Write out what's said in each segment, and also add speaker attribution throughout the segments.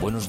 Speaker 1: Buenos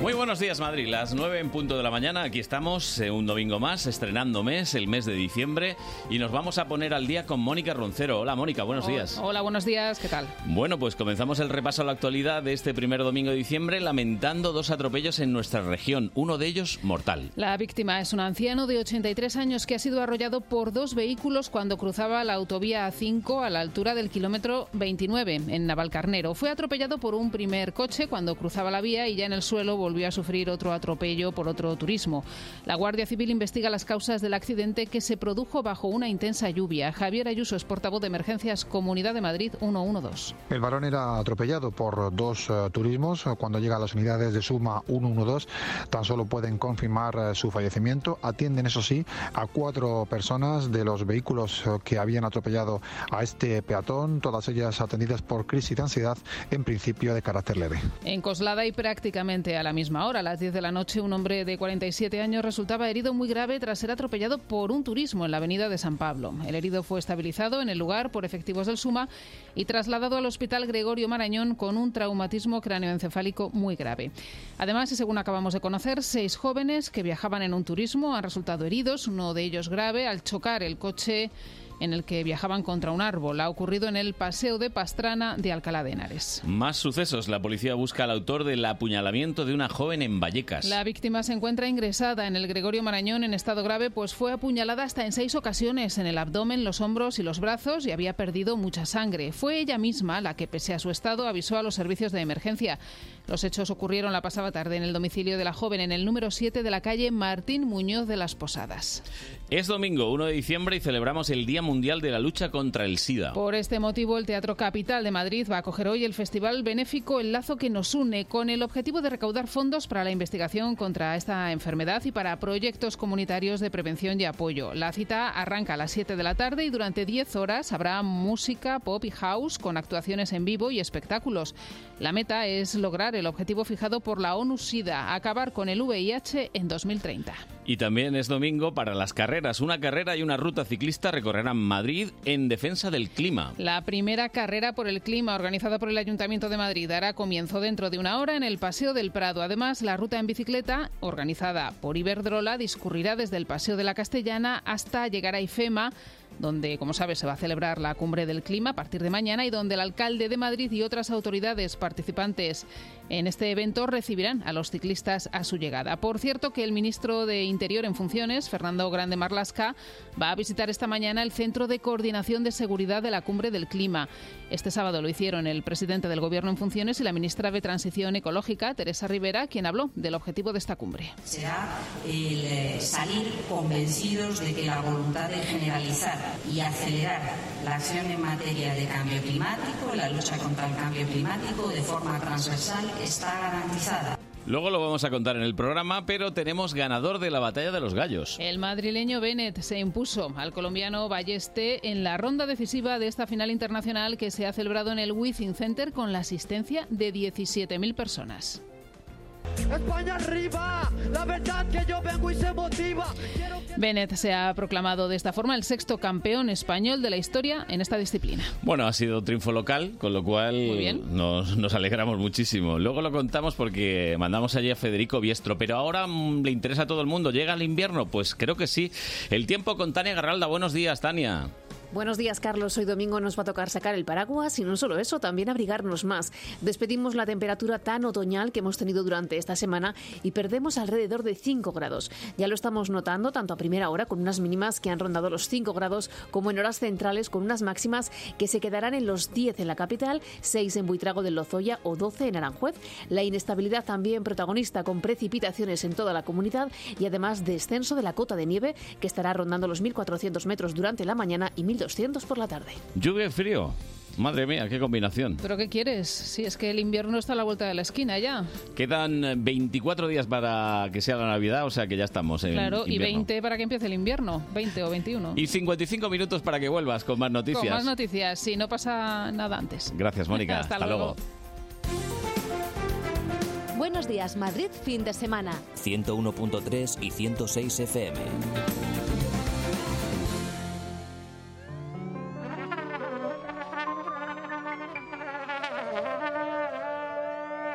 Speaker 2: Muy buenos días Madrid, las 9 en punto de la mañana, aquí estamos eh, un domingo más, estrenando mes, el mes de diciembre, y nos vamos a poner al día con Mónica Roncero. Hola Mónica, buenos días.
Speaker 3: Hola, buenos días, ¿qué tal?
Speaker 2: Bueno, pues comenzamos el repaso a la actualidad de este primer domingo de diciembre lamentando dos atropellos en nuestra región, uno de ellos mortal.
Speaker 3: La víctima es un anciano de 83 años que ha sido arrollado por dos vehículos cuando cruzaba la autovía A5 a la altura del kilómetro 29 en Navalcarnero. Fue atropellado por un primer coche cuando cruzaba la vía y ya en el suelo volvió a sufrir otro atropello por otro turismo. La Guardia Civil investiga las causas del accidente que se produjo bajo una intensa lluvia. Javier Ayuso es portavoz de Emergencias Comunidad de Madrid 112.
Speaker 4: El varón era atropellado por dos eh, turismos. Cuando llega a las unidades de suma 112, tan solo pueden confirmar eh, su fallecimiento. Atienden, eso sí, a cuatro personas de los vehículos eh, que habían atropellado a este peatón, todas ellas atendidas por crisis de ansiedad, en principio de carácter leve.
Speaker 3: En Coslada y prácticamente a la misma hora, a las 10 de la noche, un hombre de 47 años resultaba herido muy grave tras ser atropellado por un turismo en la avenida de San Pablo. El herido fue estabilizado en el lugar por efectivos del Suma y trasladado al hospital Gregorio Marañón con un traumatismo cráneoencefálico muy grave. Además, y según acabamos de conocer, seis jóvenes que viajaban en un turismo han resultado heridos, uno de ellos grave, al chocar el coche en el que viajaban contra un árbol. Ha ocurrido en el Paseo de Pastrana de Alcalá de Henares.
Speaker 2: Más sucesos, la policía busca al autor del apuñalamiento de una joven en Vallecas.
Speaker 3: La víctima se encuentra ingresada en el Gregorio Marañón en estado grave, pues fue apuñalada hasta en seis ocasiones en el abdomen, los hombros y los brazos y había perdido mucha sangre. Fue ella misma la que, pese a su estado, avisó a los servicios de emergencia. Los hechos ocurrieron la pasada tarde en el domicilio de la joven en el número 7 de la calle Martín Muñoz de las Posadas.
Speaker 2: Es domingo 1 de diciembre y celebramos el Día Mundial de la Lucha contra el SIDA.
Speaker 3: Por este motivo, el Teatro Capital de Madrid va a acoger hoy el festival benéfico El Lazo que nos une, con el objetivo de recaudar fondos para la investigación contra esta enfermedad y para proyectos comunitarios de prevención y apoyo. La cita arranca a las 7 de la tarde y durante 10 horas habrá música, pop y house con actuaciones en vivo y espectáculos. La meta es lograr el objetivo fijado por la ONU-SIDA, acabar con el VIH en 2030.
Speaker 2: Y también es domingo para las carreras. Una carrera y una ruta ciclista recorrerán Madrid en defensa del clima.
Speaker 3: La primera carrera por el clima organizada por el Ayuntamiento de Madrid dará comienzo dentro de una hora en el Paseo del Prado. Además, la ruta en bicicleta, organizada por Iberdrola, discurrirá desde el Paseo de la Castellana hasta llegar a IFEMA, donde, como sabes, se va a celebrar la cumbre del clima a partir de mañana y donde el alcalde de Madrid y otras autoridades participantes en este evento recibirán a los ciclistas a su llegada. Por cierto, que el ministro de Interior en funciones, Fernando Grande Marlasca, va a visitar esta mañana el Centro de Coordinación de Seguridad de la Cumbre del Clima. Este sábado lo hicieron el presidente del Gobierno en funciones y la ministra de Transición Ecológica, Teresa Rivera, quien habló del objetivo de esta cumbre.
Speaker 5: será el eh, salir convencidos de que la voluntad de generalizar y acelerar la acción en materia de cambio climático, la lucha contra el cambio climático de forma transversal está garantizada.
Speaker 2: Luego lo vamos a contar en el programa, pero tenemos ganador de la batalla de los gallos.
Speaker 3: El madrileño Bennett se impuso al colombiano Balleste en la ronda decisiva de esta final internacional que se ha celebrado en el Wizzing Center con la asistencia de 17.000 personas.
Speaker 6: España arriba, la verdad que yo vengo y se motiva. Quiero que
Speaker 3: Bennett se ha proclamado de esta forma el sexto campeón español de la historia en esta disciplina.
Speaker 2: Bueno, ha sido triunfo local, con lo cual
Speaker 3: bien.
Speaker 2: Nos, nos alegramos muchísimo. Luego lo contamos porque mandamos allí a Federico Biestro, pero ahora mm, le interesa a todo el mundo. ¿Llega el invierno? Pues creo que sí. El tiempo con Tania Garralda. Buenos días, Tania.
Speaker 7: Buenos días, Carlos. Hoy domingo nos va a tocar sacar el paraguas y no solo eso, también abrigarnos más. Despedimos la temperatura tan otoñal que hemos tenido durante esta semana y perdemos alrededor de 5 grados. Ya lo estamos notando tanto a primera hora con unas mínimas que han rondado los 5 grados como en horas centrales con unas máximas que se quedarán en los 10 en la capital, 6 en Buitrago del Lozoya o 12 en Aranjuez. La inestabilidad también protagonista con precipitaciones en toda la comunidad y además descenso de la cota de nieve que estará rondando los 1.400 metros durante la mañana y 1.200 por la tarde.
Speaker 2: Lluvia y frío. Madre mía, qué combinación.
Speaker 3: ¿Pero qué quieres? Si es que el invierno está a la vuelta de la esquina ya.
Speaker 2: Quedan eh, 24 días para que sea la Navidad, o sea que ya estamos en
Speaker 3: Claro, y
Speaker 2: invierno.
Speaker 3: 20 para que empiece el invierno. 20 o 21.
Speaker 2: Y 55 minutos para que vuelvas con más noticias.
Speaker 3: Con más noticias, si no pasa nada antes.
Speaker 2: Gracias, Mónica.
Speaker 3: Hasta
Speaker 2: luego.
Speaker 3: luego.
Speaker 8: Buenos días, Madrid, fin de semana.
Speaker 1: 101.3 y 106 FM.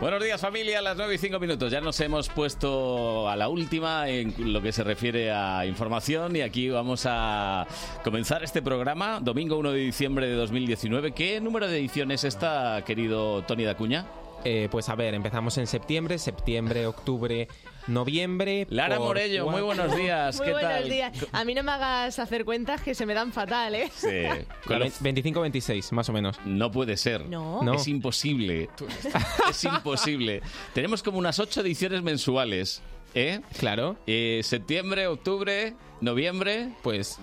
Speaker 2: Buenos días familia, a las 9 y 5 minutos. Ya nos hemos puesto a la última en lo que se refiere a información y aquí vamos a comenzar este programa, domingo 1 de diciembre de 2019. ¿Qué número de edición es esta, querido Tony Dacuña?
Speaker 9: Eh, pues a ver, empezamos en septiembre, septiembre, octubre, noviembre.
Speaker 2: Lara
Speaker 9: por
Speaker 2: Morello, muy
Speaker 9: cuatro-
Speaker 2: buenos días.
Speaker 10: Muy
Speaker 2: ¿Qué
Speaker 10: buenos
Speaker 2: tal?
Speaker 10: días. A mí no me hagas hacer cuentas que se me dan fatal, ¿eh?
Speaker 2: Sí. Claro,
Speaker 9: 25-26, más o menos.
Speaker 2: No puede ser.
Speaker 10: No.
Speaker 9: No.
Speaker 2: Es imposible. Es imposible. Tenemos como unas ocho ediciones mensuales. ¿Eh?
Speaker 9: Claro.
Speaker 2: septiembre, octubre, noviembre.
Speaker 9: Pues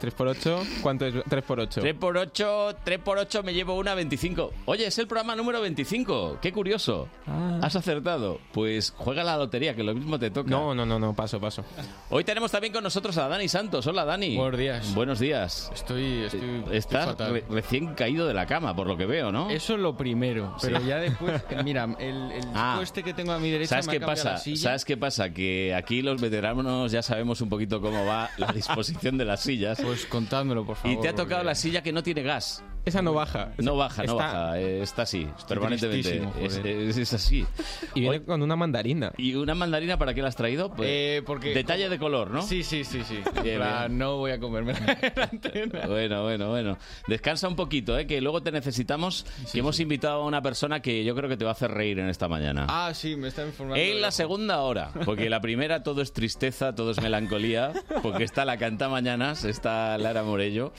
Speaker 9: 3 por 8, ¿cuánto es 3 por 8?
Speaker 2: 3 por 8, 3 por 8 me llevo una 25. Oye, es el programa número 25. Qué curioso.
Speaker 9: Ah.
Speaker 2: Has acertado. Pues juega la lotería, que lo mismo te toca.
Speaker 9: No, no, no, no, paso, paso.
Speaker 2: Hoy tenemos también con nosotros a Dani Santos. Hola, Dani.
Speaker 11: Buenos días.
Speaker 2: Buenos días. Eh,
Speaker 11: Estoy, estoy,
Speaker 2: Estás
Speaker 11: estoy fatal.
Speaker 2: re- recién caído de la cama, por lo que veo, ¿no?
Speaker 11: Eso es lo primero, pero
Speaker 2: Sí.
Speaker 11: ya después, eh, mira, el, el
Speaker 2: Ah.
Speaker 11: chico este que tengo a mi derecha
Speaker 2: ¿Sabes
Speaker 11: me ha
Speaker 2: qué
Speaker 11: cambiado
Speaker 2: pasa?
Speaker 11: la silla.
Speaker 2: ¿Sabes qué pasa? Que aquí los veteranos ya sabemos un poquito cómo va la disposición de las sillas.
Speaker 11: Pues contádmelo, por favor.
Speaker 2: Y te ha tocado
Speaker 11: porque-
Speaker 2: la silla que no tiene gas.
Speaker 9: Esa no baja.
Speaker 2: No baja, no
Speaker 9: Está-
Speaker 2: baja. eh, Está así, permanentemente.
Speaker 11: tristísimo,
Speaker 2: Es,
Speaker 11: joder.
Speaker 2: es- es así.
Speaker 9: Y viene con una mandarina.
Speaker 2: ¿Y una mandarina para qué la has traído? Pues,
Speaker 11: Eh, porque...
Speaker 2: detalle de color, ¿no?
Speaker 11: Sí, sí, sí, sí. En
Speaker 2: Bien,
Speaker 11: plan,
Speaker 2: bien.
Speaker 11: no voy a comerme la antena.
Speaker 2: Bueno, bueno, bueno. Descansa un poquito, ¿eh? que luego te necesitamos. que hemos invitado a una persona que yo creo que te va a hacer reír en esta mañana.
Speaker 11: Ah, sí, me está informando.
Speaker 2: En la segunda hora, porque la primera todo es tristeza, todo es melancolía, porque está la canta mañanas, está Lara Morello.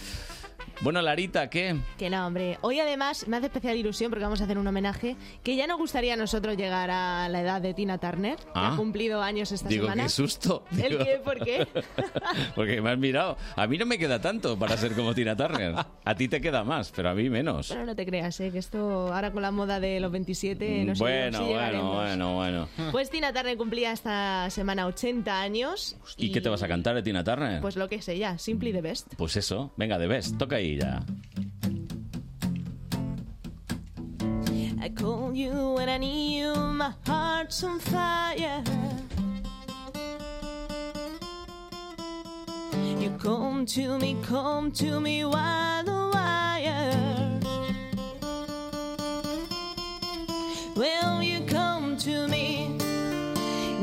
Speaker 2: Bueno, Larita, ¿qué?
Speaker 10: Que no, hombre. Hoy además me hace especial ilusión porque vamos a hacer un homenaje que ya nos gustaría a nosotros llegar a la edad de Tina Turner, que
Speaker 2: Ah.
Speaker 10: ha cumplido años esta
Speaker 2: Digo,
Speaker 10: semana.
Speaker 2: qué susto.
Speaker 10: ¿El
Speaker 2: Digo,
Speaker 10: qué? ¿Por qué?
Speaker 2: Porque me has mirado. A mí no me queda tanto para ser como Tina Turner. A ti te queda más, pero a mí menos.
Speaker 10: Bueno, no te creas, ¿eh? que esto ahora con la moda de los 27 eh, no sé
Speaker 2: Bueno,
Speaker 10: si
Speaker 2: bueno,
Speaker 10: llegaremos.
Speaker 2: bueno, bueno.
Speaker 10: Pues Tina Turner cumplía esta semana 80 años.
Speaker 2: ¿Y qué te vas a cantar de Tina Turner?
Speaker 10: Pues lo que sé ya, Simply the Best.
Speaker 2: Pues eso, venga, de best, toca ahí ya.
Speaker 10: I call you when I need you, my heart's on fire. You come to me, come to me, while the wire. Will you come to me?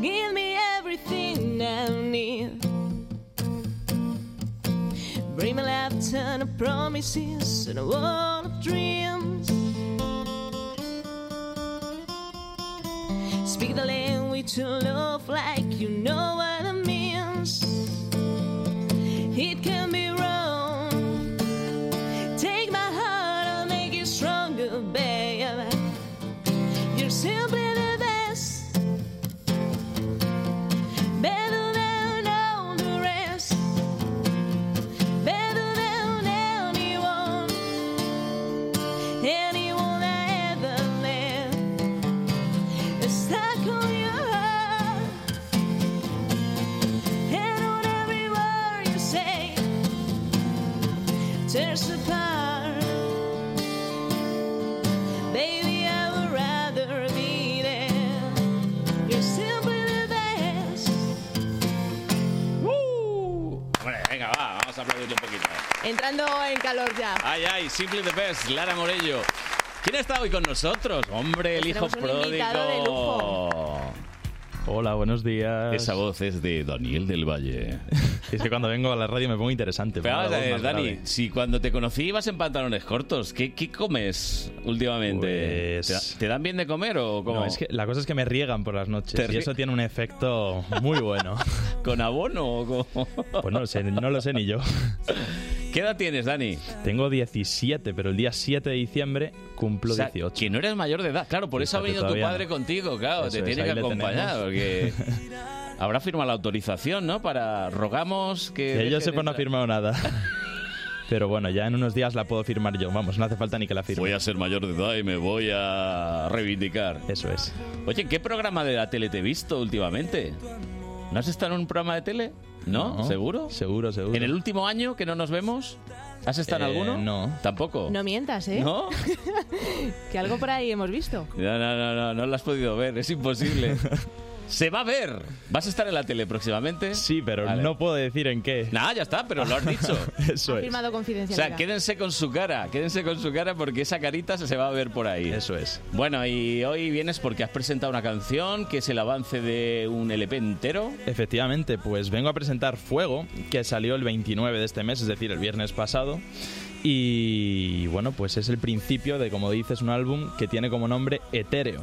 Speaker 10: Give me everything I need. Bring me laughter and promises and a world of dreams. Speak the language of love like you know what it means. It can be wrong. Take my heart and make it stronger, babe. You're simply the best. Better than all the rest. Better than anyone. Anyone I ever met. Stuck on your heart and on every word you say tears apart. Baby, I would rather be there. You're simply the best.
Speaker 2: Hombre, venga, va, vamos a aplaudirle un poquito.
Speaker 10: Entrando en calor ya.
Speaker 2: Ay, ay, Simply the Best, Lara Morello. ¿Quién está hoy con nosotros? Hombre, el hijo
Speaker 10: Pues Tenemos un invitado de
Speaker 2: pródigo.
Speaker 12: Hola, buenos días.
Speaker 2: Esa voz es de Daniel del Valle.
Speaker 12: Es que cuando vengo a la radio me pongo interesante.
Speaker 2: Pero
Speaker 12: pongo
Speaker 2: vamos
Speaker 12: la
Speaker 2: a
Speaker 12: voz
Speaker 2: ver,
Speaker 12: más
Speaker 2: Dani,
Speaker 12: grave.
Speaker 2: si cuando te conocí ibas en pantalones cortos, ¿qué, qué comes últimamente?
Speaker 12: Pues-
Speaker 2: ¿Te, da- te dan bien de comer o cómo?
Speaker 12: No, es que la cosa es que me riegan por las noches
Speaker 2: Te
Speaker 12: y
Speaker 2: rie-
Speaker 12: eso tiene un efecto muy bueno.
Speaker 2: ¿Con abono o cómo?
Speaker 12: Pues no lo sé, no lo sé ni yo.
Speaker 2: ¿Qué edad tienes, Dani?
Speaker 12: Tengo 17, pero el día 7 de diciembre cumplo
Speaker 2: O sea,
Speaker 12: 18.
Speaker 2: Que no eres mayor de edad. Claro, por eso ha
Speaker 12: Fíjate,
Speaker 2: venido tu
Speaker 12: todavía
Speaker 2: padre
Speaker 12: no.
Speaker 2: contigo, claro.
Speaker 12: Eso
Speaker 2: te
Speaker 12: es,
Speaker 2: tiene
Speaker 12: ahí
Speaker 2: que
Speaker 12: le
Speaker 2: acompañar,
Speaker 12: tenemos.
Speaker 2: porque habrá firmado la autorización, ¿no? Para rogamos que.
Speaker 12: Que yo
Speaker 2: dejen
Speaker 12: sepa no ha
Speaker 2: entrar.
Speaker 12: firmado nada. Pero bueno, ya en unos días la puedo firmar yo. Vamos, no hace falta ni que la firme.
Speaker 2: Voy a ser mayor de edad y me voy a reivindicar.
Speaker 12: Eso es.
Speaker 2: Oye, ¿qué programa de la tele te he visto últimamente? ¿No has estado en un programa de tele? ¿No?
Speaker 12: No.
Speaker 2: ¿Seguro?
Speaker 12: Seguro, seguro.
Speaker 2: ¿En el último año que no nos vemos? ¿Has estado en
Speaker 12: Eh,
Speaker 2: alguno? No. ¿Tampoco?
Speaker 10: No mientas, ¿eh?
Speaker 2: Oh. ¿No?
Speaker 10: que algo por ahí hemos visto.
Speaker 2: No, no, no, no, no lo has podido ver, es imposible. Se va a ver. ¿Vas a estar en la tele próximamente? Sí, pero
Speaker 12: no puedo decir en qué.
Speaker 2: Nada, ya está, pero lo has dicho. Pues,
Speaker 12: Eso es.
Speaker 10: Firmado
Speaker 2: O
Speaker 10: confidencialidad.
Speaker 2: sea, quédense con su cara, quédense con su cara porque esa carita se se va a ver por ahí. Eso es. Bueno, y hoy vienes porque has presentado una canción que es el avance de un LP entero.
Speaker 12: Efectivamente, pues vengo a presentar Fuego, que salió el 29 de este mes, es decir, el viernes pasado. Y bueno, pues es el principio de, como dices, un álbum que tiene como nombre Etéreo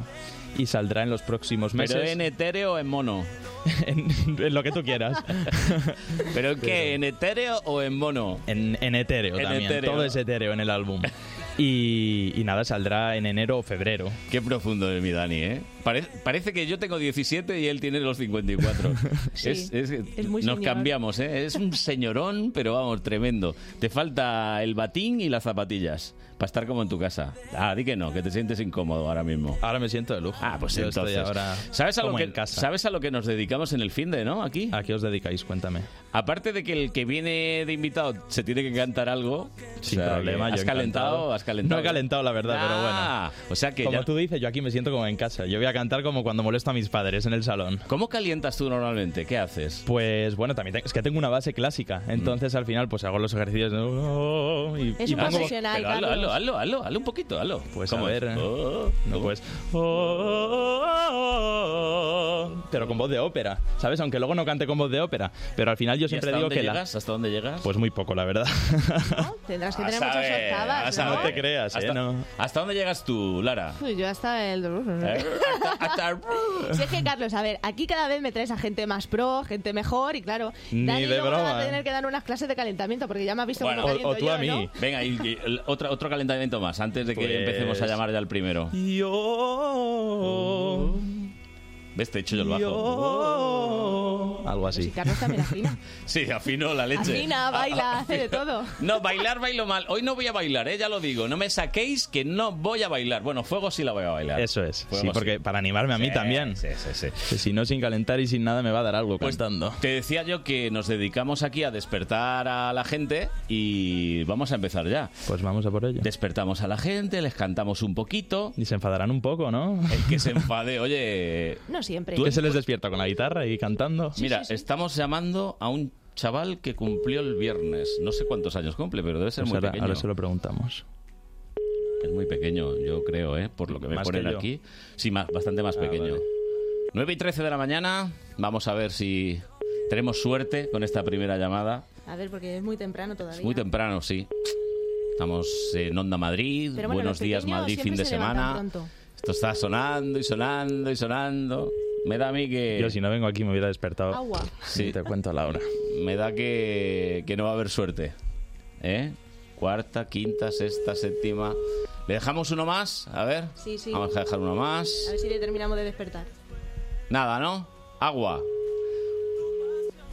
Speaker 12: y saldrá en los próximos meses.
Speaker 2: ¿Pero en etéreo o en mono?
Speaker 12: en lo que tú quieras.
Speaker 2: ¿Pero en qué? ¿En etéreo o en mono?
Speaker 12: En, etéreo
Speaker 2: En
Speaker 12: también.
Speaker 2: etéreo.
Speaker 12: Todo es etéreo en el álbum. Y, y nada, saldrá en enero o febrero.
Speaker 2: Qué profundo es mi Dani, ¿eh? Pare- parece que yo tengo 17 y él tiene los 54.
Speaker 10: Sí, es muy
Speaker 2: nos
Speaker 10: señor.
Speaker 2: cambiamos, ¿eh? Es un señorón, pero vamos, tremendo. Te falta el batín y las zapatillas para estar como en tu casa. Ah, di que no, que te sientes incómodo ahora mismo.
Speaker 12: Ahora me siento de lujo.
Speaker 2: Ah, pues
Speaker 12: Yo estoy
Speaker 2: entonces.
Speaker 12: ahora
Speaker 2: ¿sabes, a lo
Speaker 12: como
Speaker 2: que,
Speaker 12: en casa.
Speaker 2: ¿Sabes a lo que nos dedicamos en el fin de, no? Aquí.
Speaker 12: ¿A qué os dedicáis? Cuéntame.
Speaker 2: Aparte de que el que viene de invitado se tiene que cantar algo.
Speaker 12: Sin
Speaker 2: o sea,
Speaker 12: problema.
Speaker 2: que
Speaker 12: yo
Speaker 2: ¿Has calentado?
Speaker 12: encantado.
Speaker 2: ¿Has calentado?
Speaker 12: No he calentado, la verdad, pero bueno.
Speaker 2: Ah, O sea que
Speaker 12: como
Speaker 2: ya-
Speaker 12: tú dices, yo aquí me siento como en casa. Yo voy a cantar como cuando molesto a mis padres en el salón.
Speaker 2: ¿Cómo calientas tú normalmente? ¿Qué haces? Mm.
Speaker 12: Pues bueno, también te- es que tengo una base clásica. Entonces al final pues hago los ejercicios de... oh, y,
Speaker 10: Es
Speaker 12: y
Speaker 10: un
Speaker 12: pongo-
Speaker 10: profesional,
Speaker 2: Pero hazlo, hazlo, hazlo, hazlo, hazlo un poquito, hazlo.
Speaker 12: Pues
Speaker 2: ¿Cómo
Speaker 12: a
Speaker 2: es?
Speaker 12: ver, eh.
Speaker 2: Oh,
Speaker 12: no Oh, pues... oh, Pero con voz de ópera, ¿sabes? Aunque luego no cante con voz de ópera. Pero al final yo
Speaker 2: ¿Y
Speaker 12: siempre
Speaker 2: hasta
Speaker 12: digo que
Speaker 2: dónde
Speaker 12: la...
Speaker 2: llegas? ¿Hasta dónde llegas?
Speaker 12: Pues muy poco, la verdad.
Speaker 10: Tendrás que
Speaker 2: A
Speaker 10: tener muchas
Speaker 2: saber, a
Speaker 10: octavas, ¿no?
Speaker 2: saber.
Speaker 12: te creas, ¿eh?
Speaker 2: ¿Hasta, ¿Hasta dónde llegas tú, Lara?
Speaker 10: Uy, yo hasta el dolor.
Speaker 2: ¿Eh?
Speaker 10: Si es que, Carlos, a ver, aquí cada vez me traes a gente más pro, gente mejor, y claro,
Speaker 2: Ni
Speaker 10: Dani
Speaker 2: de
Speaker 10: luego me va
Speaker 2: broma. ¿eh?
Speaker 10: a tener que dar unas clases de calentamiento, porque ya me has visto cómo
Speaker 2: Bueno,
Speaker 10: caliento yo, ¿no?
Speaker 2: Venga, y, y el- otra- otro calentamiento más, antes de que
Speaker 12: Pues-
Speaker 2: empecemos a llamar ya al primero.
Speaker 12: Yo...
Speaker 2: ¿Ves? Te he hecho yo el
Speaker 12: bajo. Algo así.
Speaker 10: Carlos también afina.
Speaker 2: Sí, afino la leche. Ah,
Speaker 10: Afina, baila, hace de todo.
Speaker 2: No, bailar bailo mal. Hoy no voy a bailar, ¿eh? ya lo digo. No me saquéis que no voy a bailar. Bueno, fuego sí la voy a bailar.
Speaker 12: Eso es.
Speaker 2: Fuego
Speaker 12: sí, porque para animarme a mí
Speaker 2: Sí,
Speaker 12: también.
Speaker 2: Sí, sí, sí.
Speaker 12: Que si no, sin calentar y sin nada, me va a dar algo
Speaker 2: Pues
Speaker 12: cantando.
Speaker 2: te decía yo que nos dedicamos aquí a despertar a la gente y vamos a empezar ya.
Speaker 12: Pues vamos a por ello.
Speaker 2: Despertamos a la gente, les cantamos un poquito.
Speaker 12: Y se enfadarán un poco, ¿no?
Speaker 2: El que se enfade, oye.
Speaker 10: No siempre.
Speaker 12: ¿Tú que se les despierta con la guitarra y cantando?
Speaker 2: Mira, estamos llamando a un chaval que cumplió el viernes. No sé cuántos años cumple, pero debe ser
Speaker 12: Pues
Speaker 2: muy
Speaker 12: ahora,
Speaker 2: pequeño.
Speaker 12: ahora se lo preguntamos.
Speaker 2: Es muy pequeño, yo creo, ¿eh? por lo que me
Speaker 12: ¿Más
Speaker 2: ponen
Speaker 12: que yo? Ah,
Speaker 2: aquí. Sí, más, bastante más pequeño. 9 y 13 de la mañana, vamos a ver si tenemos suerte con esta primera llamada.
Speaker 10: A ver, porque es muy temprano todavía.
Speaker 2: Es muy temprano, sí. Estamos en Onda Madrid,
Speaker 10: Pero bueno,
Speaker 2: buenos
Speaker 10: los
Speaker 2: días
Speaker 10: pequeños
Speaker 2: Madrid,
Speaker 10: siempre
Speaker 2: fin de
Speaker 10: se levantan
Speaker 2: semana.
Speaker 10: pronto.
Speaker 2: Esto está sonando y sonando y sonando. Me da a mí que...
Speaker 12: Yo, si no vengo aquí, me hubiera despertado.
Speaker 10: Agua.
Speaker 2: Sí.
Speaker 12: Te cuento a la hora.
Speaker 2: Me da que, que no va a haber suerte. ¿Eh? Cuarta, quinta, sexta, séptima. ¿Le dejamos uno más? A ver.
Speaker 10: Sí, sí.
Speaker 2: Vamos a dejar uno más.
Speaker 10: A ver si le terminamos de despertar.
Speaker 2: Nada, ¿no? Agua.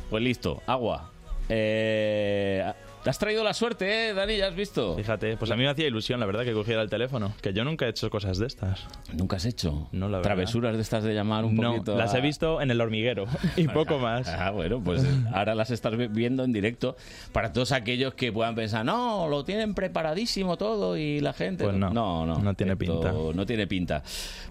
Speaker 2: Pues listo, agua. Eh, te has traído la suerte, ¿eh, Dani? Ya has visto.
Speaker 12: Fíjate, pues a mí me hacía ilusión, la verdad, que cogiera el teléfono. Que yo nunca he hecho cosas de estas.
Speaker 2: ¿Nunca has hecho?
Speaker 12: No, la verdad.
Speaker 2: Travesuras de estas de llamar un
Speaker 12: No,
Speaker 2: poquito.
Speaker 12: las he visto en el hormiguero. Y poco más.
Speaker 2: Ah, bueno, pues ahora las estás vi- viendo en directo para todos aquellos que puedan pensar, no, lo tienen preparadísimo todo y la gente...
Speaker 12: Pues no,
Speaker 2: no, no,
Speaker 12: no tiene
Speaker 2: esto
Speaker 12: pinta.
Speaker 2: No tiene pinta.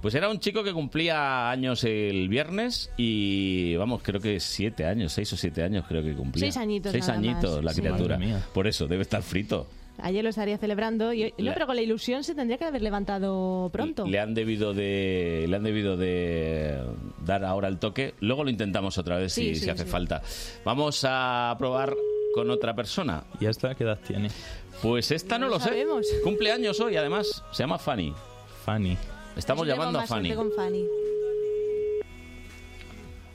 Speaker 2: Pues era un chico que cumplía años el viernes y, vamos, creo que siete años, seis o siete años creo que cumplía.
Speaker 10: Seis añitos
Speaker 2: Seis
Speaker 10: nada
Speaker 2: añitos
Speaker 10: más,
Speaker 2: la
Speaker 10: sí.
Speaker 2: criatura.
Speaker 10: Madre mía.
Speaker 2: Por eso, debe estar frito.
Speaker 10: Ayer lo estaría celebrando, y hoy- no,
Speaker 2: Le-
Speaker 10: pero con la ilusión se tendría que haber levantado pronto.
Speaker 2: Le han debido de le han debido de dar ahora el toque. Luego lo intentamos otra vez
Speaker 10: Sí,
Speaker 2: si,
Speaker 10: sí,
Speaker 2: si hace
Speaker 10: sí.
Speaker 2: falta. Vamos a probar con otra persona.
Speaker 12: ¿Y esta qué edad tiene?
Speaker 2: Pues esta no,
Speaker 10: No
Speaker 2: lo,
Speaker 10: lo sabemos.
Speaker 2: sé. Cumpleaños hoy, además. Se llama Fanny.
Speaker 12: Fanny.
Speaker 2: Estamos
Speaker 10: Yo tengo
Speaker 2: llamando a
Speaker 10: más
Speaker 2: Fanny.
Speaker 10: suerte con Fanny.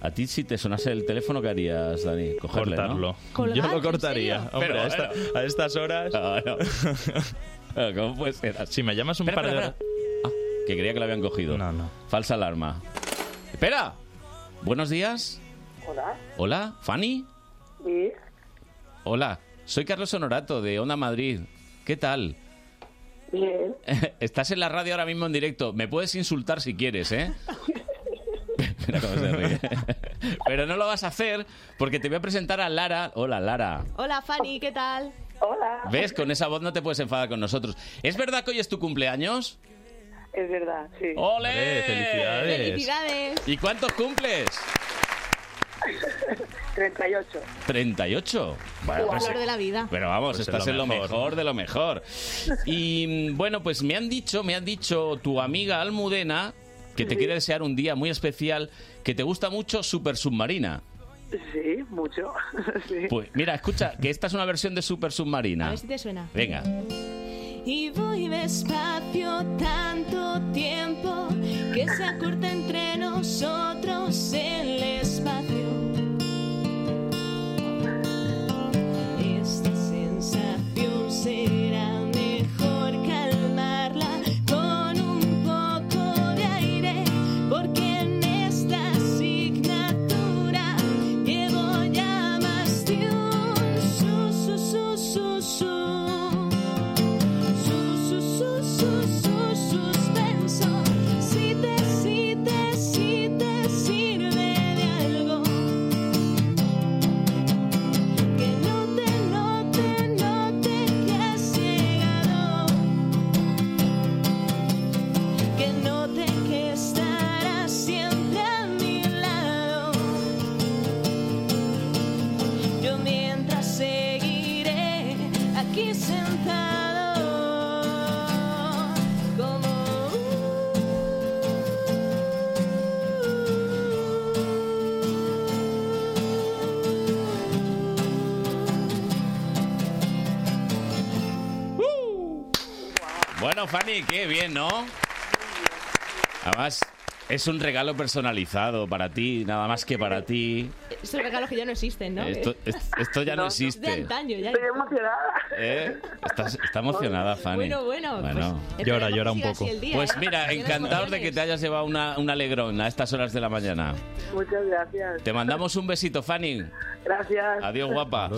Speaker 2: A ti si te sonase el teléfono, ¿qué harías, Dani? Cogerle,
Speaker 12: Cortarlo.
Speaker 2: ¿no?
Speaker 12: Colgar, Yo lo ¿en cortaría. serio? Hombre, a esta- estas horas...
Speaker 2: Ah, ¿Cómo puede ser?
Speaker 12: Si me llamas un par de horas...
Speaker 2: Ah, que creía que lo habían cogido. No,
Speaker 12: no.
Speaker 2: Falsa alarma. ¡Espera! Buenos días.
Speaker 13: Hola,
Speaker 2: Hola, Fanny.
Speaker 13: sí,
Speaker 2: Hola, soy Carlos Honorato de Onda Madrid. ¿Qué tal?
Speaker 13: bien.
Speaker 2: Estás en la radio ahora mismo en directo. Me puedes insultar si quieres, ¿eh? Mira cómo se ríe. Pero no lo vas a hacer porque te voy a presentar a Lara. Hola, Lara.
Speaker 10: Hola Fanny, ¿qué tal?
Speaker 13: Hola.
Speaker 2: ¿Ves? Con esa voz no te puedes enfadar con nosotros. ¿Es verdad que hoy es tu cumpleaños?
Speaker 13: Es verdad, sí.
Speaker 2: ¡Ole! ¡Felicidades!
Speaker 13: ¡Felicidades!
Speaker 2: ¿Y cuántos cumples?
Speaker 13: 38.
Speaker 2: 38.
Speaker 8: Lo
Speaker 2: pues-
Speaker 8: valor de la vida.
Speaker 2: Pero vamos,
Speaker 12: Pues es
Speaker 2: estás
Speaker 12: lo
Speaker 2: en lo
Speaker 12: mejor,
Speaker 2: mejor de lo mejor. Y mm, bueno, pues me han dicho, me han dicho tu amiga Almudena que te quiere desear un día muy especial, que te gusta mucho Super Submarina.
Speaker 13: Sí, mucho. Sí.
Speaker 2: Pues mira, escucha, que esta es una versión de Super
Speaker 10: A
Speaker 2: Submarina.
Speaker 10: ver si te suena.
Speaker 2: Venga.
Speaker 10: Y voy despacio tanto tiempo que se acorta entre nosotros el espacio. Esta sensación será mejor calmarla con un poco de aire, porque en esta asignatura llevo ya más de un su, su, su, su, su. Su, su, su, su, su, suspenso. Si te, si te, si te sirve de algo. Que no te, no te, no te que has llegado. Que no te que estarás siempre a mi lado. Yo mientras seguiré aquí sentado como
Speaker 2: Bueno, Fanny, qué bien, ¿no? Además, es un regalo personalizado para ti, nada más que para ti.
Speaker 10: Esos regalos que ya no existen, ¿no?
Speaker 2: Esto, es- esto ya no,
Speaker 10: Es de
Speaker 2: existe.
Speaker 10: antaño, ya. Estoy
Speaker 13: emocionada.
Speaker 2: ¿eh? Estás- está emocionada, Fanny.
Speaker 10: Bueno, bueno, pues,
Speaker 2: llora,
Speaker 10: esperemos
Speaker 2: llora
Speaker 10: que
Speaker 2: un
Speaker 10: siga
Speaker 2: poco.
Speaker 10: así el día,
Speaker 2: pues
Speaker 10: ¿eh?
Speaker 2: mira,
Speaker 10: Llenas
Speaker 2: encantados de
Speaker 10: emociones.
Speaker 2: que te hayas llevado una, un alegrón a estas horas de la mañana.
Speaker 13: Muchas gracias.
Speaker 2: Te mandamos un besito, Fanny.
Speaker 13: Gracias.
Speaker 12: Ah,
Speaker 2: Adiós, guapa.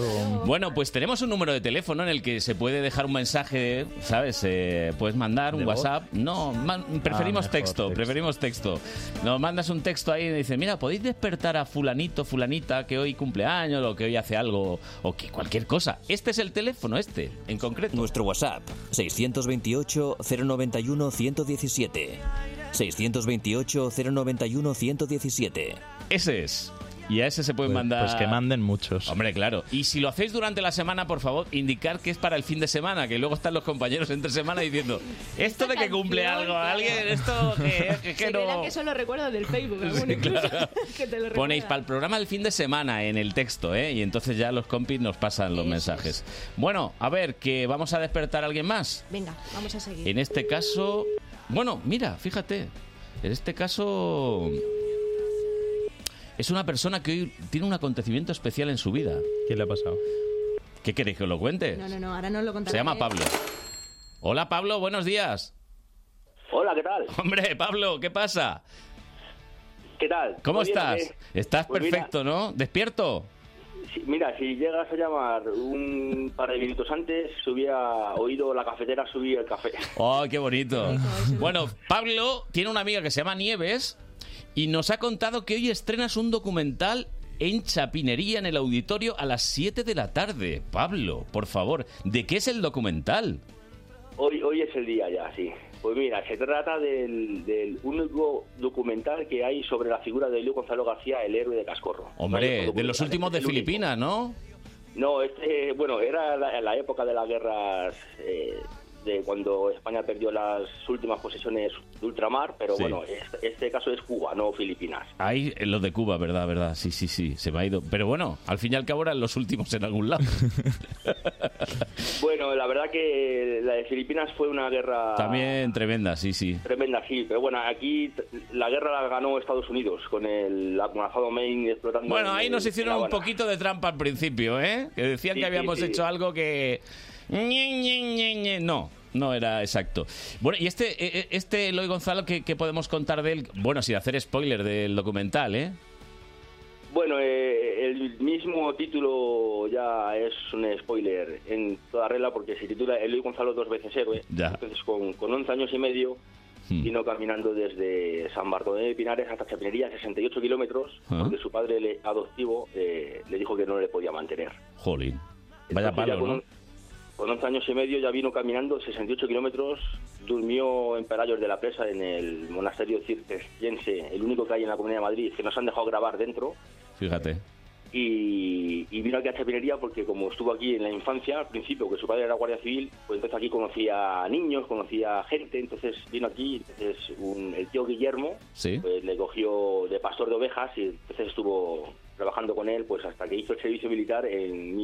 Speaker 2: Bueno, pues tenemos un número de teléfono en el que se puede dejar un mensaje, ¿sabes? Eh, puedes mandar un
Speaker 12: ¿De voz?
Speaker 2: WhatsApp. No, man- preferimos
Speaker 12: mejor
Speaker 2: Ah, texto,
Speaker 12: texto.
Speaker 2: preferimos texto. Nos mandas un texto ahí y dices, mira, podéis despertar a fulanito, fulanita, que hoy cumpleaños o que hoy hace algo o que cualquier cosa. Este es el teléfono, este, en concreto.
Speaker 1: Nuestro WhatsApp, 628-091-117. 628-091-117.
Speaker 2: Ese es. Y a ese se pueden mandar...
Speaker 12: Pues que manden muchos.
Speaker 2: Hombre, claro. Y si lo hacéis durante la semana, por favor, indicar que es para el fin de semana, que luego están los compañeros entre semana diciendo, esto de que cumple algo alguien, esto que, que- que
Speaker 10: Se creerán
Speaker 2: no...
Speaker 10: que son los recuerdos del Facebook, alguno
Speaker 2: Sí,
Speaker 10: incluso,
Speaker 2: claro.
Speaker 10: que te lo
Speaker 2: Ponéis
Speaker 10: recuerda.
Speaker 2: para el programa del fin de semana en el texto, ¿eh? Y entonces ya los compis nos pasan los mensajes. Bueno, a ver, que vamos a despertar a alguien más.
Speaker 10: Venga, vamos a seguir.
Speaker 2: En este caso, bueno, mira, fíjate, en este caso es una persona que hoy tiene un acontecimiento especial en su vida. ¿Qué le ha pasado? ¿Qué queréis que os lo cuente?
Speaker 10: No, no, no, ahora no lo contaré.
Speaker 2: Eh, Se llama Pablo. Hola Pablo, buenos días.
Speaker 14: Hola, ¿qué tal?
Speaker 2: Hombre, Pablo, ¿qué pasa?
Speaker 14: ¿Qué tal?
Speaker 2: ¿Cómo
Speaker 14: ¿Todo bien o
Speaker 2: estás? Estás
Speaker 14: Pues mira.
Speaker 2: perfecto, ¿no? ¿Despierto?
Speaker 14: qué? Si- mira, si llegas a llamar un par de minutos antes, subía oído la cafetera, subí el café.
Speaker 2: ¡Oh, qué bonito! Bueno, Pablo tiene una amiga que se llama Nieves y nos ha contado que hoy estrenas un documental en Chapinería, en el auditorio, a las 7 de la tarde. Pablo, por favor, ¿de qué es el documental?
Speaker 14: Hoy, hoy es el día ya, sí. Pues mira, se trata del, del único documental que hay sobre la figura de Luis Gonzalo García, el héroe de Cascorro.
Speaker 2: Hombre, de los últimos de
Speaker 14: el único.
Speaker 2: Filipinas, ¿no?
Speaker 14: No, este, bueno, era la, la época de las guerras eh, de cuando España perdió las últimas posesiones de ultramar, pero
Speaker 2: Sí.
Speaker 14: bueno, este, este caso es Cuba, no Filipinas.
Speaker 2: Ahí, eh, los de Cuba, ¿verdad? ¿Verdad? Sí, sí, sí, se me ha ido. Pero bueno, al fin y al cabo eran los últimos en algún lado.
Speaker 14: Bueno, la verdad que la de Filipinas fue una guerra
Speaker 2: También tremenda, sí, sí.
Speaker 14: tremenda, sí, pero bueno, aquí t- la guerra la ganó Estados Unidos con el acorazado Maine explotando.
Speaker 2: Bueno,
Speaker 14: en-
Speaker 2: ahí nos
Speaker 14: en La
Speaker 2: hicieron un
Speaker 14: Habana.
Speaker 2: poquito de trampa al principio, ¿eh? Que decían
Speaker 14: Sí,
Speaker 2: que
Speaker 14: sí,
Speaker 2: habíamos
Speaker 14: sí.
Speaker 2: hecho algo que... Ñe, Ñe, Ñe, Ñe. No, no era exacto. Bueno, y este, eh, eh, este Eloy Gonzalo, ¿qué, qué podemos contar de él? Bueno, sin hacer spoiler del documental, ¿eh?
Speaker 14: Bueno, eh, el mismo título ya es un spoiler en toda regla porque se titula Eloy Gonzalo dos veces héroe.
Speaker 2: Ya. Hmm.
Speaker 14: Entonces, con, con 11 años y medio, vino caminando desde San Bartolomé de Pinares hasta Chapinería, 68 kilómetros,
Speaker 2: Ah.
Speaker 14: porque su padre le- adoptivo eh, le dijo que no le podía mantener.
Speaker 2: Jolín. Vaya
Speaker 14: Entonces, ya
Speaker 2: palo,
Speaker 14: con
Speaker 2: ¿no?
Speaker 14: un- Con 11 años y medio ya vino caminando 68 kilómetros, durmió en Perallos de la Presa, en el monasterio cisterciense, el único que hay en la Comunidad de Madrid, que nos han dejado grabar dentro,
Speaker 2: Fíjate.
Speaker 14: y, y vino aquí a Chapinería porque como estuvo aquí en la infancia, al principio, que su padre era guardia civil, pues entonces aquí conocía niños, conocía gente, entonces vino aquí, entonces un- el tío Guillermo
Speaker 2: Sí.
Speaker 14: pues, le cogió de pastor de ovejas y entonces estuvo trabajando con él pues hasta que hizo el servicio militar en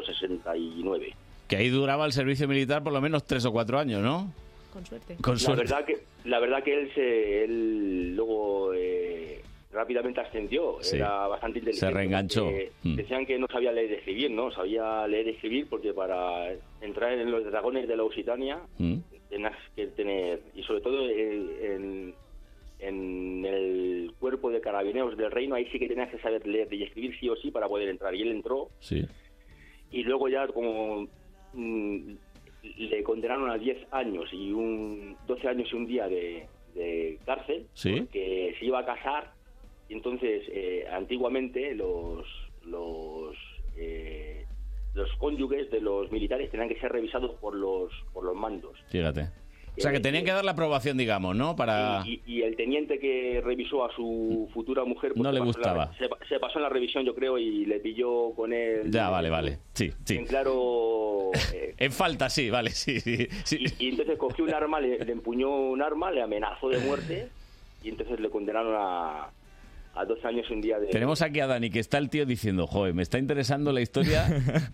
Speaker 14: 1869.
Speaker 2: Que ahí duraba el servicio militar por lo menos tres o cuatro años, ¿no?
Speaker 14: Con suerte.
Speaker 2: Con suerte.
Speaker 14: La verdad que, la verdad que él, se, él luego eh, rápidamente ascendió.
Speaker 2: Sí.
Speaker 14: Era bastante inteligente.
Speaker 2: Se reenganchó.
Speaker 14: porque
Speaker 2: Mm.
Speaker 14: Decían que no sabía leer y escribir, ¿no? Sabía leer y escribir porque para entrar en los dragones de la Occitania
Speaker 2: ¿Mm?
Speaker 14: tenías que tener, y sobre todo eh, en, en el cuerpo de carabineros del reino, ahí sí que tenías que saber leer y escribir sí o sí para poder entrar. Y él entró
Speaker 2: Sí.
Speaker 14: y luego ya como mm, le condenaron a 10 años y un 12 años y un día de, de cárcel
Speaker 2: Sí.
Speaker 14: porque se iba a casar y entonces eh, antiguamente los los eh, los cónyuges de los militares tenían que ser revisados por los por los mandos
Speaker 2: Fíjate. O sea, que tenían que dar la aprobación, digamos, ¿no? Para...
Speaker 14: y, y el teniente que revisó a su futura mujer pues,
Speaker 2: No
Speaker 14: se
Speaker 2: le
Speaker 14: pasó en la-
Speaker 2: gustaba.
Speaker 14: se, pa- se pasó en la revisión yo creo y le pilló con él
Speaker 2: Ya, vale, vale. Sí, sí.
Speaker 14: en claro eh,
Speaker 2: En falta, sí, vale, sí, sí. sí.
Speaker 14: Y entonces cogió un arma, le, le empuñó un arma, le amenazó de muerte y entonces le condenaron a, a dos años y un día de...
Speaker 2: Tenemos aquí a Dani, que está el tío diciendo, joder, me está interesando la historia.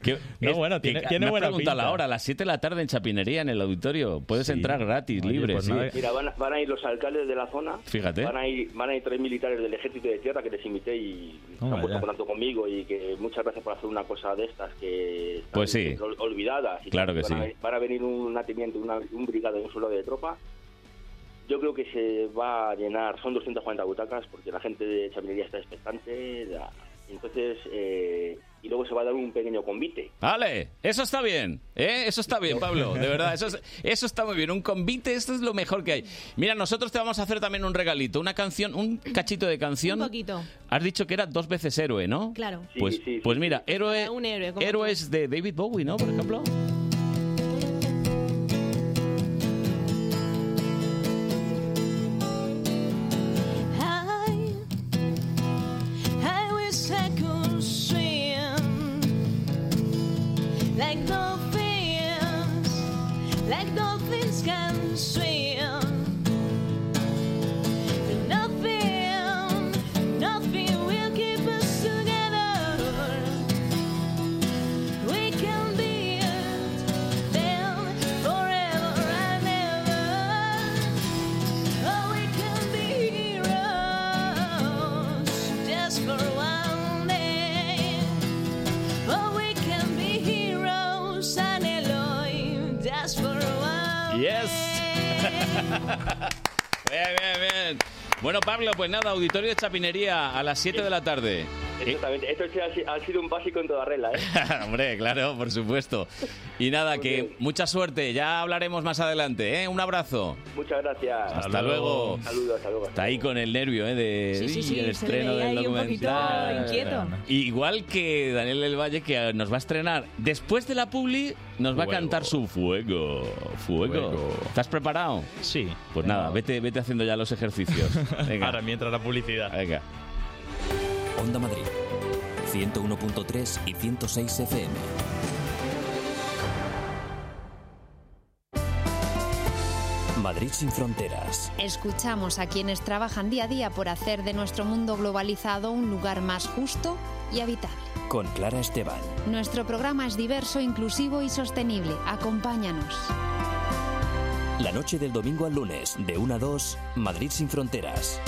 Speaker 2: Que
Speaker 12: No, bueno, tiene-
Speaker 2: que-
Speaker 12: tiene
Speaker 2: me has
Speaker 12: buena
Speaker 2: preguntado
Speaker 12: pinta.
Speaker 2: la hora, a las 7 de la tarde en Chapinería, en el auditorio. Puedes entrar gratis,
Speaker 12: Oye,
Speaker 2: libre,
Speaker 12: pues
Speaker 2: sí.
Speaker 12: nada.
Speaker 14: Mira, van, a- van a ir los alcaldes de la zona,
Speaker 2: eh. Fíjate.
Speaker 14: van a ir, van a ir tres militares del ejército de tierra que les invité y se
Speaker 2: Toma
Speaker 14: han puesto
Speaker 2: ya.
Speaker 14: en contacto conmigo y que muchas gracias por hacer una cosa de estas que están
Speaker 2: Pues sí.
Speaker 14: ol- olvidadas. Y
Speaker 2: Claro que
Speaker 14: van a
Speaker 2: sí.
Speaker 14: ve- van a venir un atimiento, una, un brigado, un soldado de tropa. Yo creo que se va a llenar, son 240 butacas porque la gente de Chapinería está expectante. la- entonces, eh, y luego se va a dar un pequeño convite.
Speaker 2: Vale, eso está bien, ¿eh? Eso está bien, Pablo, de verdad, eso, es- eso está muy bien. Un convite, esto es lo mejor que hay. Mira, nosotros te vamos a hacer también un regalito, una canción, un cachito de canción.
Speaker 8: Un poquito.
Speaker 2: Has dicho que era dos veces héroe, ¿no?
Speaker 8: Claro.
Speaker 2: Pues, pues mira, héroe,
Speaker 8: Un héroe, como
Speaker 2: héroes de David Bowie, ¿no? Por ejemplo.
Speaker 10: I I wish I could swim like dolphins, like dolphins can swim. But nothing, nothing will keep us together. We can be it then forever and ever. Oh, we can be heroes just for one day. Oh, we can be heroes and Elohim just for one
Speaker 2: Yes. Bien, bien, bien. Bueno, Pablo, pues nada, auditorio de Chapinería a las 7 de la tarde.
Speaker 14: Exactamente, esto ha si- ha sido un básico en toda regla, ¿eh?
Speaker 2: Hombre, claro, por supuesto. Y nada, que mucha suerte, ya hablaremos más adelante, ¿eh? Un abrazo.
Speaker 14: Muchas gracias.
Speaker 2: Hasta luego.
Speaker 14: Saludos, hasta luego.
Speaker 2: Está ahí con el nervio, ¿eh? De
Speaker 14: Sí, sí,
Speaker 2: "Uy,
Speaker 14: sí,
Speaker 2: el
Speaker 14: se le
Speaker 2: estreno
Speaker 14: veía
Speaker 2: del
Speaker 14: ahí un poquito
Speaker 2: documental.
Speaker 14: inquieto.
Speaker 2: Igual que Daniel del Valle, que ah, nos va a estrenar después de la publi, nos va a
Speaker 12: Fuego.
Speaker 2: cantar su fuego. Fuego.
Speaker 12: Fuego.
Speaker 2: ¿Estás preparado? Sí. Pues nada, vete, vete haciendo ya los ejercicios. Ahora mientras la publicidad. Venga.
Speaker 1: Onda Madrid, 101.3 y 106 FM. Madrid sin fronteras.
Speaker 15: Escuchamos a quienes trabajan día a día por hacer de nuestro mundo globalizado un lugar más justo y habitable.
Speaker 1: Con Clara Esteban.
Speaker 15: Nuestro programa es diverso, inclusivo y sostenible. Acompáñanos.
Speaker 1: La noche del domingo al lunes, de 1 a 2, Madrid sin fronteras.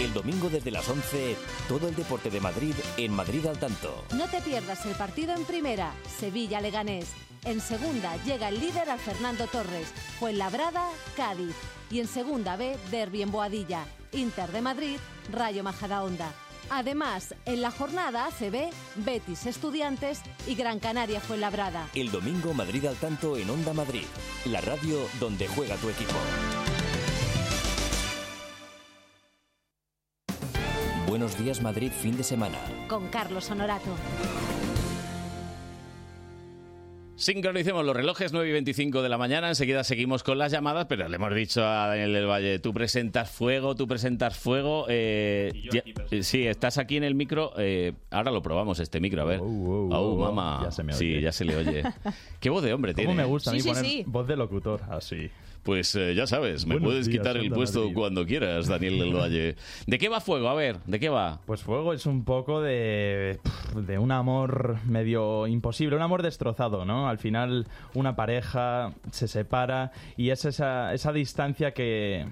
Speaker 1: El domingo desde las 11, todo el deporte de Madrid en Madrid al tanto.
Speaker 8: No te pierdas el partido en primera, Sevilla Leganés. En segunda llega el líder al Fernando Torres, Fuenlabrada, Cádiz. Y en segunda B, Derby en Boadilla, Inter de Madrid, Rayo Majadahonda. Además, en la jornada ACB, Betis Estudiantes y Gran Canaria Fuenlabrada.
Speaker 1: El domingo Madrid al tanto en Onda Madrid, la radio donde juega tu equipo. Buenos días Madrid fin de semana.
Speaker 8: Con Carlos Honorato.
Speaker 2: Sincronicemos los relojes 9 y 25 de la mañana, enseguida seguimos con las llamadas, pero le hemos dicho a Daniel del Valle, tú presentas fuego, tú presentas fuego. eh, ya- eh, sí, estás aquí en el micro, eh, ahora lo probamos este micro, a ver. oh,
Speaker 12: oh,
Speaker 2: mamá.
Speaker 12: ya se me
Speaker 2: Sí,
Speaker 12: oye.
Speaker 2: ya se le oye. Qué voz de hombre tiene. eh?
Speaker 12: ¿Cómo me gusta a mí poner voz de locutor así?
Speaker 2: Pues eh, ya sabes, me
Speaker 12: Buenos
Speaker 2: puedes
Speaker 12: días,
Speaker 2: quitar el
Speaker 12: Santa
Speaker 2: puesto
Speaker 12: Madrid.
Speaker 2: cuando quieras, Daniel del Valle. ¿De qué va fuego? A ver, ¿de qué va?
Speaker 12: Pues Fuego es un poco de, de un amor medio imposible, un amor destrozado, ¿no? Al final una pareja se separa y es esa, esa distancia que...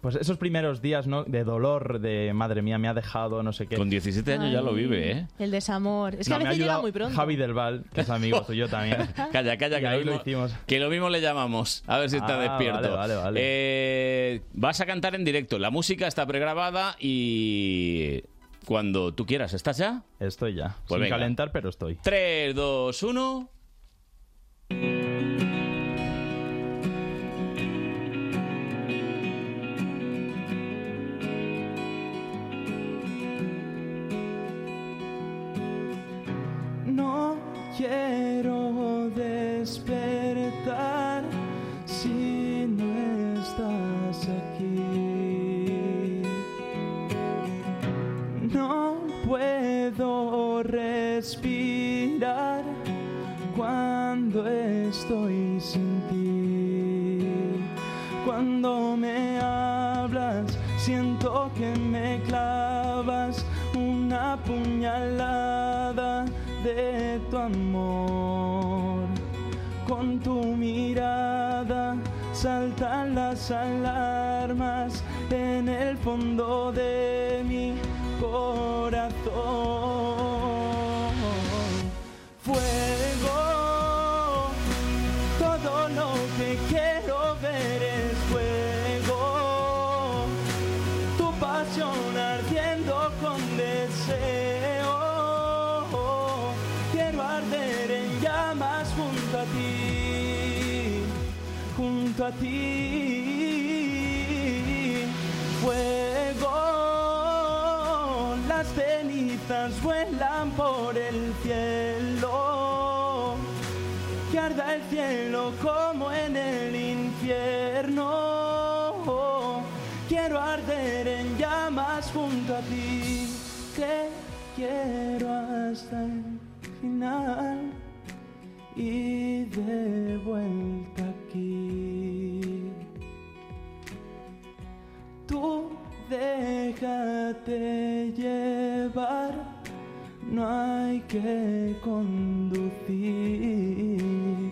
Speaker 12: Pues esos primeros días, ¿no? De dolor, de madre mía, me ha dejado, no sé qué.
Speaker 2: Con 17 años ya lo
Speaker 12: Ay.
Speaker 2: vive, ¿eh?
Speaker 10: El desamor. Es que
Speaker 12: No,
Speaker 10: a
Speaker 12: me ha
Speaker 10: veces llega
Speaker 12: ayudado
Speaker 10: muy pronto.
Speaker 12: Javi del Val, que es amigo tuyo también.
Speaker 2: Calla, calla,
Speaker 12: Y
Speaker 2: que
Speaker 12: ahí
Speaker 2: lo,
Speaker 12: lo
Speaker 2: mismo, que lo mismo le llamamos. A ver si está
Speaker 12: Ah,
Speaker 2: despierto.
Speaker 12: vale, vale, vale.
Speaker 2: Eh, vas a cantar en directo. La música está pregrabada y cuando tú quieras. ¿Estás ya?
Speaker 12: Estoy ya.
Speaker 2: Pues
Speaker 12: Sin
Speaker 2: venga.
Speaker 12: calentar, pero estoy.
Speaker 2: 3, 2, 1.
Speaker 16: No quiero despertar si no estás aquí. No puedo respirar cuando estoy sin ti. Cuando me hablas, siento que me clavas una puñalada de tu amor. Con tu mirada saltan las alarmas en el fondo de mi corazón. Fuego, todo lo que quiero ver es fuego. Tu pasión ardiendo con deseo. Quiero arder en llamas junto a ti, junto a ti. Fuego, las cenizas vuelan por el cielo. Que arda el cielo como en el infierno. Quiero arder en llamas junto a ti. Te quiero hasta el final y de vuelta aquí. Tú déjate llevar, no hay que conducir.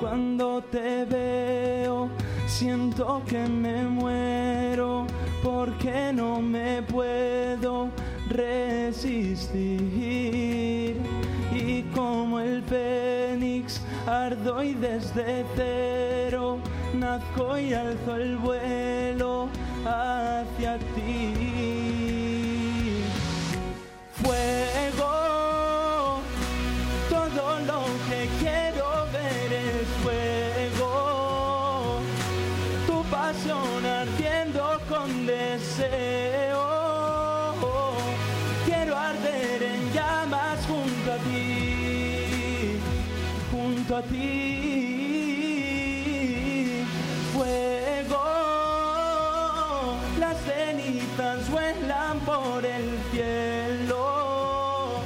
Speaker 16: Cuando te veo, siento que me muero porque no me puedo resistir. Y como el fénix ardo y desde cero nazco y alzo el vuelo hacia ti. Fuego, todo lo que quiero ver es fuego. Tu pasión ardiendo con deseo. Quiero arder en llamas junto a ti. Junto a ti. Fuego, las cenizas vuelan por el cielo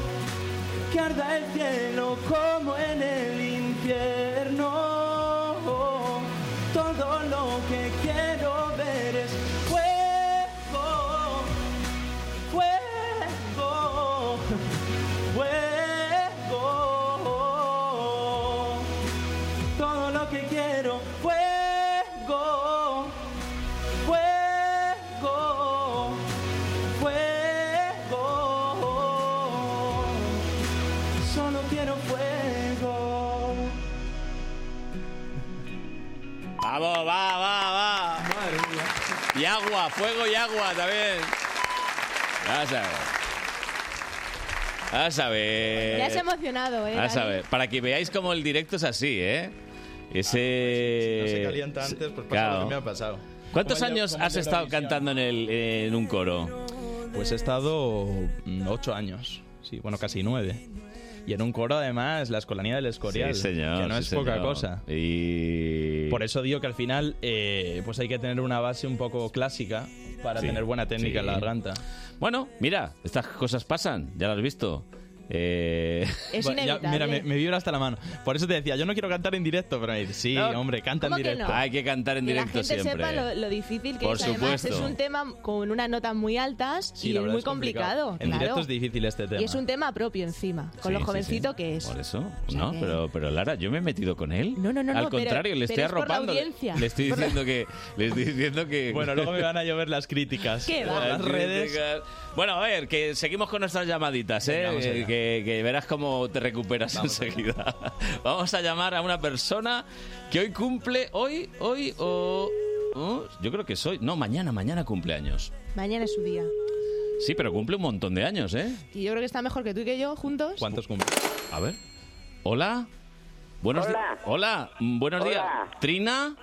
Speaker 16: que arda el cielo como en el infierno. Todo lo que quiero ver es fuego, fuego, fuego. Todo lo que quiero, fuego, fuego, fuego. Solo quiero fuego.
Speaker 2: Vamos, va, va, va. Y agua, fuego y agua también. Ya sabes. A saber.
Speaker 10: Ya se ha emocionado, ¿eh?
Speaker 2: A
Speaker 10: Dani?
Speaker 2: saber. Para que veáis cómo el directo es así, ¿eh?
Speaker 12: Ah, pues
Speaker 2: Ese.
Speaker 12: si no se calienta antes, pues pasa lo que me ha pasado.
Speaker 2: ¿Cuántos
Speaker 12: Como el de-
Speaker 2: años
Speaker 12: como el
Speaker 2: has
Speaker 12: de
Speaker 2: estado
Speaker 12: Eurovisión.
Speaker 2: cantando en, el, en un coro?
Speaker 12: Pues he estado mm, ocho años, sí, bueno, casi nueve. Y en un coro, además, la escolanía del Escorial,
Speaker 2: Sí, señor,
Speaker 12: que no es
Speaker 2: sí,
Speaker 12: poca
Speaker 2: señor.
Speaker 12: cosa.
Speaker 2: Y...
Speaker 12: Por eso digo que al final eh, pues hay que tener una base un poco clásica para
Speaker 2: Sí,
Speaker 12: tener buena técnica en la
Speaker 2: sí.
Speaker 12: garganta.
Speaker 2: Bueno, mira, estas cosas pasan, ya lo has visto. Eh,
Speaker 12: Es Bueno, ya- mira, inevitable. me- vibra hasta la mano. Por eso te decía, yo no quiero cantar en directo, pero me dice, sí,
Speaker 2: No,
Speaker 12: hombre, canta en
Speaker 2: ¿cómo que
Speaker 12: directo.
Speaker 2: no? Hay que cantar en
Speaker 10: Que la
Speaker 12: directo
Speaker 10: gente sepa lo, lo difícil que
Speaker 12: Por
Speaker 10: es. Además,
Speaker 12: supuesto.
Speaker 10: es un tema con unas notas muy altas
Speaker 12: Sí,
Speaker 10: y
Speaker 12: la
Speaker 10: es
Speaker 12: verdad
Speaker 10: muy
Speaker 12: es complicado.
Speaker 10: complicado.
Speaker 12: En
Speaker 10: claro.
Speaker 12: directo es difícil este tema.
Speaker 10: Y es un tema propio encima,
Speaker 2: Sí,
Speaker 10: con lo
Speaker 2: sí,
Speaker 10: jovencito
Speaker 2: sí.
Speaker 10: que es.
Speaker 2: Por eso, no,
Speaker 10: que-
Speaker 2: pero, pero Lara, yo me he metido con él.
Speaker 10: No, no, no,
Speaker 2: Al
Speaker 10: no, pero-
Speaker 2: contrario, le
Speaker 10: pero
Speaker 2: estoy
Speaker 10: es por la
Speaker 2: arropando. le-
Speaker 10: audiencia.
Speaker 2: Le estoy
Speaker 10: Por la-
Speaker 2: diciendo que. Le estoy diciendo que.
Speaker 12: Bueno, luego me van a llover las críticas.
Speaker 10: ¿Qué va?
Speaker 12: Las redes.
Speaker 2: Bueno, a ver, que seguimos con nuestras llamaditas, ¿eh?
Speaker 12: Venga, vamos allá.
Speaker 2: que, que verás cómo te recuperas enseguida. Vamos a llamar a una persona que hoy cumple, hoy, hoy o... o- yo creo que es hoy. No, mañana, mañana cumpleaños.
Speaker 10: Mañana es su día.
Speaker 2: Sí, pero cumple un montón de años, ¿eh?
Speaker 10: Y yo creo que está mejor que tú y que yo juntos.
Speaker 2: ¿Cuántos cumple? A ver. Hola. Buenos di-
Speaker 13: Hola.
Speaker 2: Hola. mm, Buenos días.
Speaker 13: Hola.
Speaker 2: Trina.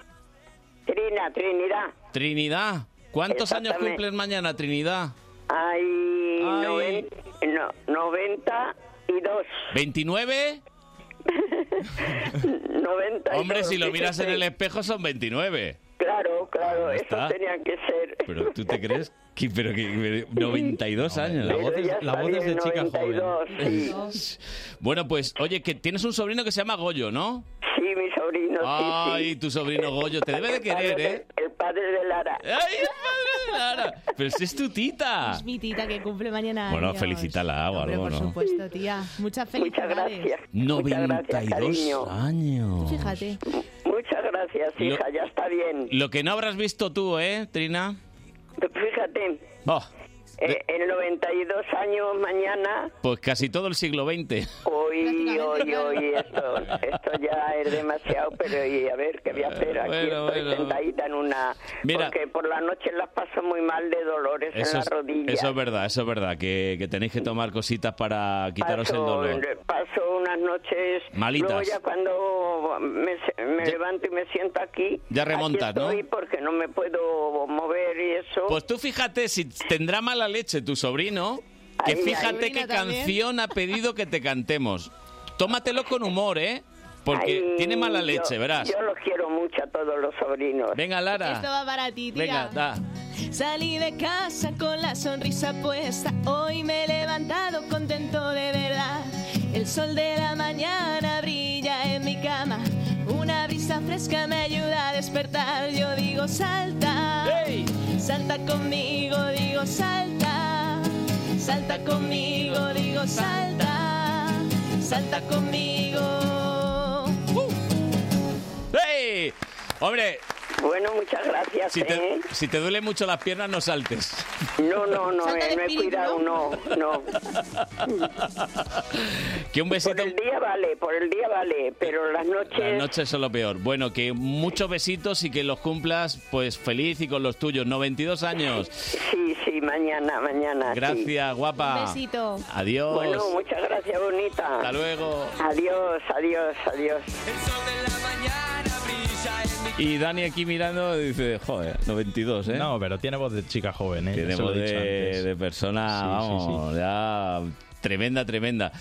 Speaker 13: Trina, Trinidad.
Speaker 2: Trinidad. ¿Cuántos años
Speaker 13: Exactamente.
Speaker 2: cumples mañana, Trinidad?
Speaker 13: Hay noven- no, 90 y 2.
Speaker 2: ¿29?
Speaker 13: 90 y
Speaker 2: Hombre,
Speaker 13: dos,
Speaker 2: si lo
Speaker 13: sí,
Speaker 2: miras
Speaker 13: sí,
Speaker 2: en el
Speaker 13: sí.
Speaker 2: espejo son 29.
Speaker 13: Claro, claro,
Speaker 2: Ahí
Speaker 13: eso
Speaker 2: está.
Speaker 13: tenía que ser.
Speaker 2: Pero tú te crees que pero que 92 años.
Speaker 13: la voz es- Pero ya la voz es de salí en chica joven. 92,
Speaker 2: Bueno, pues oye, que tienes un sobrino que se llama Goyo, ¿no?
Speaker 13: Sí, mi sobrino, sí, sí.
Speaker 2: Ay, tu sobrino Goyo te debe de querer, ¿eh?
Speaker 13: El padre de Lara.
Speaker 2: ¡Ay, el padre de Lara! Pero si es tu tita.
Speaker 10: Es mi tita que cumple mañana.
Speaker 2: Bueno,
Speaker 10: años.
Speaker 2: felicítala o
Speaker 10: Hombre,
Speaker 2: algo,
Speaker 10: por
Speaker 2: ¿no?
Speaker 10: supuesto, tía. Muchas felicidades.
Speaker 13: Muchas gracias,
Speaker 2: 92
Speaker 13: cariño.
Speaker 2: años.
Speaker 10: Fíjate.
Speaker 13: Muchas gracias,
Speaker 2: Lo-
Speaker 13: hija, ya está bien.
Speaker 2: Lo que no habrás visto tú, ¿eh, Trina?
Speaker 13: Fíjate,
Speaker 2: Oh,
Speaker 13: eh, en 92 años mañana,
Speaker 2: pues casi todo el siglo XX.
Speaker 13: hoy, hoy, hoy, esto, esto ya es demasiado, pero y a ver, ¿qué voy a hacer? Aquí
Speaker 2: Bueno,
Speaker 13: estoy
Speaker 2: bueno.
Speaker 13: sentadita en una...
Speaker 2: Mira.
Speaker 13: Porque por la noche las paso muy mal de dolores en las
Speaker 2: es,
Speaker 13: rodillas.
Speaker 2: eso es verdad, eso es verdad, que, que tenéis que tomar cositas para quitaros el
Speaker 13: paso,
Speaker 2: dolor.
Speaker 13: paso unas noches.
Speaker 2: Malitas.
Speaker 13: Luego ya cuando me, se- me levanto y me siento aquí.
Speaker 2: Ya remontas,
Speaker 13: aquí
Speaker 2: ¿no?
Speaker 13: estoy Porque no me puedo mover y eso.
Speaker 2: Pues tú fíjate, si tendrá mala leche tu sobrino, que
Speaker 13: Ay,
Speaker 2: fíjate
Speaker 13: ay.
Speaker 2: qué
Speaker 13: Sobrina también.
Speaker 2: canción ha pedido que te cantemos. Tómatelo con humor, ¿eh? Porque
Speaker 13: Ay,
Speaker 2: tiene mala
Speaker 13: Mm, yo-
Speaker 2: leche, verás.
Speaker 13: Yo los quiero mucho a todos los sobrinos.
Speaker 2: Venga,
Speaker 10: Esto va para ti, tía.
Speaker 2: Venga, da.
Speaker 10: Salí de casa con la sonrisa puesta, hoy me he levantado contento de verdad. El sol de la mañana brilla en mi cama, una brisa fresca me ayuda a despertar. Yo digo salta, salta conmigo, digo salta, salta conmigo, digo salta, salta conmigo.
Speaker 2: ¡Ey! Hombre,
Speaker 13: Bueno, muchas gracias.
Speaker 2: si te,
Speaker 13: ¿eh?
Speaker 2: si te duelen mucho las piernas, no saltes.
Speaker 13: No, no, no, eh, no he cuidado, no, no.
Speaker 2: Que un besito.
Speaker 13: Por el día vale, por el día vale, pero las
Speaker 2: Las
Speaker 13: noches.
Speaker 2: noches son lo peor. Bueno, que muchos besitos y que los cumplas, pues feliz y con los tuyos. 92 años.
Speaker 13: Sí, sí, mañana, mañana. sí.
Speaker 2: Gracias, guapa. Adiós.
Speaker 13: Bueno, muchas gracias, bonita.
Speaker 2: Hasta luego.
Speaker 13: Adiós, adiós, adiós.
Speaker 2: Y Dani aquí mirando dice, joder, 92, ¿eh?
Speaker 12: No, pero tiene voz de chica joven, ¿eh?
Speaker 2: Tiene
Speaker 12: Eso lo
Speaker 2: voz
Speaker 12: he dicho
Speaker 2: de,
Speaker 12: antes.
Speaker 2: de persona,
Speaker 12: Sí, sí,
Speaker 2: vamos, ya tremenda, tremenda.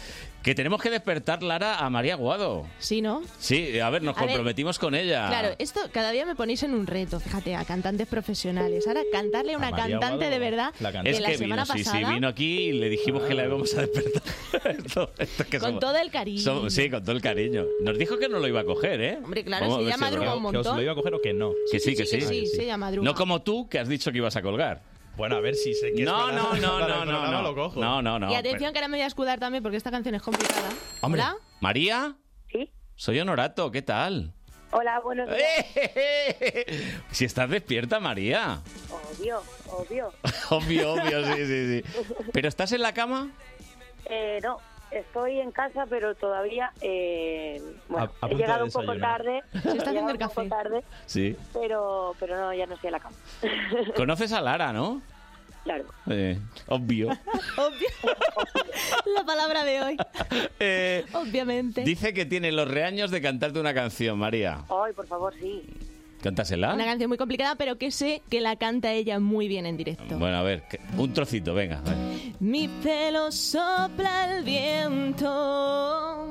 Speaker 2: Que tenemos que despertar, Lara, a María Guado.
Speaker 10: Sí, ¿no?
Speaker 2: Sí, a ver, nos
Speaker 10: A ver.
Speaker 2: comprometimos con ella.
Speaker 10: Claro, esto cada día me ponéis en un reto, fíjate, a cantantes profesionales. Ahora, cantarle a una
Speaker 2: María
Speaker 10: cantante
Speaker 2: Guado,
Speaker 10: de verdad
Speaker 2: es
Speaker 10: que la
Speaker 2: que vino,
Speaker 10: semana
Speaker 2: sí,
Speaker 10: pasada,
Speaker 2: sí, vino aquí y le dijimos que la íbamos a despertar. Esto- esto es que
Speaker 10: con
Speaker 2: somos-
Speaker 10: todo el cariño.
Speaker 2: somos- sí, con todo el cariño. Nos dijo que no lo iba a coger, ¿eh?
Speaker 10: Hombre, claro,
Speaker 2: Vamos a
Speaker 10: si
Speaker 2: ver
Speaker 10: ya
Speaker 2: es
Speaker 10: madruga
Speaker 2: verdad.
Speaker 10: un montón. ¿Que os lo iba
Speaker 12: a coger o que no?
Speaker 2: Que sí, que sí.
Speaker 10: que sí, sí, ya madruga.
Speaker 2: No como tú, que has dicho que ibas a colgar.
Speaker 12: Bueno, a ver si sé que es
Speaker 2: No,
Speaker 12: para-
Speaker 2: no, no,
Speaker 12: para el
Speaker 2: no, no,
Speaker 12: programa
Speaker 2: no.
Speaker 12: lo cojo.
Speaker 2: No, no, no.
Speaker 10: y atención, que ahora me voy a escudar también porque esta canción es complicada.
Speaker 2: pero- Hombre,
Speaker 10: Hola.
Speaker 2: María.
Speaker 17: Sí.
Speaker 2: Soy Honorato, ¿qué tal?
Speaker 17: Hola, buenos días.
Speaker 2: Si estás despierta, María.
Speaker 17: Obvio, obvio.
Speaker 2: Obvio, obvio, sí, sí, sí. ¿Pero estás en la cama?
Speaker 17: Eh, no, estoy en casa, pero todavía eh, bueno,
Speaker 2: A- a
Speaker 17: he
Speaker 2: punto de
Speaker 17: llegado un poco
Speaker 2: desayunar.
Speaker 17: tarde. he llegado un poco tarde,
Speaker 2: Sí.
Speaker 17: pero, pero no, ya no estoy en la cama.
Speaker 2: Conoces a Lara, ¿no?
Speaker 17: claro.
Speaker 2: Eh, obvio.
Speaker 10: La palabra de hoy,
Speaker 2: Eh,
Speaker 10: obviamente.
Speaker 2: dice que tiene los reaños de cantarte una canción, María.
Speaker 17: Ay, por favor, sí.
Speaker 12: ¿Ah?
Speaker 2: Cántasela.
Speaker 10: Una canción muy complicada, pero que sé que la canta ella muy bien en directo.
Speaker 2: Bueno, a ver, que- un trocito, venga. a ver.
Speaker 10: Mi pelo sopla el viento.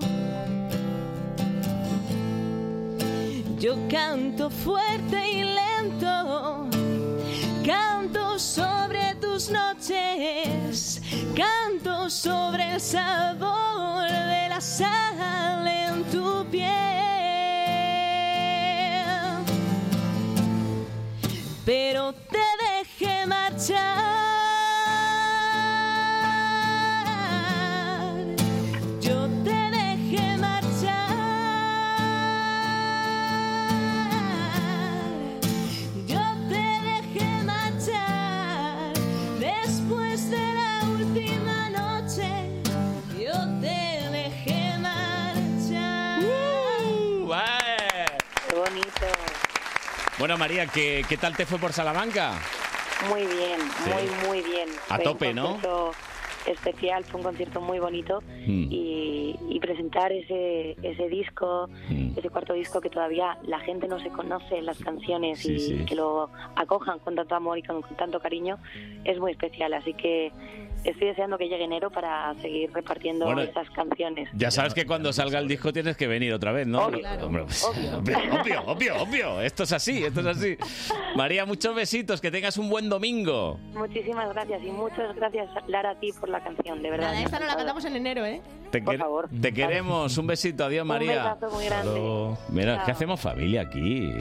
Speaker 10: Yo canto fuerte y lento. Canto sobre tus noches. Canto sobre el sabor de la sal en tu piel pero te dejé marchar. Yo te dejé marchar. Yo te dejé marchar. Después de la última noche, yo te dejé marchar.
Speaker 17: Qué bonito.
Speaker 2: Bueno, María, ¿qué, qué tal te fue por Salamanca?
Speaker 17: Muy bien,
Speaker 2: Sí.
Speaker 17: muy, muy bien.
Speaker 2: A
Speaker 17: Fue
Speaker 2: tope,
Speaker 17: un
Speaker 2: ¿no?
Speaker 17: concierto especial, fue un concierto muy bonito
Speaker 2: Hmm.
Speaker 17: y, y presentar ese, ese disco,
Speaker 2: Hmm.
Speaker 17: ese cuarto disco que todavía la gente no se conoce, las canciones
Speaker 18: Sí,
Speaker 17: y
Speaker 18: sí.
Speaker 17: que lo acojan con tanto amor y con, con tanto cariño, es muy especial. Así que estoy deseando que llegue enero para seguir repartiendo
Speaker 2: Bueno,
Speaker 17: esas canciones.
Speaker 2: Ya sabes que cuando salga el disco tienes que venir otra vez, ¿no?
Speaker 17: Obvio, claro.
Speaker 2: Hombre, pues, obvio, obvio, obvio, obvio. Esto es así, esto es así. María, muchos besitos, que tengas un buen domingo.
Speaker 17: Muchísimas gracias y muchas gracias Lara a ti por la canción, de verdad. ¿eh?
Speaker 10: Nada, esta no la cantamos en enero, ¿eh?
Speaker 2: Te, quer- te queremos, un besito, adiós María.
Speaker 10: besazo muy grande.
Speaker 2: Mira, es
Speaker 10: Chao.
Speaker 2: que hacemos familia aquí,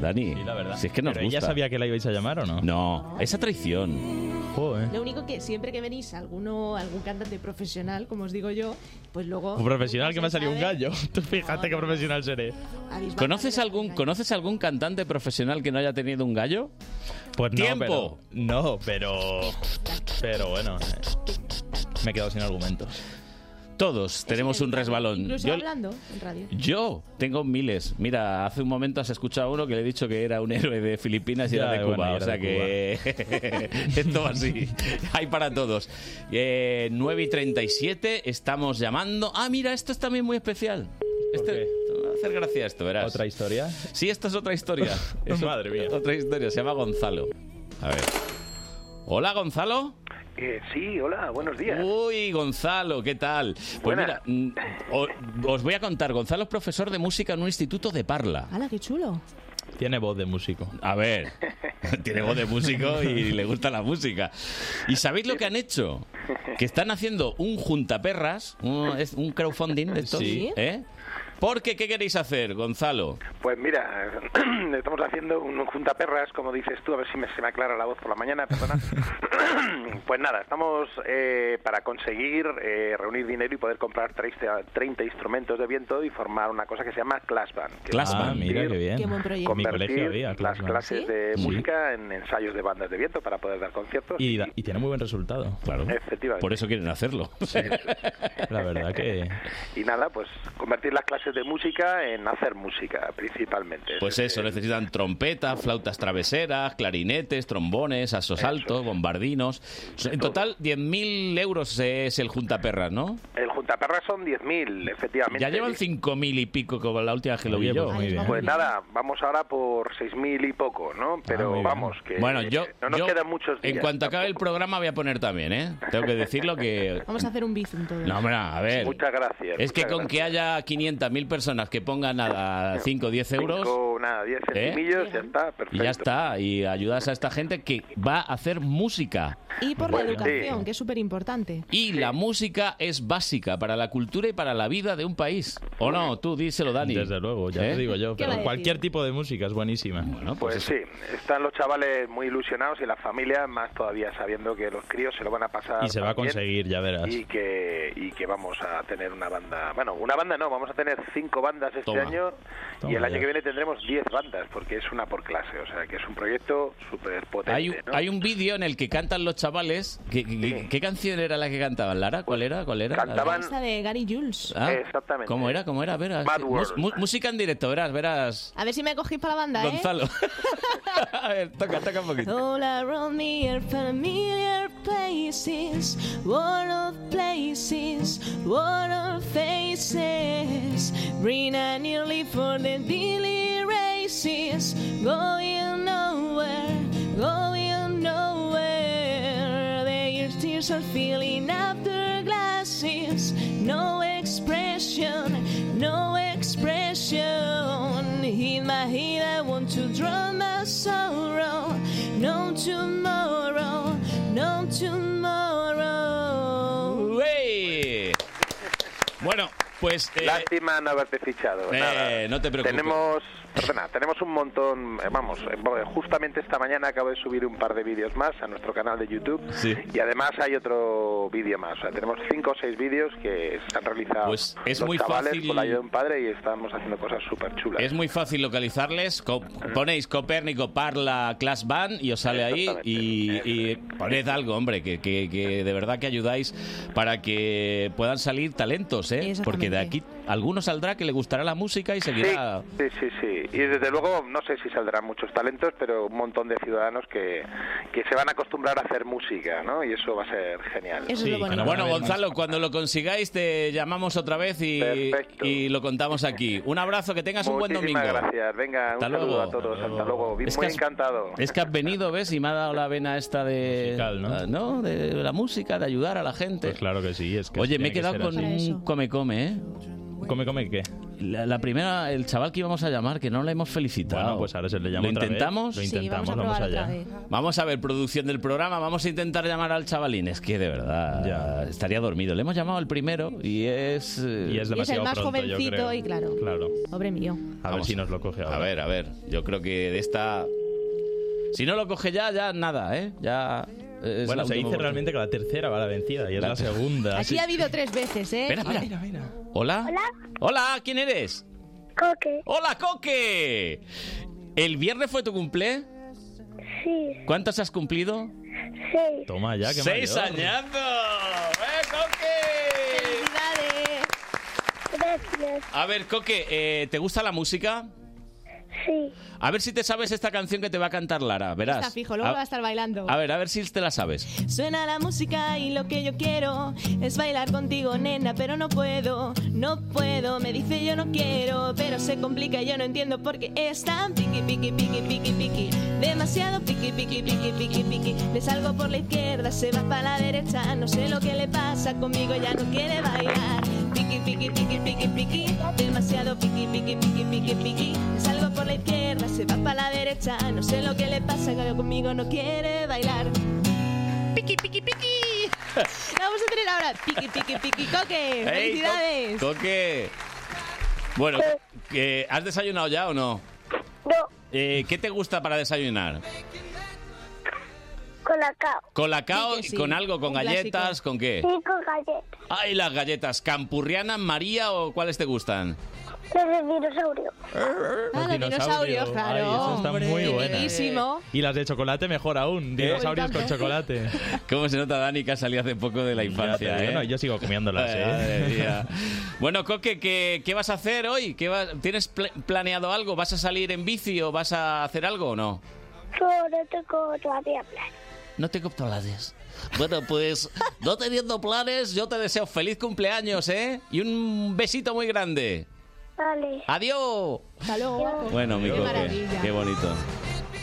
Speaker 2: Dani.
Speaker 12: Sí, la verdad.
Speaker 2: Si es que nos
Speaker 12: Pero
Speaker 2: gusta.
Speaker 12: ella sabía que la ibais a llamar o no?
Speaker 2: No, esa traición.
Speaker 12: Joder.
Speaker 10: Lo único que siempre que venís alguno, algún cantante profesional, como os digo yo, pues luego...
Speaker 12: Un profesional que me ha salido un
Speaker 10: ¿sabes?
Speaker 12: gallo. Tú fíjate Pues qué profesional seré.
Speaker 10: Habéis
Speaker 2: ¿Conoces algún, ¿Conoces algún cantante profesional que no haya tenido un gallo?
Speaker 12: Pues no,
Speaker 2: ¡Tiempo!
Speaker 12: pero- no, pero. Pero bueno. eh, Me he quedado sin argumentos.
Speaker 2: Todos tenemos un resbalón.
Speaker 10: Incluso
Speaker 2: Yo,
Speaker 10: hablando en radio.
Speaker 2: yo tengo miles. Mira, hace un momento has escuchado a uno que le he dicho que era un héroe de Filipinas y
Speaker 12: Ya,
Speaker 2: era de
Speaker 12: bueno,
Speaker 2: Cuba.
Speaker 12: y
Speaker 2: o
Speaker 12: era
Speaker 2: sea
Speaker 12: de
Speaker 2: que esto va así. Hay para todos. Eh, 9 y 37, estamos llamando. Ah, mira, esto es también muy especial. Este, te va a hacer gracia esto, verás. ¿Otra
Speaker 12: historia?
Speaker 2: Sí, esto es otra historia. Es Madre mía. Otra historia, se llama Gonzalo. A ver. Hola, Gonzalo.
Speaker 19: Eh, sí, hola, buenos días.
Speaker 2: Uy, Gonzalo, ¿qué tal? Pues
Speaker 19: Buenas.
Speaker 2: mira, mm, o- os voy a contar. Gonzalo es profesor de música en un instituto de Parla.
Speaker 10: ¡Hala, qué chulo!
Speaker 2: Tiene voz de músico. A ver, tiene voz de músico y le gusta la música. ¿Y sabéis lo que han hecho? Que están haciendo un juntaperras, un, es un crowdfunding de estos,
Speaker 19: Sí.
Speaker 2: ¿eh? Porque, ¿qué queréis hacer, Gonzalo?
Speaker 19: Pues mira, estamos haciendo un juntaperras, como dices tú, a ver si me- se me aclara la voz por la mañana, perdona. pues nada, estamos eh, para conseguir eh, reunir dinero y poder comprar 30, 30 instrumentos de viento y formar una cosa que se llama Class Band. que
Speaker 12: Class
Speaker 19: es
Speaker 12: Band, mira
Speaker 19: convertir-
Speaker 12: qué bien. Qué buen proyecto. En mi
Speaker 19: Convertir
Speaker 12: colegio había Class
Speaker 19: las
Speaker 12: Band.
Speaker 19: clases de
Speaker 12: Sí.
Speaker 19: música en ensayos de bandas de viento para poder dar conciertos.
Speaker 12: Y, da- y tiene muy buen resultado.
Speaker 2: Claro.
Speaker 19: Efectivamente.
Speaker 2: Por eso quieren hacerlo.
Speaker 12: La verdad que.
Speaker 19: Y nada, pues convertir las clases de música en hacer música, principalmente.
Speaker 2: Pues eso, necesitan trompetas, flautas traveseras, clarinetes, trombones, asos altos, bombardinos. En total, 10.000 euros es el Juntaperras, ¿no?
Speaker 19: El juntaperras son 10.000, efectivamente.
Speaker 2: Ya llevan 5.000 y pico, como la última vez que lo vi
Speaker 12: Oye,
Speaker 2: yo.
Speaker 12: pues muy bien.
Speaker 19: Pues nada, vamos ahora por 6.000 y poco, ¿no?
Speaker 2: Ah, muy
Speaker 19: Pero
Speaker 2: bien.
Speaker 19: vamos, que
Speaker 2: Bueno, yo-
Speaker 19: no nos
Speaker 2: yo,
Speaker 19: quedan muchos días.
Speaker 2: En cuanto acabe el programa voy a poner también, ¿eh? Tengo que decirlo que...
Speaker 10: Vamos a hacer un bizum todo.
Speaker 2: No, hombre, a ver.
Speaker 19: Muchas gracias.
Speaker 2: Es que
Speaker 19: muchas
Speaker 2: con que haya 500.000 personas que pongan nada, 5 o 10 euros...
Speaker 19: Cinco, nada, 10
Speaker 2: ¿Eh?
Speaker 19: centimillos, ya está,
Speaker 2: Y
Speaker 19: perfecto.
Speaker 2: ya está, y ayudas a esta gente que va a hacer música.
Speaker 10: Y por
Speaker 2: Bueno,
Speaker 10: la educación, que es súper importante.
Speaker 2: Y la música es básica para la cultura y para la vida de un país. ¿O no? Tú díselo, Dani.
Speaker 12: Desde luego, ya
Speaker 2: ¿Eh?
Speaker 12: te digo yo.
Speaker 2: ¿Qué va a
Speaker 12: Pero
Speaker 2: decir?
Speaker 12: cualquier tipo de música es buenísima.
Speaker 2: Bueno,
Speaker 19: Pues,
Speaker 12: eso.
Speaker 19: sí, están los chavales muy ilusionados y las familias más todavía sabiendo que los críos se lo van a pasar.
Speaker 12: Y se va a
Speaker 19: también.
Speaker 12: conseguir, ya verás.
Speaker 19: y que y que vamos a tener una banda bueno una banda no vamos a tener cinco bandas este
Speaker 12: Toma.
Speaker 19: año y
Speaker 12: Toma
Speaker 19: el año
Speaker 12: ya.
Speaker 19: que viene tendremos diez bandas porque es una por clase o sea que es un proyecto súper potente
Speaker 2: Hay, un- hay un vídeo en el que cantan los chavales. ¿Qué, qué- qué canción era la que cantaban, Lara? ¿Cuál era? ¿Cuál era?
Speaker 10: Cantaban... Esta de Gary Jules.
Speaker 2: Ah, ¿Cómo era? ¿Cómo era? Verás.
Speaker 10: Mad World.
Speaker 2: Mu- mu- música en directo, verás, verás.
Speaker 10: A ver si me cogéis para la banda, ¿eh?
Speaker 2: Gonzalo. A ver, toca, toca un poquito.
Speaker 10: All around me are familiar places, world of places, world of faces. Bring a new leaf for the daily races. places, going nowhere, going nowhere. Their tears are filling after glasses, no expression, no expression. In my head, I want to drown my sorrow, no tomorrow, no tomorrow.
Speaker 2: ¡Ué! Bueno, pues. eh,
Speaker 19: Lástima no haberte fichado.
Speaker 2: Eh,
Speaker 19: nada.
Speaker 2: no te preocupes.
Speaker 19: Tenemos, perdona, tenemos un montón. eh, Vamos, eh, bo- justamente esta mañana acabo de subir un par de vídeos más a nuestro canal de YouTube.
Speaker 2: Sí.
Speaker 19: Y además hay otro vídeo más. O sea, tenemos cinco o seis vídeos que se han realizado
Speaker 2: Pues es
Speaker 19: los
Speaker 2: muy
Speaker 19: chavales
Speaker 2: fácil-
Speaker 19: con la ayuda de un padre y estamos haciendo cosas súper chulas.
Speaker 2: Es muy fácil localizarles. Co- ponéis Copérnico Parla Class Band y os sale ahí. Y, y poned algo, hombre, que, que- que de verdad que ayudáis para que puedan salir talentos, ¿eh? Porque de aquí alguno saldrá que le gustará la música y seguirá.
Speaker 19: Sí, sí, sí. Y desde luego, no sé si saldrán muchos talentos, pero un montón de ciudadanos que, que se van a acostumbrar a hacer música, ¿no? Y eso va a ser genial.
Speaker 2: Sí. Bueno, Gonzalo, cuando lo consigáis te llamamos otra vez y, y lo contamos aquí. Un abrazo, que tengas un buen domingo.
Speaker 19: Muchísimas gracias. Venga, un
Speaker 2: Hasta
Speaker 19: saludo
Speaker 2: luego.
Speaker 19: a todos. Hasta luego.
Speaker 2: Es
Speaker 19: Muy
Speaker 2: que has-
Speaker 19: encantado.
Speaker 2: Es que has venido, ¿ves? Y me ha dado la vena esta de. ah, ¿no? De la música, de ayudar a la gente.
Speaker 12: Pues claro que sí. Es que
Speaker 2: Oye, me
Speaker 12: tiene
Speaker 2: he
Speaker 12: que
Speaker 2: quedado
Speaker 12: ser
Speaker 2: con
Speaker 12: así.
Speaker 2: un come-come, ¿eh?
Speaker 12: ¿Come-come qué?
Speaker 2: La, la primera, el chaval que íbamos a llamar, que no le hemos felicitado.
Speaker 12: Bueno, pues ahora se le llama
Speaker 2: ¿Lo
Speaker 12: otra vez.
Speaker 2: intentamos?
Speaker 12: Lo Sí, intentamos, vamos a vamos probar allá. otra vez.
Speaker 2: Vamos a ver, producción del programa, vamos a intentar llamar al chavalín. Es que de verdad, estaría dormido. Le hemos llamado el primero y es... eh, Y
Speaker 12: es
Speaker 20: Y es el más jovencito y claro.
Speaker 12: Claro.
Speaker 20: Pobre mío.
Speaker 12: A ver si nos lo coge ahora.
Speaker 2: A ver, a ver, yo creo que de esta... Si no lo coge ya, ya nada, ¿eh? Ya... eh, es
Speaker 12: Bueno,
Speaker 2: la
Speaker 12: se
Speaker 2: última
Speaker 12: dice realmente que la tercera va a la vencida y es la, segunda.
Speaker 20: Aquí ha habido tres veces, ¿eh?
Speaker 2: Espera, espera, ¿Hola? Hola. Hola, ¿quién eres? Coque. Hola, Coque. ¿El viernes fue tu cumple?
Speaker 13: Sí,
Speaker 2: ¿Cuántos has cumplido?
Speaker 13: seis.
Speaker 12: Toma ya, que
Speaker 2: ¡Seis
Speaker 12: mayor.
Speaker 2: añazos! ¡Eh, Coque!
Speaker 20: ¡Felicidades!
Speaker 13: Gracias.
Speaker 2: A ver, Coque, eh, ¿te gusta la música?
Speaker 13: Sí.
Speaker 2: A ver si te sabes esta canción que te va a cantar Lara, verás.
Speaker 20: Está fijo,
Speaker 12: Ah.
Speaker 20: luego
Speaker 2: a,
Speaker 20: va a estar bailando.
Speaker 2: a ver, a ver si te la sabes.
Speaker 10: Suena la música y lo que yo quiero es bailar contigo, nena, pero no puedo, no puedo. Me dice yo no quiero, pero se complica, yo no entiendo por qué es tan piqui, piqui, piqui, piqui, piqui. Demasiado piqui, piqui, piqui, piqui, piqui. Le salgo por la izquierda, se va para la derecha, no sé lo que le pasa conmigo, ya no quiere bailar. Piqui, piqui, piqui, piqui, piqui. Demasiado piqui, piqui, piqui, piqui, piqui. Le salgo por la izquierda, se va para la derecha, no sé lo que le pasa, que conmigo no quiere bailar. Piqui, piqui, piqui. La Vamos a tener ahora. Piqui, piqui, piqui,
Speaker 20: Eh,
Speaker 10: coque.
Speaker 2: ¡Ey, Co-
Speaker 10: ¡Felicidades!
Speaker 2: Coque. Bueno, eh, ¿has desayunado ya o no?
Speaker 13: No.
Speaker 2: Eh, ¿Qué te gusta para desayunar?
Speaker 13: Con la cao.
Speaker 2: ¿Con lacao? ¿Con algo? ¿Con galletas? ¿Con qué?
Speaker 13: Sí, con galletas.
Speaker 2: Ay, las galletas. ¿Campurriana, María o cuáles te gustan?
Speaker 13: Los de dinosaurio.
Speaker 20: Ah, los dinosaurios,
Speaker 12: Ay,
Speaker 20: claro.
Speaker 12: esas están muy eh. buenas.
Speaker 20: Buenísimo.
Speaker 12: Y las de chocolate mejor aún. Dinosaurios con chocolate.
Speaker 2: ¿Cómo se nota, Dani, que ha salido hace poco de la infancia?
Speaker 12: digo,
Speaker 2: eh?
Speaker 12: no, yo sigo comiéndolas,
Speaker 2: Ay,
Speaker 12: eh.
Speaker 2: madre mía. Bueno, Coque, ¿qué, qué vas a hacer hoy? ¿Qué va- ¿Tienes pl- planeado algo? ¿Vas a salir en bici o vas a hacer algo o no?
Speaker 13: Yo no tengo todavía plan.
Speaker 2: No te capto Bueno, pues no teniendo planes, yo te deseo feliz cumpleaños, ¿eh? Y un besito muy grande.
Speaker 13: Vale.
Speaker 2: ¡Adiós!
Speaker 20: Hasta luego.
Speaker 2: Bueno, mi
Speaker 20: Qué
Speaker 2: Coque,
Speaker 20: maravilla.
Speaker 2: qué bonito.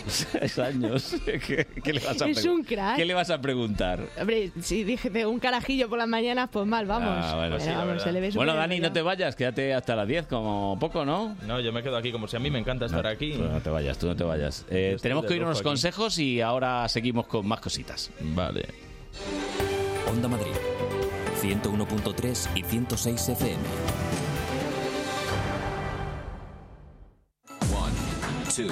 Speaker 2: Seis años. ¿Qué, qué le vas a
Speaker 20: Es
Speaker 2: pregun-
Speaker 20: un crack.
Speaker 2: ¿Qué le vas a preguntar?
Speaker 20: Hombre, si dije de un carajillo por las mañanas, pues mal, vamos.
Speaker 2: Ah, bueno,
Speaker 20: Pero
Speaker 2: sí, la
Speaker 20: vamos,
Speaker 2: verdad.
Speaker 20: se le ve
Speaker 2: Bueno,
Speaker 20: súper
Speaker 2: Dani, no te vayas, quédate hasta las 10 como poco, ¿no?
Speaker 12: No, yo me quedo aquí como si a mí me encanta estar aquí.
Speaker 2: Tú no te vayas, tú no te vayas. Eh,
Speaker 12: estoy
Speaker 2: tenemos
Speaker 12: de
Speaker 2: que oír
Speaker 12: lujo
Speaker 2: unos
Speaker 12: aquí.
Speaker 2: consejos y ahora seguimos con más cositas.
Speaker 12: Vale.
Speaker 21: Onda Madrid, 101.3 y 106 FM.
Speaker 1: One, two.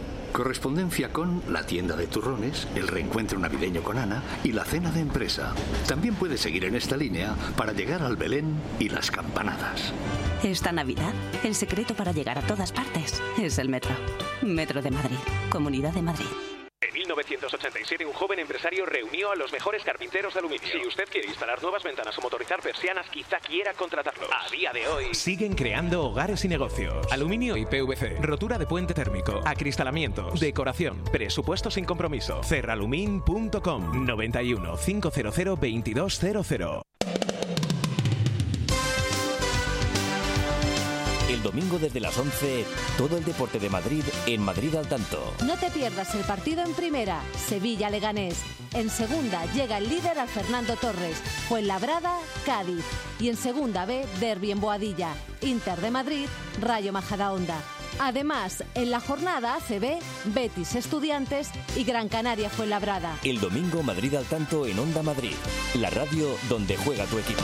Speaker 22: Correspondencia con la tienda de turrones, el reencuentro navideño con Ana y la cena de empresa. También puedes seguir en esta línea para llegar al Belén y las campanadas.
Speaker 23: Esta Navidad, el secreto para llegar a todas partes es el metro. Metro de Madrid, Comunidad de Madrid.
Speaker 20: En 1987 un joven empresario reunió a los mejores carpinteros de aluminio. Si usted quiere instalar nuevas ventanas o motorizar persianas, quizá quiera contratarlos. A día de hoy...
Speaker 24: Siguen creando hogares y negocios. Aluminio y PVC. Rotura de puente térmico. Acristalamientos. Decoración. Presupuesto sin compromiso. Cerralumin.com 91 500 2200.
Speaker 1: El domingo desde las 11, todo el deporte de Madrid en Madrid al tanto.
Speaker 8: No te pierdas el partido en primera, Sevilla-Leganés. En segunda llega el líder al Fernando Torres, Fuenlabrada, Cádiz. Y en segunda B, Derby en Boadilla, Inter de Madrid, Rayo Majadahonda. Además, en la jornada ACB, Betis Estudiantes y Gran Canaria Fuenlabrada.
Speaker 1: El domingo Madrid al tanto en Onda Madrid, la radio donde juega tu equipo.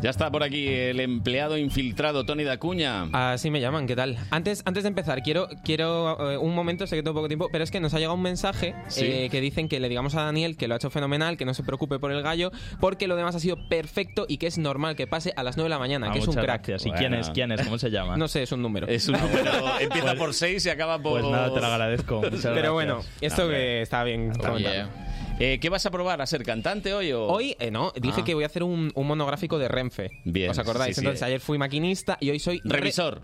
Speaker 2: Ya está por aquí el empleado infiltrado, Tony Dacuña.
Speaker 9: Así me llaman, ¿qué tal? Antes, antes de empezar, quiero, quiero eh, un momento, sé que tengo poco tiempo, pero es que nos ha llegado un mensaje
Speaker 2: Sí.
Speaker 9: eh, que dicen que le digamos a Daniel que lo ha hecho fenomenal, que no se preocupe por el gallo, porque lo demás ha sido perfecto y que es normal que pase a las 9 de la mañana,
Speaker 12: Ah,
Speaker 9: que es un
Speaker 12: muchas
Speaker 9: crack.
Speaker 12: gracias. ¿Y quién es? ¿Quién es? ¿Cómo se llama?
Speaker 9: No sé, es un número.
Speaker 2: Es un número, empieza por 6 y acaba por...
Speaker 12: Pues nada, te lo agradezco. Muchas
Speaker 9: Pero
Speaker 12: gracias.
Speaker 9: bueno, esto
Speaker 2: Hombre.
Speaker 9: que está bien comentado.
Speaker 2: Eh, ¿Qué vas a probar? ¿A ser cantante hoy o...?
Speaker 9: Hoy, eh, no, dije
Speaker 2: Ah.
Speaker 9: que voy a hacer un, un monográfico de Renfe.
Speaker 2: Bien,
Speaker 9: ¿Os acordáis?
Speaker 2: sí, sí.
Speaker 9: Entonces, ayer fui maquinista y hoy soy. re-
Speaker 2: Revisor.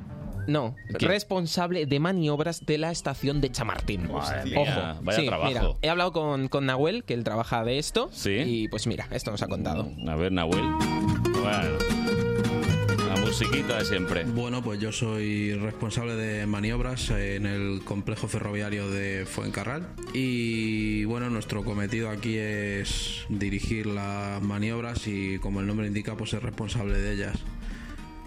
Speaker 9: no,
Speaker 2: ¿Qué?
Speaker 9: responsable de maniobras de la estación de Chamartín.
Speaker 2: Madre mía, vaya trabajo.
Speaker 9: mira, he hablado con, con Nahuel, que él trabaja de esto. Y pues mira, esto nos ha contado.
Speaker 2: A ver, Mm, Nahuel. Bueno. La musiquita de siempre.
Speaker 25: Bueno, pues yo soy responsable de maniobras en el complejo ferroviario de Fuencarral y bueno, nuestro cometido aquí es dirigir las maniobras y como el nombre indica, pues ser responsable de ellas.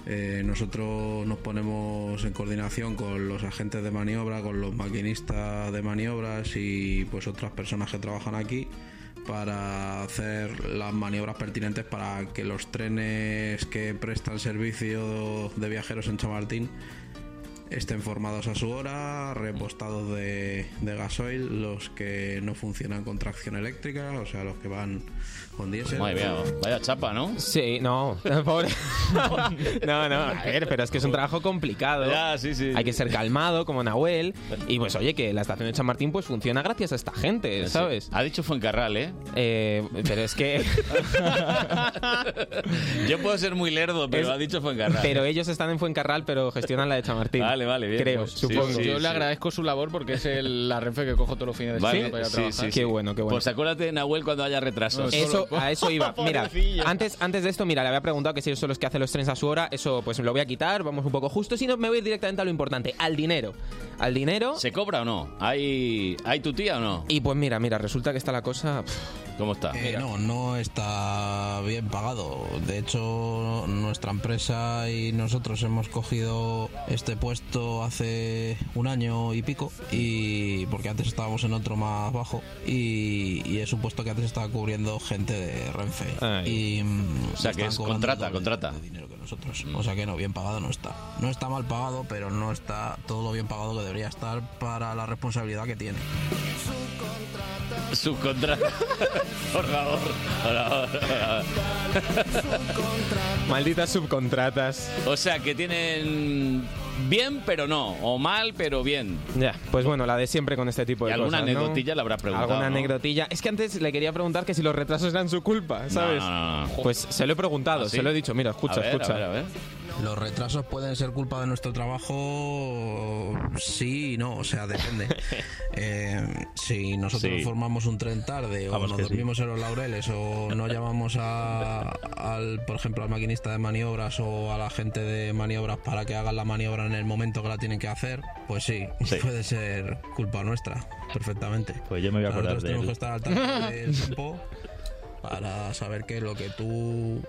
Speaker 25: Eh, nosotros nos ponemos en coordinación con los agentes de maniobra, con los maquinistas de maniobras y pues otras personas que trabajan aquí para hacer las maniobras pertinentes para que los trenes que prestan servicio de viajeros en Chamartín estén formados a su hora, repostados de, de gasoil, los que no funcionan con tracción eléctrica, o sea, los que van con diésel.
Speaker 2: Madre mía, vaya chapa, ¿no?
Speaker 9: Sí, no, pobre. no, no, a ver, pero es que es un trabajo complicado.
Speaker 2: Ya, sí, sí.
Speaker 9: Hay que ser calmado, como Nahuel. Y pues, oye, que la estación de Chamartín pues funciona gracias a esta gente,
Speaker 2: Sí.
Speaker 9: ¿sabes?
Speaker 2: Ha dicho Fuencarral, ¿eh?
Speaker 9: Pero es que.
Speaker 2: Yo puedo ser muy lerdo, pero
Speaker 9: Es-
Speaker 2: ha dicho Fuencarral. ¿eh?
Speaker 9: Pero ellos están en Fuencarral, pero gestionan la de Chamartín.
Speaker 2: Vale, vale, bien,
Speaker 9: Creo,
Speaker 2: pues, sí,
Speaker 9: supongo.
Speaker 2: sí,
Speaker 11: Yo le agradezco su labor porque es el- la renfe que cojo todos los fines de
Speaker 2: Vale,
Speaker 11: semana para ir a
Speaker 2: sí,
Speaker 11: trabajar.
Speaker 2: sí, sí. Pues acuérdate de Nahuel cuando haya retrasos.
Speaker 9: Eso, a eso iba. Mira,
Speaker 11: Pobrecillo.
Speaker 9: antes, antes de esto, mira, le había preguntado que si ellos son los que hacen los trenes a su hora. Eso, pues lo voy a quitar, vamos un poco justo. Si no, me voy a ir directamente a lo importante, al dinero. Al dinero.
Speaker 2: ¿Se cobra o no? ¿Hay, ¿Hay tu tía o no?
Speaker 9: Y pues mira, mira, resulta que está la cosa.
Speaker 2: ¿Cómo está?
Speaker 25: Eh, no, no está bien pagado. De hecho, nuestra empresa y nosotros hemos cogido este puesto hace un año y pico, y porque antes estábamos en otro más bajo, y, y es un puesto que antes estaba cubriendo gente de Renfe. Y, mm,
Speaker 2: O sea, que
Speaker 25: están
Speaker 2: es
Speaker 25: cobrando
Speaker 2: contrata,
Speaker 25: doble
Speaker 2: contrata.
Speaker 25: dinero que nosotros. O sea que no, bien pagado no está. No está mal pagado, pero no está todo lo bien pagado que debería estar para la responsabilidad que tiene.
Speaker 2: Subcontrata. Por favor. Por favor, por favor.
Speaker 9: Malditas subcontratas.
Speaker 2: O sea, que tienen bien, pero no. O mal, pero bien.
Speaker 9: Ya, pues bueno, la de siempre con este tipo
Speaker 2: Y
Speaker 9: de cosas.
Speaker 2: alguna
Speaker 9: ¿no?
Speaker 2: anecdotilla le habrá preguntado.
Speaker 9: Alguna
Speaker 2: ¿no?
Speaker 9: anecdotilla. Es que antes le quería preguntar que si los retrasos eran su culpa, ¿sabes?
Speaker 2: No, no, no.
Speaker 9: Pues se lo he preguntado,
Speaker 25: ¿Ah, sí?
Speaker 9: se lo he dicho. Mira, escucha,
Speaker 25: A ver, a
Speaker 9: escucha.
Speaker 25: ver, a ver. Los retrasos pueden ser culpa de nuestro trabajo, sí y no, o sea, depende. Eh, si nosotros
Speaker 2: Sí.
Speaker 25: formamos un tren tarde o
Speaker 2: Vamos
Speaker 25: nos
Speaker 2: que sí.
Speaker 25: dormimos en los laureles o no llamamos a, al, por ejemplo, al maquinista de maniobras o a la gente de maniobras para que hagan la maniobra en el momento que la tienen que hacer, pues sí, puede ser culpa nuestra, perfectamente.
Speaker 12: Pues yo me voy a acordar
Speaker 25: Nosotros
Speaker 12: de
Speaker 25: Ah, tenemos
Speaker 12: él.
Speaker 25: que estar al tanto del tiempo para saber que lo que tú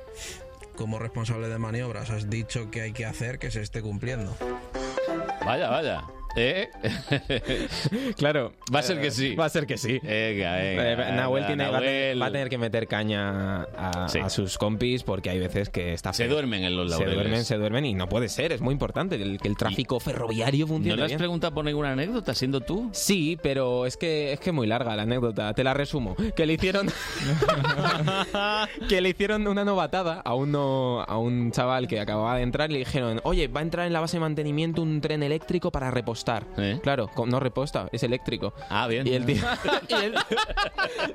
Speaker 25: como responsable de maniobras has dicho que hay que hacer que se esté cumpliendo.
Speaker 2: Vaya, vaya. ¿Eh?
Speaker 9: claro.
Speaker 2: Va a ser que sí.
Speaker 9: Eh, Va a ser que sí.
Speaker 2: Venga, venga.
Speaker 9: Eh, Nahuel, tiene, va a tener-
Speaker 2: Nahuel.
Speaker 9: Va, a tener que meter caña a,
Speaker 2: Sí.
Speaker 9: a sus compis porque hay veces que está
Speaker 2: Se
Speaker 9: feo.
Speaker 2: duermen en los
Speaker 9: Se
Speaker 2: laureles.
Speaker 9: duermen, se duermen y no puede ser. Es muy importante el- que el tráfico ferroviario funcione
Speaker 2: ¿No le has
Speaker 9: bien.
Speaker 2: preguntado por ninguna anécdota siendo tú?
Speaker 9: Sí, pero es que es que muy larga la anécdota. Te la resumo. Que le hicieron que le hicieron una novatada a uno a un chaval que acababa de entrar y le dijeron, oye, va a entrar en la base de mantenimiento un tren eléctrico para repostar. Claro, co- no reposta, es eléctrico.
Speaker 2: ¿Eh? Ah, bien.
Speaker 9: Y el tío, y el,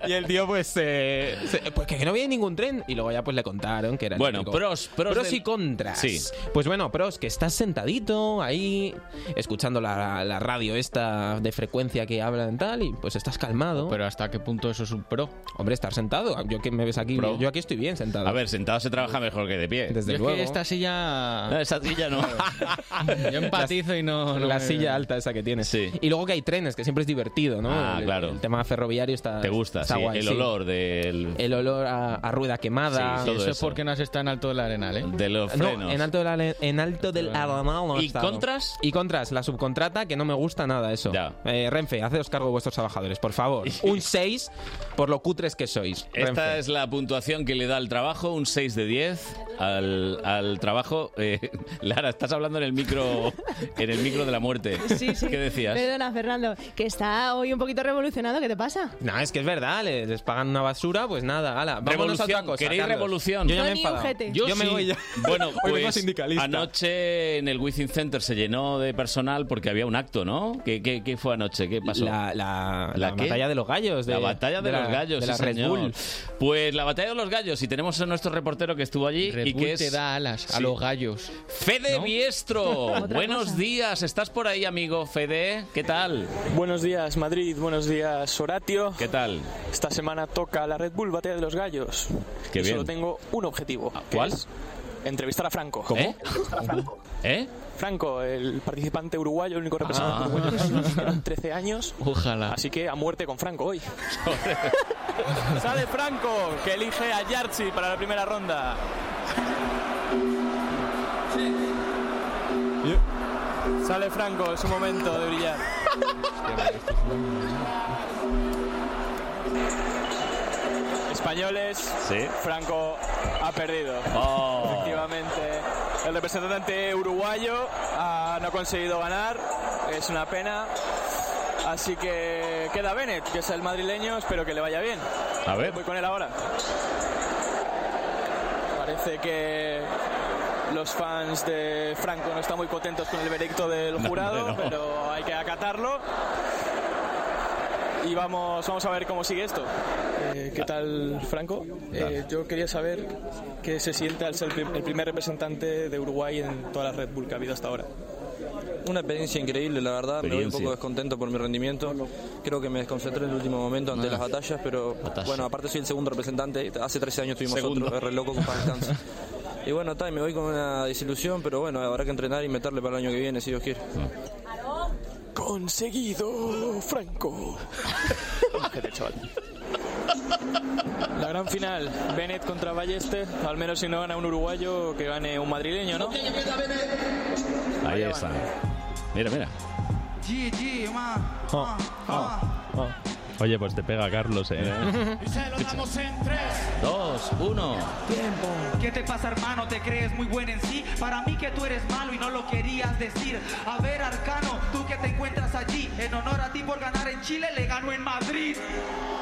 Speaker 9: y el tío pues, eh, se- pues que no viene ningún tren y luego ya pues le contaron que era
Speaker 2: Bueno,
Speaker 9: eléctrico.
Speaker 2: pros- pros del-
Speaker 9: y contras.
Speaker 2: Sí.
Speaker 9: Pues bueno, pros, que estás sentadito ahí, escuchando la, la radio esta de frecuencia que hablan tal, y pues estás calmado. Pero
Speaker 11: ¿hasta qué punto eso es un pro?
Speaker 9: Hombre, estar sentado. Yo que me ves aquí,
Speaker 2: Pro.
Speaker 9: yo aquí estoy bien sentado.
Speaker 2: A ver, sentado se trabaja mejor que de pie.
Speaker 9: Desde
Speaker 11: Yo es
Speaker 9: luego.
Speaker 11: que esta silla.
Speaker 2: No, esa silla no.
Speaker 11: Yo empatizo y no. no
Speaker 9: la
Speaker 11: me-
Speaker 9: silla alta esa que tienes. Y luego que hay trenes, que siempre es divertido, ¿no?
Speaker 2: Ah,
Speaker 9: El-
Speaker 2: claro.
Speaker 9: El tema ferroviario está.
Speaker 2: Te gusta,
Speaker 9: está
Speaker 2: sí.
Speaker 9: guay,
Speaker 2: el
Speaker 9: sí.
Speaker 2: olor del...
Speaker 9: El olor a, a rueda quemada.
Speaker 2: Sí, todo Eso es eso.
Speaker 11: porque no has estado en alto del arenal, ¿eh?
Speaker 2: De los
Speaker 9: No,
Speaker 2: frenos.
Speaker 9: en alto del, ale- en alto del Arenal no ha
Speaker 2: ¿Y
Speaker 9: estado.
Speaker 2: contras?
Speaker 9: Y contras, la subcontrata, que no me gusta nada eso. Eh, Renfe, haceos cargo de vuestros trabajadores, por favor. Un 6 por lo cutres que sois.
Speaker 2: Esta
Speaker 9: Renfe.
Speaker 2: es la puntuación que le da al trabajo, un 6 de 10 al, al trabajo. Eh, Lara, estás hablando en el micro en el micro de la muerte.
Speaker 20: Sí, sí.
Speaker 2: ¿Qué decías?
Speaker 20: Perdona, Fernando, que está hoy un poquito revolucionado. ¿Qué te pasa?
Speaker 9: No, es que es verdad, les, les pagan una basura, pues nada, gala. Vámonos a otra
Speaker 2: Revolución,
Speaker 9: cosa.
Speaker 2: ¿queréis
Speaker 9: Carlos.
Speaker 2: revolución?
Speaker 9: Yo ya me he enfadado. Yo, me
Speaker 2: sí.
Speaker 9: voy ya.
Speaker 2: Bueno,
Speaker 9: Hoy vengo
Speaker 2: pues
Speaker 9: sindicalista.
Speaker 2: anoche en el Wizzing Center se llenó de personal porque había un acto, ¿no? ¿Qué, qué- qué fue anoche? ¿Qué pasó?
Speaker 9: La, la, la
Speaker 2: qué?
Speaker 9: batalla de los gallos,
Speaker 2: la
Speaker 9: de-
Speaker 2: batalla de,
Speaker 9: de la-
Speaker 2: los gallos,
Speaker 9: de la
Speaker 2: sí,
Speaker 9: Red
Speaker 2: señor.
Speaker 9: Bull.
Speaker 2: Pues la batalla de los gallos y tenemos a nuestro reportero que estuvo allí
Speaker 11: Red
Speaker 2: y
Speaker 11: Bull
Speaker 2: que es
Speaker 11: te da alas a los gallos.
Speaker 2: Fede Biestro.
Speaker 11: Otra
Speaker 2: Buenos
Speaker 11: cosa.
Speaker 2: días, estás por ahí, amigo Fede. ¿Qué tal?
Speaker 26: Buenos días Madrid, buenos días Horatio. ¿Qué
Speaker 2: tal?
Speaker 26: Esta semana toca la Red Bull Batalla de los Gallos.
Speaker 2: Qué
Speaker 26: y solo
Speaker 2: bien. Ah,
Speaker 26: tengo un objetivo. que
Speaker 2: ¿cuál?
Speaker 26: es entrevistar a Franco.
Speaker 2: ¿Cómo? ¿Eh?
Speaker 26: Entrevistar a Franco.
Speaker 2: ¿Eh?
Speaker 26: Franco, el participante uruguayo, el único representante
Speaker 2: Ah.
Speaker 26: uruguayo que existieron 13 años.
Speaker 11: Ojalá.
Speaker 26: Así que a muerte con Franco hoy. Sale Franco, que elige a Yarchi para la primera ronda. Sale Franco, es su momento de brillar. Españoles, Franco ha perdido.
Speaker 2: Oh.
Speaker 26: Efectivamente, el representante uruguayo ah, no ha conseguido ganar, es una pena. Así que queda Bennett, que es el madrileño, espero que le vaya bien.
Speaker 2: A ver.
Speaker 26: Voy con él ahora. Parece que los fans de Franco no están muy contentos con el veredicto del
Speaker 2: No,
Speaker 26: jurado,
Speaker 2: hombre, no.
Speaker 26: pero hay que acatarlo. Y vamos, vamos a ver cómo sigue esto. Eh, ¿Qué tal, Franco? Eh, yo quería saber qué se siente al ser el prim- el primer representante de Uruguay en toda la Red Bull que ha habido hasta ahora.
Speaker 27: Una experiencia increíble, la verdad. Me voy un
Speaker 26: Experiencia.
Speaker 27: poco descontento por mi rendimiento. Creo que me desconcentré en el último momento ante
Speaker 26: Ah.
Speaker 27: las batallas, pero
Speaker 26: Batalla.
Speaker 27: bueno, aparte soy el segundo representante. Hace 13 años tuvimos
Speaker 26: Segundo.
Speaker 27: otro, es re loco con paz descanse. Y bueno, ta, y me voy con una desilusión, pero bueno, habrá que entrenar y meterle para el año que viene, si Dios quiere.
Speaker 26: Conseguido, Franco. Ojete, chaval. La gran final, Bennett contra Balleste. Al menos si no gana un uruguayo, que gane un madrileño, ¿no?
Speaker 2: Ahí está. Mira, mira.
Speaker 5: GG, man.
Speaker 2: Ah,
Speaker 12: Oh, oh, oh. Oye, pues te pega Carlos, eh.
Speaker 5: Y se lo damos en tres.
Speaker 2: Dos, uno.
Speaker 5: Tiempo. ¿Qué te pasa, hermano? ¿Te crees muy buen en sí? Para mí que tú eres malo y no lo querías decir. A ver, Arcano, tú que te encuentras allí. En honor a ti por ganar en Chile, le ganó en Madrid.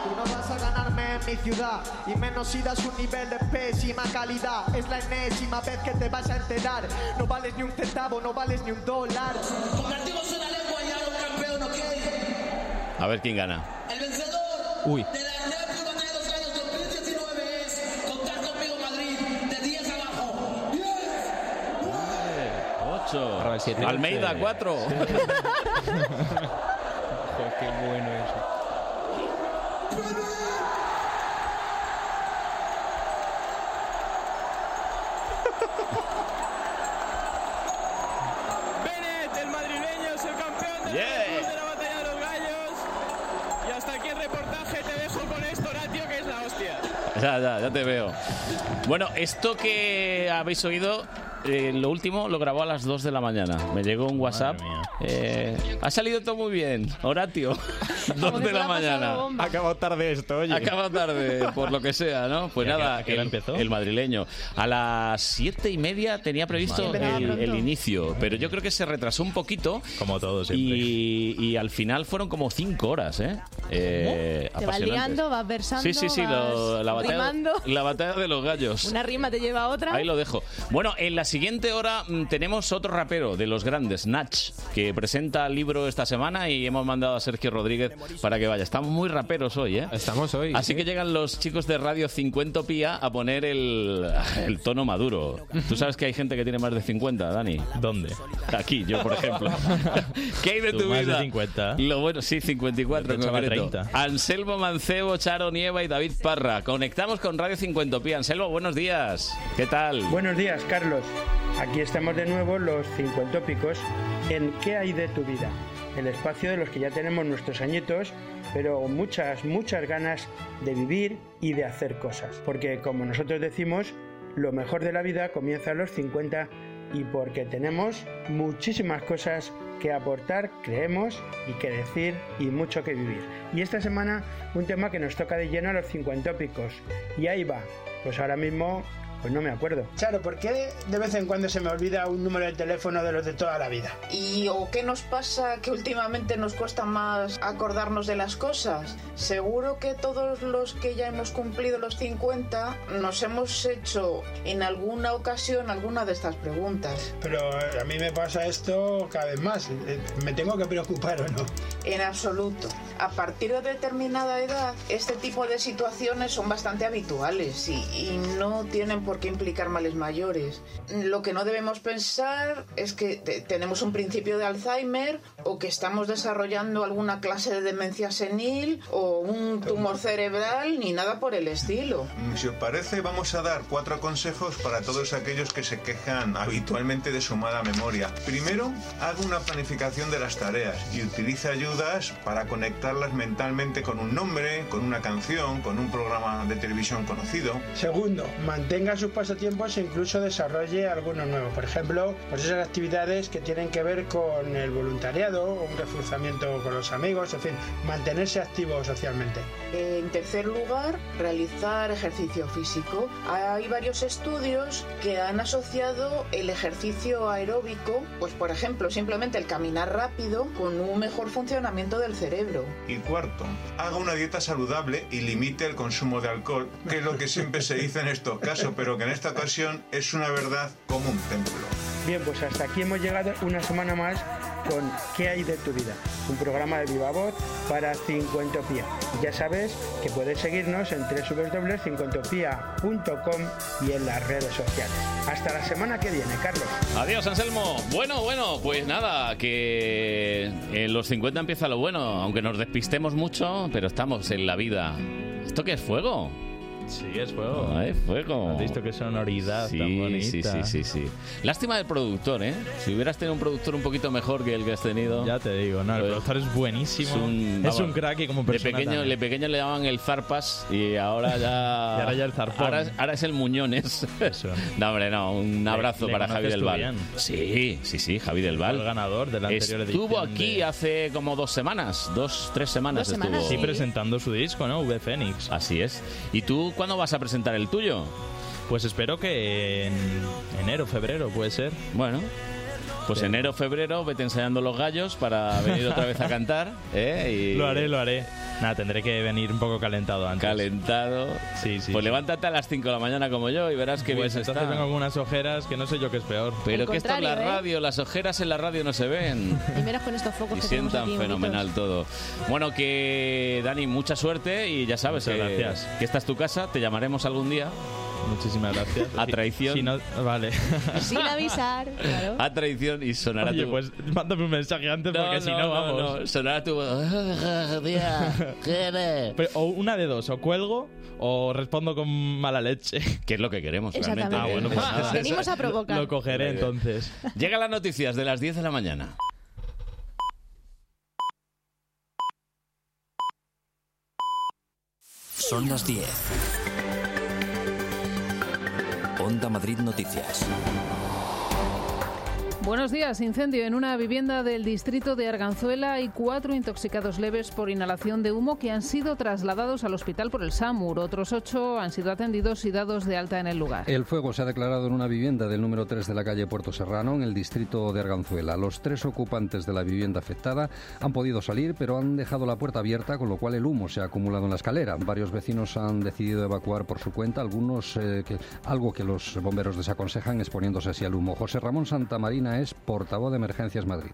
Speaker 28: Tú no vas a ganarme en mi ciudad y menos si das un nivel de pésima calidad. Es la enésima vez que te vas a enterar. No vales ni un centavo, no vales ni un dólar. Convertimos una lengua ya los campeón, ¿ok?
Speaker 2: A ver quién gana.
Speaker 28: El vencedor
Speaker 2: Uy.
Speaker 28: de la Red Bull de los años 2019 es Contar conmigo Madrid de 10 abajo.
Speaker 2: Ocho.
Speaker 9: Ahora el siete.
Speaker 2: Almeida, cuatro.
Speaker 11: qué bueno eso.
Speaker 26: Bennett, el madrileño, es el campeón de,
Speaker 2: Yeah.
Speaker 26: la, de la batalla de los gallos. Y hasta aquí el reportaje, te dejo con esto, Horatio, que es la hostia.
Speaker 2: Ya, ya, ya te veo. Bueno, esto que habéis oído, eh, lo último lo grabó a las 2 de la mañana. Me llegó un WhatsApp. eh, ha salido todo muy bien, Horatio. 2 de la mañana.
Speaker 9: Ha acabado tarde esto, oye.
Speaker 2: Ha acabado tarde, por lo que sea, ¿no? Pues
Speaker 9: ¿Y a qué-
Speaker 2: nada,
Speaker 9: a qué hora
Speaker 2: el-
Speaker 9: empezó?
Speaker 2: el madrileño. A las siete y media tenía previsto
Speaker 9: Madre
Speaker 2: el,
Speaker 9: mía.
Speaker 2: el inicio, pero yo creo que se retrasó un poquito. Como todos, y, y al final fueron como cinco horas, ¿eh? Eh,
Speaker 20: Te vas
Speaker 2: apasionante.
Speaker 20: liando, vas versando,
Speaker 2: Sí, sí, sí, lo-
Speaker 20: vas
Speaker 2: la, batalla,
Speaker 20: rimando.
Speaker 2: la batalla de los gallos.
Speaker 20: Una rima te lleva a otra.
Speaker 2: Ahí lo dejo. Bueno, en la siguiente hora mm, tenemos otro rapero de los grandes, Nach, que presenta el libro esta semana y hemos mandado a Sergio Rodríguez para que vaya. Estamos muy raperos hoy, ¿eh? Estamos hoy. Así que llegan los chicos de Radio 50 Pía a poner el, el tono maduro. Tú sabes que hay gente que tiene más de 50, Dani. ¿Dónde? Aquí, yo, por ejemplo. ¿Qué hay de
Speaker 12: Tú
Speaker 2: tu
Speaker 12: más de
Speaker 2: vida?
Speaker 12: 50.
Speaker 2: Lo bueno, sí, 54 en
Speaker 12: Yo pensaba
Speaker 2: concreto.
Speaker 12: 30.
Speaker 2: Anselmo Mancebo, Charo Nieva y David Parra. Conectamos con Radio 50 Pía. Anselmo, buenos días. ¿Qué tal?
Speaker 29: Buenos días, Carlos. Aquí estamos de nuevo los 50 tópicos en ¿Qué hay de tu vida? El espacio de los que ya tenemos nuestros añitos, pero con muchas, muchas ganas de vivir y de hacer cosas. Porque como nosotros decimos, lo mejor de la vida comienza a los 50 y porque tenemos muchísimas cosas que aportar, creemos, y que decir y mucho que vivir. Y esta semana un tema que nos toca de lleno a los 50 tópicos. Y ahí va. Pues ahora mismo, pues no me acuerdo.
Speaker 30: Charo, ¿por qué de vez en cuando se me olvida un número de teléfono de los de toda la vida?
Speaker 31: ¿Y o qué nos pasa que últimamente nos cuesta más acordarnos de las cosas? Seguro que todos los que ya hemos cumplido los 50 nos hemos hecho en alguna ocasión alguna de estas preguntas.
Speaker 30: Pero eh, a mí me pasa esto cada vez más. Eh, ¿Me tengo que preocupar o no?
Speaker 31: En absoluto. A partir de determinada edad, este tipo de situaciones son bastante habituales y, y no tienen por qué implicar males mayores. Lo que no debemos pensar es que te- tenemos un principio de Alzheimer o que estamos desarrollando alguna clase de demencia senil o un tumor cerebral ni nada por el estilo.
Speaker 32: Mm, Si os parece, vamos a dar cuatro consejos para todos aquellos que se quejan habitualmente de su mala memoria. Primero, haga una planificación de las tareas y utilice ayudas para conectarlas mentalmente con un nombre, con una canción, con un programa de televisión conocido.
Speaker 30: Segundo, mantenga sus pasatiempos e incluso desarrolle algunos nuevos. Por ejemplo, pues esas actividades que tienen que ver con el voluntariado, o un reforzamiento con los amigos, en fin, mantenerse activo socialmente.
Speaker 31: En tercer lugar, realizar ejercicio físico. Hay varios estudios que han asociado el ejercicio aeróbico, pues por ejemplo, simplemente el caminar rápido con un mejor funcionamiento del cerebro.
Speaker 32: Y cuarto, haga una dieta saludable y limite el consumo de alcohol, que es lo que siempre se dice en estos casos, pero que en esta ocasión es una verdad como un templo.
Speaker 30: Bien, pues hasta aquí hemos llegado una semana más con ¿Qué hay de tu vida? Un programa de viva voz para Cincuentopía. Ya sabes que puedes seguirnos en www.cincuentopía.com y en las redes sociales. Hasta la semana que viene, Carlos.
Speaker 2: Adiós, Anselmo. Bueno, bueno, pues nada, que eh, en los 50 empieza lo bueno, aunque nos despistemos mucho, pero estamos en la vida. ¿Esto qué es fuego?
Speaker 12: Sí, es fuego.
Speaker 2: Ah, es fuego.
Speaker 12: Has visto qué sonoridad
Speaker 2: Sí,
Speaker 12: tan bonita.
Speaker 2: sí, sí, sí, sí. Lástima del productor, ¿eh? Si hubieras tenido un productor un poquito mejor que el que has tenido. Pues, Ya te digo, no, el productor es buenísimo. Es un,
Speaker 12: Es un crack y como
Speaker 2: de
Speaker 12: persona
Speaker 2: pequeño,
Speaker 12: también.
Speaker 2: de pequeño le daban el zarpas y ahora ya.
Speaker 12: Y ahora ya el zarpón.
Speaker 2: Ahora, es- ahora es el muñones. no, hombre, no. Un abrazo
Speaker 12: le
Speaker 2: para Javi
Speaker 12: conoces
Speaker 2: del
Speaker 12: tú
Speaker 2: Val.
Speaker 12: bien.
Speaker 2: Sí, sí, sí, Javi del Val.
Speaker 12: El ganador de la anterior
Speaker 2: Estuvo
Speaker 12: edición
Speaker 2: aquí hace como dos semanas, dos, tres semanas
Speaker 12: Dos
Speaker 2: estuvo.
Speaker 12: semanas, Sí, sí. presentando
Speaker 2: su disco, ¿no? V Fénix. Así es. ¿Y tú cuándo vas a presentar el tuyo?
Speaker 12: Pues espero que en enero, febrero puede ser.
Speaker 2: Bueno. Pues enero, febrero, vete enseñando los gallos para venir otra vez a cantar. ¿eh? Y-
Speaker 12: Lo haré, lo haré. Nada, tendré que venir un poco calentado antes.
Speaker 2: Calentado.
Speaker 12: Sí, sí.
Speaker 2: Pues levántate a las 5 de la mañana como yo y verás que
Speaker 12: Pues
Speaker 2: bien se
Speaker 12: entonces
Speaker 2: está.
Speaker 12: vengo con unas ojeras que no sé yo qué es peor.
Speaker 2: Pero que esto es la
Speaker 20: contrario, ¿eh?
Speaker 2: radio, las ojeras en la radio no se ven.
Speaker 20: Y menos con estos focos
Speaker 2: Y
Speaker 20: que tenemos
Speaker 2: sientan
Speaker 20: aquí. bonitos.
Speaker 2: fenomenal todo. Bueno, que Dani, mucha suerte y ya sabes
Speaker 12: Muchas
Speaker 2: que,
Speaker 12: gracias.
Speaker 2: que esta es tu casa, te llamaremos algún día
Speaker 12: Muchísimas gracias.
Speaker 2: A traición.
Speaker 12: Si no- vale.
Speaker 20: Sin avisar, claro.
Speaker 2: A traición y sonará
Speaker 12: Oye,
Speaker 2: tu...
Speaker 12: pues mándame un mensaje antes porque si no, vamos.
Speaker 2: no, sonará tu...
Speaker 12: Pero, o una de dos, o cuelgo o respondo con mala leche.
Speaker 2: Que es lo que queremos
Speaker 20: Exactamente.
Speaker 2: realmente.
Speaker 12: Ah, bueno, pues
Speaker 2: Ah,
Speaker 12: nada.
Speaker 20: venimos a provocar.
Speaker 12: Lo cogeré
Speaker 2: Muy bien.
Speaker 12: entonces.
Speaker 2: Llega las noticias de las 10 de la mañana.
Speaker 1: Son las 10. Onda Madrid Noticias.
Speaker 3: Buenos días. Incendio en una vivienda del distrito de Arganzuela. Hay cuatro intoxicados leves por inhalación de humo que han sido trasladados al hospital por el SAMUR. Otros ocho han sido atendidos y dados de alta en el lugar.
Speaker 17: El fuego se ha declarado en una vivienda del número 3 de la calle Puerto Serrano, en el distrito de Arganzuela. Los tres ocupantes de la vivienda afectada han podido salir, pero han dejado la puerta abierta, con lo cual el humo se ha acumulado en la escalera. Varios vecinos han decidido evacuar por su cuenta, algunos eh, que- algo que los bomberos desaconsejan exponiéndose así al humo. José Ramón Santamarina es portavoz de Emergencias Madrid.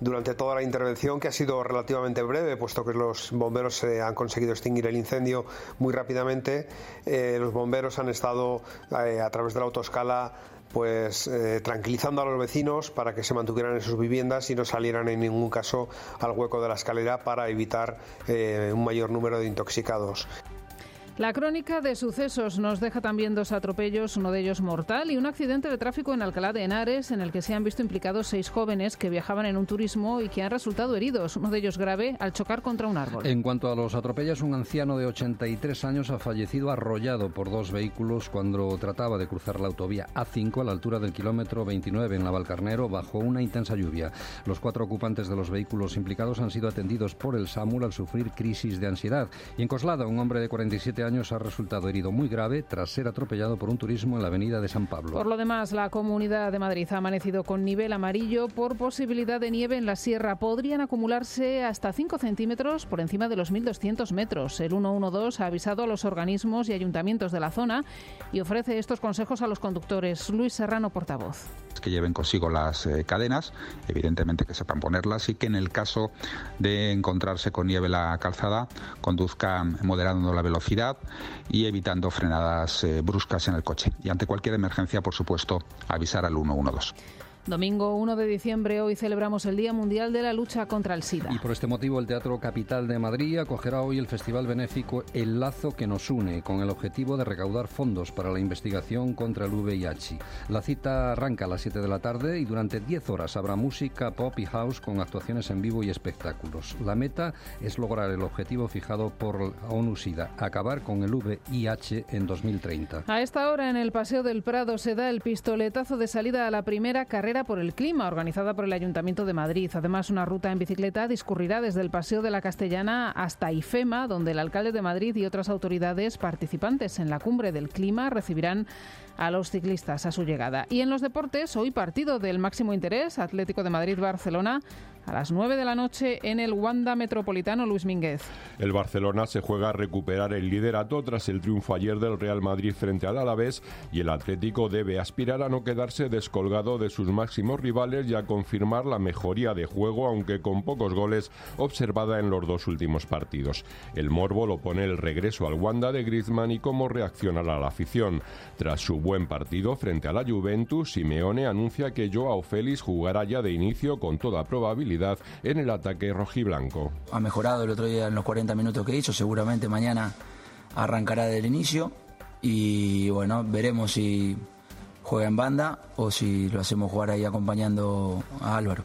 Speaker 33: Durante toda la intervención, que ha sido relativamente breve, puesto que los bomberos eh, han conseguido extinguir el incendio muy rápidamente, eh, los bomberos han estado eh, a través de la autoescala pues eh, tranquilizando a los vecinos para que se mantuvieran en sus viviendas y no salieran en ningún caso al hueco de la escalera para evitar eh, un mayor número de intoxicados.
Speaker 3: La crónica de sucesos nos deja también dos atropellos, uno de ellos mortal y un accidente de tráfico en Alcalá de Henares en el que se han visto implicados seis jóvenes que viajaban en un turismo y que han resultado heridos, uno de ellos grave al chocar contra un árbol.
Speaker 17: En cuanto a los atropellos, un anciano de 83 años ha fallecido arrollado por dos vehículos cuando trataba de cruzar la autovía A5 a la altura del kilómetro 29 en Navalcarnero bajo una intensa lluvia. Los cuatro ocupantes de los vehículos implicados han sido atendidos por el SAMUR al sufrir crisis de ansiedad. Y en Coslada, un hombre de 47 años ha resultado herido muy grave tras ser atropellado por un turismo en la avenida de San Pablo.
Speaker 3: Por lo demás, la Comunidad de Madrid ha amanecido con nivel amarillo por posibilidad de nieve en la sierra. Podrían acumularse hasta 5 centímetros por encima de los 1.200 metros. El 112 ha avisado a los organismos y ayuntamientos de la zona y ofrece estos consejos a los conductores. Luis Serrano, portavoz.
Speaker 34: que lleven consigo las eh, cadenas, evidentemente que sepan ponerlas y que en el caso de encontrarse con nieve en la calzada conduzcan moderando la velocidad y evitando frenadas eh, bruscas en el coche. Y ante cualquier emergencia, por supuesto, avisar al 112.
Speaker 3: Domingo 1 de diciembre, hoy celebramos el Día Mundial de la Lucha contra el SIDA.
Speaker 17: Y por este motivo, el Teatro Capital de Madrid acogerá hoy el festival benéfico El Lazo que nos une, con el objetivo de recaudar fondos para la investigación contra el VIH. La cita arranca a las 7 de la tarde y durante 10 horas habrá música, pop y house con actuaciones en vivo y espectáculos. La meta es lograr el objetivo fijado por la ONU-SIDA, acabar con el VIH en 2030.
Speaker 3: A esta hora en el Paseo del Prado se da el pistoletazo de salida a la primera carrera por el clima organizada por el Ayuntamiento de Madrid. Además, una ruta en bicicleta discurrirá desde el Paseo de la Castellana hasta IFEMA, donde el alcalde de Madrid y otras autoridades participantes en la cumbre del clima recibirán a los ciclistas a su llegada. Y en los deportes, hoy partido del máximo interés, Atlético de Madrid-Barcelona, a las 9 de la noche en el Wanda Metropolitano Luis Mínguez.
Speaker 35: El Barcelona se juega a recuperar el liderato tras el triunfo ayer del Real Madrid frente al Alavés y el Atlético debe aspirar a no quedarse descolgado de sus máximos rivales y a confirmar la mejoría de juego, aunque con pocos goles, observada en los dos últimos partidos. El morbo lo pone el regreso al Wanda de Griezmann y cómo reaccionará la afición. Tras su buen partido frente a la Juventus, Simeone anuncia que Joao Félix jugará ya de inicio con toda probabilidad en el ataque rojiblanco.
Speaker 5: ha mejorado el otro día en los 40 minutos que hizo, seguramente mañana arrancará del inicio y bueno, veremos si juega en banda o si lo hacemos jugar ahí acompañando a Álvaro.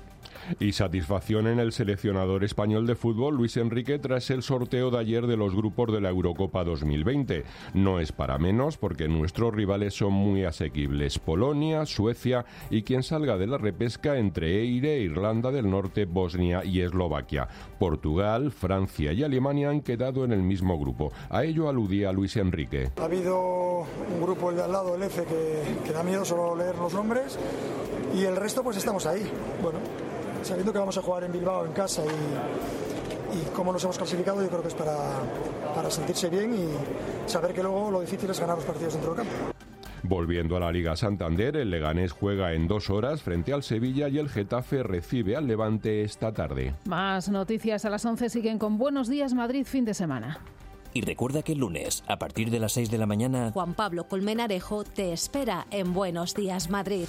Speaker 35: Y satisfacción en el seleccionador español de fútbol Luis Enrique tras el sorteo de ayer de los grupos de la Eurocopa 2020. No es para menos porque nuestros rivales son muy asequibles. Polonia, Suecia y quien salga de la repesca entre Eire, Irlanda del Norte, Bosnia y Eslovaquia. Portugal, Francia y Alemania han quedado en el mismo grupo. A ello aludía Luis Enrique.
Speaker 36: Ha habido un grupo, el de al lado, el F, que, que da miedo solo leer los nombres y el resto pues estamos ahí. Bueno, sabiendo que vamos a jugar en Bilbao, en casa y, y cómo nos hemos clasificado, yo creo que es para, para sentirse bien y saber que luego lo difícil es ganar los partidos dentro del campo.
Speaker 35: Volviendo a la Liga Santander, el Leganés juega en dos horas frente al Sevilla y el Getafe recibe al Levante esta tarde.
Speaker 3: Más noticias a las 11 siguen con Buenos días Madrid fin de semana.
Speaker 1: Y recuerda que el lunes, a partir de las 6 de la mañana,
Speaker 4: Juan Pablo Colmenarejo te espera en Buenos Días Madrid.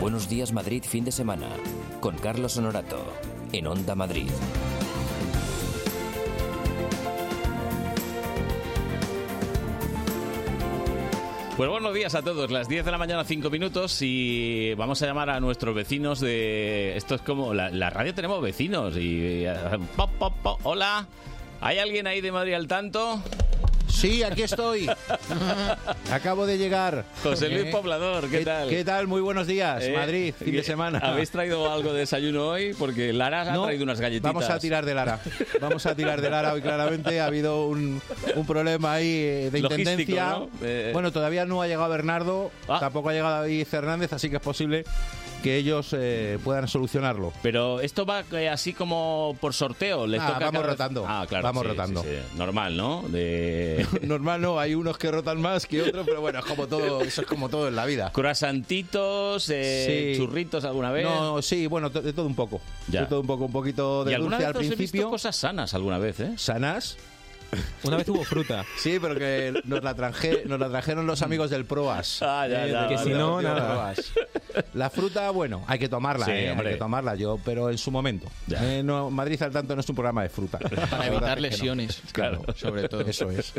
Speaker 1: Buenos Días Madrid fin de semana, con Carlos Honorato, en Onda Madrid.
Speaker 2: Pues buenos días a todos, las 10 de la mañana, 5 minutos y vamos a llamar a nuestros vecinos de... Esto es como... La, la radio tenemos vecinos y... eh, pop, pop, pop. Hola, ¿hay alguien ahí de Madrid al tanto?
Speaker 8: Sí, aquí estoy. Acabo de llegar.
Speaker 2: José Luis
Speaker 8: Eh,
Speaker 2: Poblador, ¿qué tal?
Speaker 8: ¿Qué tal? Muy buenos días,
Speaker 2: Eh,
Speaker 8: Madrid, fin de
Speaker 2: ¿qué-
Speaker 8: semana.
Speaker 2: ¿Habéis traído algo de desayuno hoy? Porque Lara ha
Speaker 8: No,
Speaker 2: traído unas galletitas.
Speaker 8: Vamos a tirar de Lara. Vamos a tirar de Lara hoy claramente. Ha habido un, un problema ahí eh, de
Speaker 2: Logístico,
Speaker 8: intendencia.
Speaker 2: ¿no? Eh, Ah.
Speaker 8: Bueno, todavía no ha llegado Bernardo, tampoco ha llegado David Hernández, así que es posible que ellos eh, puedan solucionarlo.
Speaker 2: Pero esto va eh, así como por sorteo. Le
Speaker 8: Ah,
Speaker 2: toca
Speaker 8: vamos
Speaker 2: cada-
Speaker 8: rotando.
Speaker 2: Ah, claro.
Speaker 8: Vamos
Speaker 2: sí,
Speaker 8: rotando.
Speaker 2: sí, sí. Normal, ¿no? De...
Speaker 8: Normal no, hay unos que rotan más que otros, pero bueno, es como todo, eso es como todo en la vida.
Speaker 2: Croasantitos, eh,
Speaker 8: Sí.
Speaker 2: churritos alguna vez.
Speaker 8: No, sí, bueno, to- de todo un poco.
Speaker 2: Ya.
Speaker 8: De todo un poco, un poquito
Speaker 2: y
Speaker 8: de
Speaker 2: alguna
Speaker 8: dulce al
Speaker 2: vez os he visto
Speaker 8: principio.
Speaker 2: cosas sanas alguna vez, ¿eh?
Speaker 8: ¿Sanas? Una vez hubo fruta. Sí, pero que nos la, traje- nos la trajeron los amigos del Proas. Eh,
Speaker 2: Ah, ya, ya,
Speaker 8: del
Speaker 2: Que si
Speaker 8: colectivo
Speaker 2: no,
Speaker 8: del
Speaker 2: nada.
Speaker 8: Proas. La fruta, bueno, hay que tomarla,
Speaker 2: Sí,
Speaker 8: ¿eh? hay
Speaker 2: hombre.
Speaker 8: que tomarla yo, pero en su momento. Eh, no, Madrid al tanto no es un programa de fruta.
Speaker 11: Para evitar lesiones,
Speaker 2: claro,
Speaker 11: sobre todo.
Speaker 8: Eso es.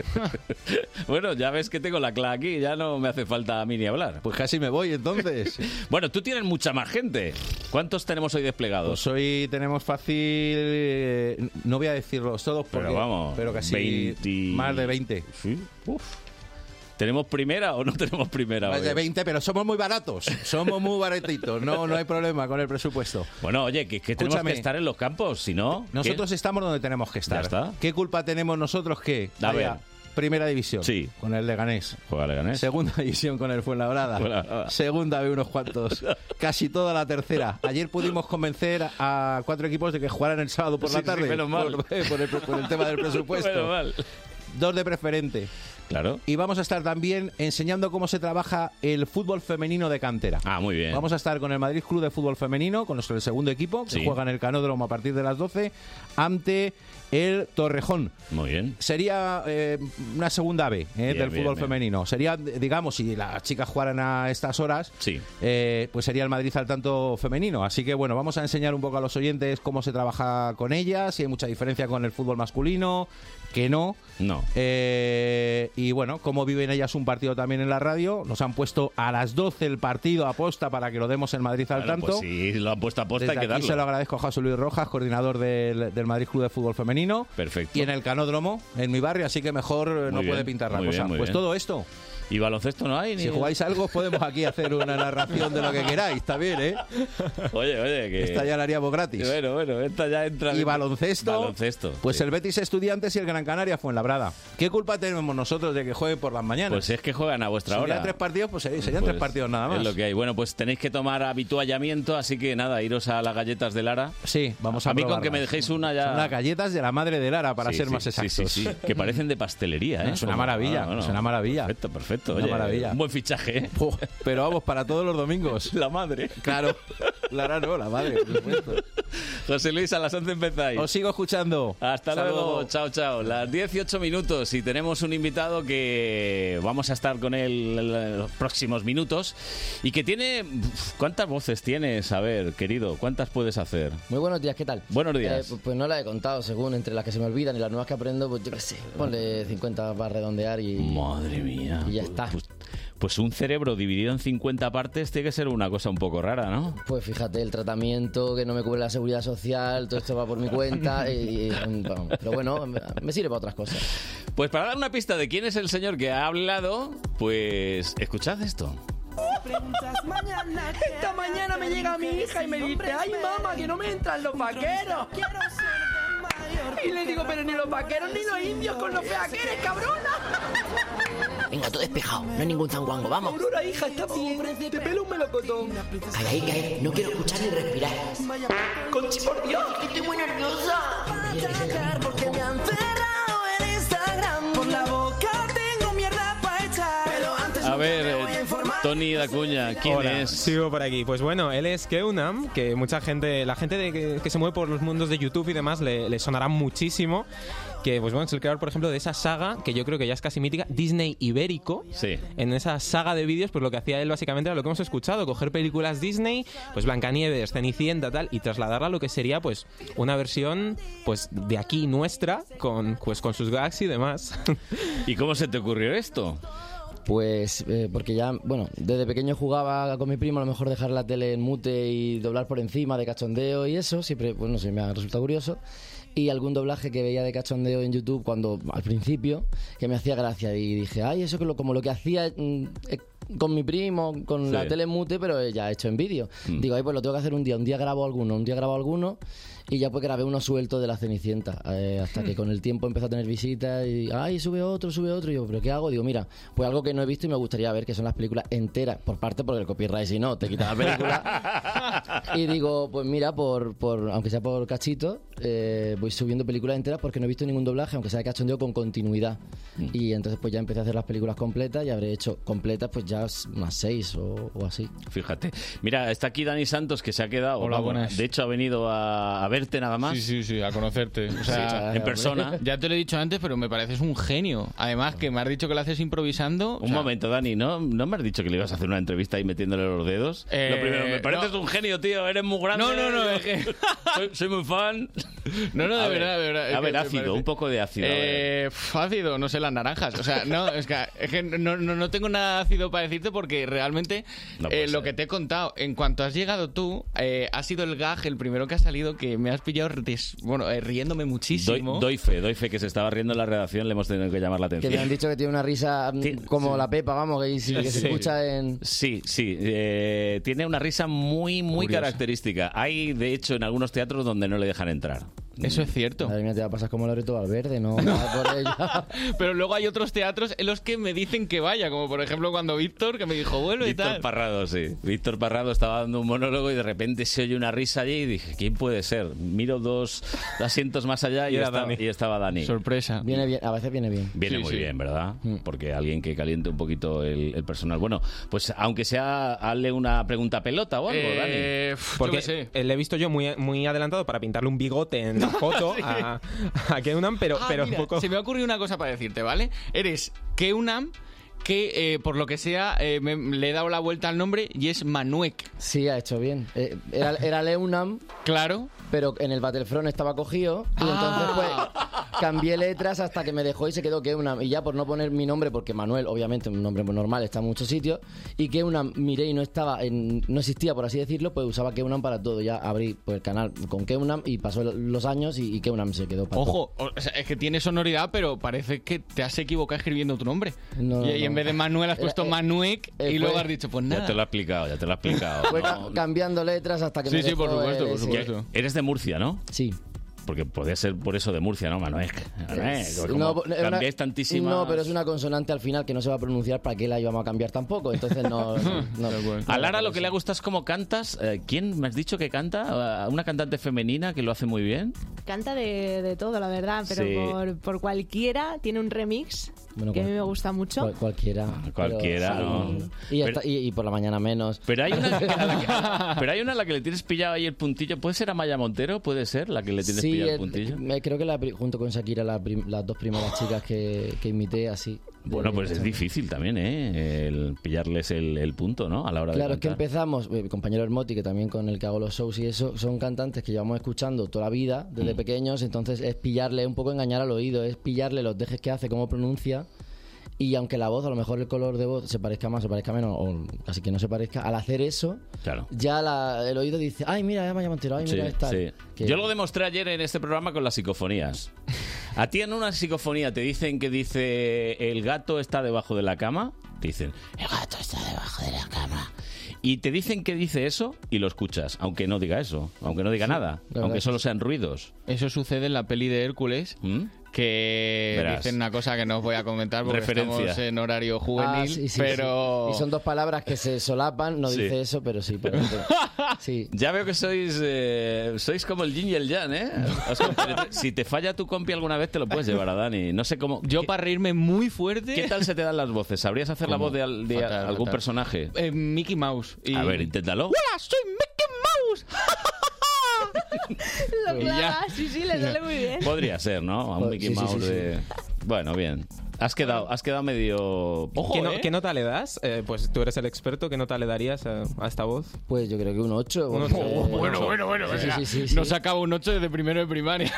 Speaker 2: bueno, ya ves que tengo la cla aquí, ya no me hace falta a mí ni hablar.
Speaker 8: Pues casi me voy entonces.
Speaker 2: bueno, tú tienes mucha más gente. ¿Cuántos tenemos hoy desplegados?
Speaker 8: Pues hoy tenemos fácil, eh, no voy a decirlos todos, porque,
Speaker 2: pero vamos,
Speaker 8: pero casi
Speaker 2: 20.
Speaker 8: más de 20.
Speaker 2: Sí, uf. ¿Tenemos primera o no tenemos primera?
Speaker 8: Más
Speaker 2: hoy?
Speaker 8: de 20, pero somos muy baratos. Somos muy baratitos. No, no hay problema con el presupuesto.
Speaker 2: Bueno, oye, que, que tenemos
Speaker 8: Escúchame.
Speaker 2: que estar en los campos, si no... ¿qué?
Speaker 8: Nosotros estamos donde tenemos que estar.
Speaker 2: Ya está.
Speaker 8: ¿Qué culpa tenemos nosotros que
Speaker 2: A
Speaker 8: haya
Speaker 2: ver.
Speaker 8: primera división con el Leganés?
Speaker 2: Juega Leganés.
Speaker 8: Segunda división con el Fuenlabrada.
Speaker 2: Fuenlabrada.
Speaker 8: Segunda de unos cuantos. Casi toda la tercera. Ayer pudimos convencer a cuatro equipos de que jugaran el sábado por
Speaker 2: Sí,
Speaker 8: la
Speaker 2: sí,
Speaker 8: tarde.
Speaker 2: menos mal.
Speaker 8: Por, eh, por el, por el tema del presupuesto.
Speaker 2: Menos mal.
Speaker 8: Dos de preferente.
Speaker 2: Claro.
Speaker 8: Y vamos a estar también enseñando cómo se trabaja el fútbol femenino de cantera.
Speaker 2: Ah, muy bien.
Speaker 8: Vamos a estar con el Madrid Club de Fútbol Femenino, con los el segundo equipo, que
Speaker 2: Sí.
Speaker 8: juega en el Canódromo a partir de las 12, ante el Torrejón.
Speaker 2: Muy bien.
Speaker 8: Sería eh, una segunda B eh, del
Speaker 2: bien,
Speaker 8: fútbol
Speaker 2: bien.
Speaker 8: femenino. Sería, digamos, si las chicas jugaran a estas horas, eh, pues sería el Madrid al tanto femenino. Así que bueno, vamos a enseñar un poco a los oyentes cómo se trabaja con ellas, si hay mucha diferencia con el fútbol masculino, que no.
Speaker 2: No.
Speaker 8: Eh, y bueno, cómo viven ellas un partido también en la radio. Nos han puesto a las 12 el partido aposta para que lo demos en Madrid al
Speaker 2: Bueno,
Speaker 8: tanto.
Speaker 2: pues sí, lo han puesto a posta,
Speaker 8: Desde
Speaker 2: hay que
Speaker 8: aquí
Speaker 2: darlo.
Speaker 8: se lo agradezco a José Luis Rojas, coordinador del, del Madrid Club de Fútbol Femenino.
Speaker 2: Perfecto.
Speaker 8: Y en el Canódromo, en mi barrio, así que mejor eh, no
Speaker 2: Muy bien,
Speaker 8: puede pintar la
Speaker 2: muy
Speaker 8: cosa.
Speaker 2: bien, muy
Speaker 8: pues
Speaker 2: bien.
Speaker 8: todo esto.
Speaker 2: ¿Y baloncesto no hay?
Speaker 8: Si
Speaker 2: ni-
Speaker 8: jugáis algo, os podemos aquí hacer una narración de lo que queráis. Está bien, ¿eh?
Speaker 2: Oye, oye, que...
Speaker 8: Esta ya la haríamos gratis.
Speaker 2: Bueno, bueno, esta ya entra...
Speaker 8: ¿Y baloncesto?
Speaker 2: Baloncesto.
Speaker 8: Pues el Betis Estudiantes y el Gran Canaria fue en Labrada. ¿Qué culpa tenemos nosotros de que jueguen por las mañanas?
Speaker 2: Pues es que juegan a vuestra
Speaker 8: Si
Speaker 2: hora.
Speaker 8: hubiera tres partidos, pues serían, serían
Speaker 2: Pues
Speaker 8: tres partidos nada más.
Speaker 2: Es lo que hay. Bueno, pues tenéis que tomar habituallamiento, así que nada, iros a las galletas de Lara.
Speaker 8: Sí, vamos a
Speaker 2: A mí con
Speaker 8: probarlas.
Speaker 2: que me dejéis una ya...
Speaker 8: Son las galletas de la madre de Lara, para
Speaker 2: Sí,
Speaker 8: ser
Speaker 2: sí,
Speaker 8: más
Speaker 2: sí, sí,
Speaker 8: exactos.
Speaker 2: sí, que parecen de pastelería, ¿eh?
Speaker 8: Es una
Speaker 2: Como-
Speaker 8: maravilla,
Speaker 2: Ah, bueno,
Speaker 8: es una maravilla.
Speaker 2: Perfecto, perfecto.
Speaker 8: Una
Speaker 2: Oye,
Speaker 8: maravilla.
Speaker 2: Un buen fichaje, ¿eh?
Speaker 8: Pero vamos, para todos los domingos.
Speaker 2: La madre.
Speaker 8: Claro. Lara no, la madre, por supuesto.
Speaker 2: José Luis, a las 11 empezáis.
Speaker 8: Os sigo escuchando.
Speaker 2: Hasta luego, chao, chao. Las 18 minutos y tenemos un invitado que vamos a estar con él en los próximos minutos y que tiene... uf, ¿Cuántas voces tienes? A ver, querido, ¿cuántas puedes hacer?
Speaker 22: Muy buenos días, ¿qué tal?
Speaker 2: Buenos
Speaker 22: Eh,
Speaker 2: días.
Speaker 22: pues, pues no la he contado, según entre las que se me olvidan y las nuevas que aprendo, pues yo qué sé, ponle 50 para redondear y...
Speaker 2: Madre mía.
Speaker 22: Y ya está.
Speaker 2: Pues, pues un cerebro dividido en 50 partes tiene que ser una cosa un poco rara, ¿no?
Speaker 22: Pues fíjate, el tratamiento, que no me cubre la seguridad social, todo esto va por mi cuenta, y- y- vamos, pero bueno, me- me sirve para otras cosas.
Speaker 2: Pues para dar una pista de quién es el señor que ha hablado, pues escuchad esto.
Speaker 23: Esta mañana me llega mi hija y me dice, ay mamá, que no me entran los vaqueros.
Speaker 5: Y le digo, pero ni los vaqueros ni los indios con los feas que eres, cabrona.
Speaker 9: Venga, todo despejado, no hay ningún zanguango, vamos.
Speaker 5: Aurora, hija, está bien. Te pelo un melocotón.
Speaker 9: Calla, ahí, calla, ahí. no quiero escuchar ni respirar.
Speaker 5: Conchi, por Dios. Estoy muy nerviosa. Porque me han cerrado el Instagram. Por la boca tengo mierda para echar. Pero antes
Speaker 2: A ver, eh, Tony Dacuña, ¿quién
Speaker 16: Hola,
Speaker 2: es?
Speaker 16: Sigo por aquí. Pues bueno, él es Keunam, que mucha gente, la gente de- que, que se mueve por los mundos de YouTube y demás le, le sonará muchísimo. Que pues bueno, es el creador, por ejemplo, de esa saga que yo creo que ya es casi mítica, Disney Ibérico.
Speaker 2: Sí.
Speaker 16: En esa saga de vídeos, pues lo que hacía él básicamente era lo que hemos escuchado, coger películas Disney, pues Blancanieves, Cenicienta, tal, y trasladarla a lo que sería pues una versión pues de aquí nuestra, con pues con sus gags y demás.
Speaker 2: ¿Y cómo se te ocurrió esto?
Speaker 22: Pues eh, porque ya, bueno, desde pequeño jugaba con mi primo, a lo mejor dejar la tele en mute y doblar por encima de cachondeo y eso, siempre, pues no sé, me ha resultado curioso. Y algún doblaje que veía de cachondeo en YouTube cuando, al principio, que me hacía gracia y dije, ay, eso que lo, como lo que hacía mm, eh, con mi primo, con la
Speaker 23: Sí.
Speaker 22: tele en mute, pero eh, ya hecho en vídeo. Digo, ay, pues lo tengo que hacer un día, un día grabo alguno, un día grabo alguno y ya pues grabé uno suelto de la Cenicienta, eh, hasta que con el tiempo empezó a tener visitas y, ay, sube otro, sube otro. Y yo, ¿pero qué hago? Digo, mira, pues algo que no he visto y me gustaría ver, que son las películas enteras, por parte, porque el copyright, si no, te quita la película. y digo, pues mira, por, por aunque sea por cachito, eh, voy subiendo películas enteras porque no he visto ningún doblaje, aunque sea de cachondeo, con continuidad. Y entonces pues ya empecé a hacer las películas completas y habré hecho completas pues ya unas seis o, o así.
Speaker 2: Fíjate. Mira, está aquí Dani Santos que se ha quedado.
Speaker 16: Hola,
Speaker 2: Vamos,
Speaker 16: buenas.
Speaker 2: De hecho, ha venido a, a verte nada más.
Speaker 11: Sí, sí, sí, a conocerte. O sea,
Speaker 2: Sí, en persona.
Speaker 11: Ya te lo he dicho antes, pero me pareces un genio. Además, que me has dicho que lo haces improvisando.
Speaker 2: Un momento, Dani, ¿no, ¿no me has dicho que le ibas a hacer una entrevista ahí metiéndole los dedos?
Speaker 11: Eh,
Speaker 2: Lo primero, me pareces un genio, tío, eres muy grande.
Speaker 11: No, no, no, es que-
Speaker 2: soy, soy muy fan.
Speaker 11: No, no, de
Speaker 2: A ver,
Speaker 11: verdad, de verdad. es
Speaker 2: A
Speaker 11: que
Speaker 2: ver,
Speaker 11: me
Speaker 2: ácido,
Speaker 11: parece-
Speaker 2: un poco de ácido. a ver.
Speaker 11: Eh, pf, ácido, no sé, las naranjas. O sea, no, es que, es que no, no- no tengo nada ácido para decirte porque realmente
Speaker 2: No
Speaker 11: eh,
Speaker 2: puede
Speaker 11: lo que te he contado, en cuanto has llegado tú, eh, ha sido el gag, el primero que ha salido, que me has pillado des- bueno, eh, riéndome
Speaker 2: Doy,
Speaker 11: muchísimo.
Speaker 2: doy fe, doy fe que se estaba riendo en la redacción, le hemos tenido que llamar la
Speaker 22: Que
Speaker 2: atención.
Speaker 22: me han dicho que tiene una risa mm, como la Pepa, vamos, que, que se
Speaker 2: Sí.
Speaker 22: escucha en...
Speaker 2: Sí, sí. eh, tiene una risa muy, muy
Speaker 22: Curiosa.
Speaker 2: característica. Hay, de hecho, en algunos teatros donde no le dejan entrar.
Speaker 11: Eso es cierto.
Speaker 22: Madre mía, te va a pasar como Loreto Valverde, ¿no? Por ella.
Speaker 11: Pero luego hay otros teatros en los que me dicen que vaya, como por ejemplo cuando Víctor, que me dijo, vuelve y
Speaker 2: Víctor
Speaker 11: tal.
Speaker 2: Parrado, sí. Víctor Parrado estaba dando un monólogo y de repente se oye una risa allí y dije, ¿quién puede ser? Miro dos asientos más allá y,
Speaker 11: Y era
Speaker 2: estaba,
Speaker 11: Dani.
Speaker 2: y estaba Dani.
Speaker 11: Sorpresa.
Speaker 22: Viene bien, a veces viene bien.
Speaker 2: Viene
Speaker 22: Sí,
Speaker 2: muy
Speaker 22: sí.
Speaker 2: bien, ¿verdad?
Speaker 22: Mm.
Speaker 2: Porque alguien que caliente un poquito el, el personal. Bueno, pues aunque sea, hazle una pregunta pelota o algo,
Speaker 16: Eh,
Speaker 2: Dani.
Speaker 16: Porque eh, le he visto yo muy, muy adelantado para pintarle un bigote en la foto
Speaker 11: Sí.
Speaker 16: a, a Keunam, pero,
Speaker 11: Ah,
Speaker 16: pero
Speaker 11: mira,
Speaker 16: un poco...
Speaker 11: Se me ha ocurrido una cosa para decirte, ¿vale? Eres Keunam, que eh, por lo que sea eh, me- le he dado la vuelta al nombre y es Manuek.
Speaker 22: Sí, ha hecho bien. Eh, era, era Leunam.
Speaker 11: Claro. Ah.
Speaker 22: Pero en el Battlefront estaba cogido. Y entonces, pues, cambié letras hasta que me dejó y se quedó Keunam. Y ya por no poner mi nombre, porque Manuel, obviamente, un nombre normal, está en muchos sitios. Y Keunam miré y no estaba, en- no existía, por así decirlo, pues usaba Keunam para todo. Ya abrí pues, el canal con Keunam y pasó los años y, y Keunam se quedó para todo.
Speaker 11: Ojo, o sea, es que tiene sonoridad, pero parece que te has equivocado escribiendo tu nombre.
Speaker 22: No,
Speaker 11: y,
Speaker 22: no,
Speaker 11: y en
Speaker 22: no.
Speaker 11: vez de Manuel has
Speaker 22: Era,
Speaker 11: puesto
Speaker 22: eh,
Speaker 11: Manuek
Speaker 22: eh, Pues,
Speaker 11: y luego
Speaker 22: fue-
Speaker 11: has dicho, pues
Speaker 2: Ya
Speaker 11: nada.
Speaker 2: te lo he explicado, ya te lo he explicado.
Speaker 22: Fue
Speaker 2: ¿no?
Speaker 22: ca- cambiando letras hasta que me dejó el- ese-
Speaker 2: Eres de Murcia, ¿no?
Speaker 22: Sí.
Speaker 2: Porque podía ser por eso de Murcia, ¿no, Manuel? Manuel,
Speaker 22: Es-
Speaker 2: pues como
Speaker 22: no, es una-
Speaker 2: cambiáis tantísimas-
Speaker 22: No, pero es una consonante al final que no se va a pronunciar para qué la íbamos a cambiar tampoco. Entonces no. no, no.
Speaker 2: A Lara lo que le gusta es cómo cantas. Eh, ¿Quién me has dicho que canta? Eh, Una cantante femenina que lo hace muy bien.
Speaker 20: Canta de, de todo, la verdad, pero
Speaker 2: Sí.
Speaker 20: por, por cualquiera. Tiene un remix
Speaker 22: Bueno,
Speaker 20: que a mí
Speaker 22: cual-
Speaker 20: me gusta mucho.
Speaker 22: Cual- cualquiera.
Speaker 2: Ah, Cualquiera, ¿no?
Speaker 22: Y, hasta- y- y por la mañana menos.
Speaker 2: Pero hay una, a la que, pero hay una a la que le tienes pillado ahí el puntillo. ¿Puede ser a Maya Montero? ¿Puede ser la que le tienes
Speaker 22: Sí,
Speaker 2: pillado el,
Speaker 22: el-
Speaker 2: puntillo?
Speaker 22: me- creo que la pri- junto con Shakira la prim- las dos primeras chicas que, que imité así.
Speaker 2: Bueno, pues es difícil también, ¿eh? El pillarles el, el punto, ¿no? A la hora
Speaker 22: Claro, es
Speaker 2: de
Speaker 22: que
Speaker 2: cantar.
Speaker 22: empezamos, eh, mi compañero Hermoti, que también con el que hago los shows y eso, son cantantes que llevamos escuchando toda la vida,
Speaker 2: Mm.
Speaker 22: desde pequeños, entonces es pillarle, un poco engañar al oído, es pillarle los dejes que hace, cómo pronuncia, y aunque la voz, a lo mejor el color de voz se parezca más, se parezca menos, o casi que no se parezca, al hacer eso, ya la- el oído dice, ay, mira, ya me llama Montero, ay, mira,
Speaker 2: Sí,
Speaker 22: esta.
Speaker 2: sí.
Speaker 22: Que-
Speaker 2: Yo lo demostré ayer en este programa con las psicofonías. A ti en una psicofonía te dicen que dice el gato está debajo de la cama. Te dicen, el gato está debajo de la cama. y te dicen que dice eso y lo escuchas, aunque no diga eso, aunque no diga
Speaker 11: Sí, la
Speaker 2: nada,
Speaker 11: verdad
Speaker 2: aunque
Speaker 11: es
Speaker 2: solo sean ruidos. ¿Mm?
Speaker 11: Eso sucede en la peli de Hércules. Que
Speaker 2: Verás.
Speaker 11: dicen una cosa que no os voy a comentar porque
Speaker 2: Referencia.
Speaker 11: estamos en horario juvenil,
Speaker 22: Ah, sí, sí,
Speaker 11: pero
Speaker 22: sí. Y son dos palabras que se solapan, no
Speaker 2: Sí.
Speaker 22: dice eso, pero sí. pero-
Speaker 2: Ya veo que sois eh, sois como el yin y el yang, ¿eh? Os compenetra- si te falla tu compi alguna vez te lo puedes llevar a Dani. No sé cómo. Yo
Speaker 11: para reírme muy fuerte.
Speaker 2: ¿Qué tal se te dan las voces? ¿Sabrías hacer la
Speaker 11: ¿Cómo?
Speaker 2: voz de, al- de
Speaker 11: Fatal,
Speaker 2: algún
Speaker 11: fatal.
Speaker 2: personaje?
Speaker 11: eh, Mickey Mouse. y-
Speaker 2: A ver, inténtalo.
Speaker 11: ¡Hola, soy Mickey
Speaker 20: Mouse!
Speaker 2: Y
Speaker 20: Lo clava,
Speaker 2: Pues ya.
Speaker 20: sí, sí, le sale muy bien.
Speaker 2: Podría ser, ¿no? A un
Speaker 22: Pod-
Speaker 2: Mickey
Speaker 22: sí, sí, sí,
Speaker 2: Mouse
Speaker 22: sí.
Speaker 2: de. Bueno, bien. Has quedado, has quedado medio. Ojo,
Speaker 16: ¿Qué, no-
Speaker 2: ¿eh?
Speaker 16: qué nota le das? Eh, pues tú eres el experto, ¿qué nota le darías a, a esta voz?
Speaker 22: Pues yo creo que un 8.
Speaker 16: Un
Speaker 22: un
Speaker 16: 8.
Speaker 22: ocho.
Speaker 11: Bueno, bueno, bueno.
Speaker 22: Sí, sí,
Speaker 11: venga.
Speaker 22: sí, sí,
Speaker 11: Nos
Speaker 22: sí.
Speaker 11: acaba un 8 desde primero de primaria.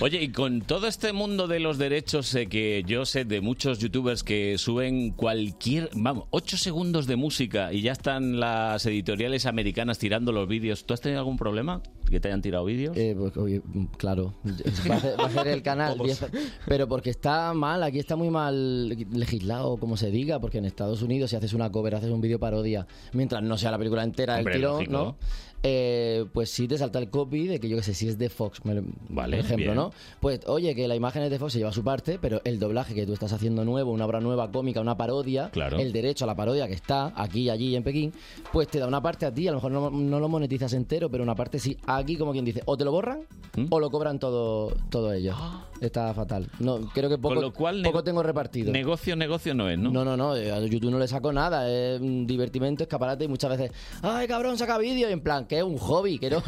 Speaker 2: Oye, y con todo este mundo de los derechos eh, que yo sé de muchos youtubers que suben cualquier, vamos, 8 segundos de música y ya están las editoriales americanas tirando los vídeos, ¿tú has tenido algún problema que te hayan tirado vídeos?
Speaker 22: Eh, pues, oye, mm, claro, va a ser, va a ser el canal.
Speaker 2: Todos.
Speaker 22: diez- pero porque está mal, aquí está muy mal legislado, como se diga, porque en Estados Unidos si haces una cover, haces un vídeo parodia, mientras no sea la película entera del
Speaker 2: Hombre,
Speaker 22: tirón,
Speaker 2: lógico.
Speaker 22: ¿no? Eh, pues sí te salta el copy de que yo que sé, si es de Fox, me lo-
Speaker 2: Vale,
Speaker 22: por ejemplo,
Speaker 2: bien.
Speaker 22: ¿no? Pues oye, que la imagen es de Fox, se lleva su parte, pero el doblaje que tú estás haciendo nuevo, una obra nueva cómica, una parodia,
Speaker 2: Claro.
Speaker 22: el derecho a la parodia que está aquí, allí y en Pekín, pues te da una parte a ti, a lo mejor no, no lo monetizas entero, pero una parte sí, aquí como quien dice, o te lo borran o lo cobran todo, todo ello. Está fatal. No, creo que poco,
Speaker 2: lo cual,
Speaker 22: poco
Speaker 2: nego-
Speaker 22: tengo repartido.
Speaker 2: Negocio, negocio no es, ¿no?
Speaker 22: No, no, no, eh, a YouTube no le saco nada, es un divertimento, escaparate y muchas veces, ay cabrón, saca vídeo, y en plan, que es un hobby, que no,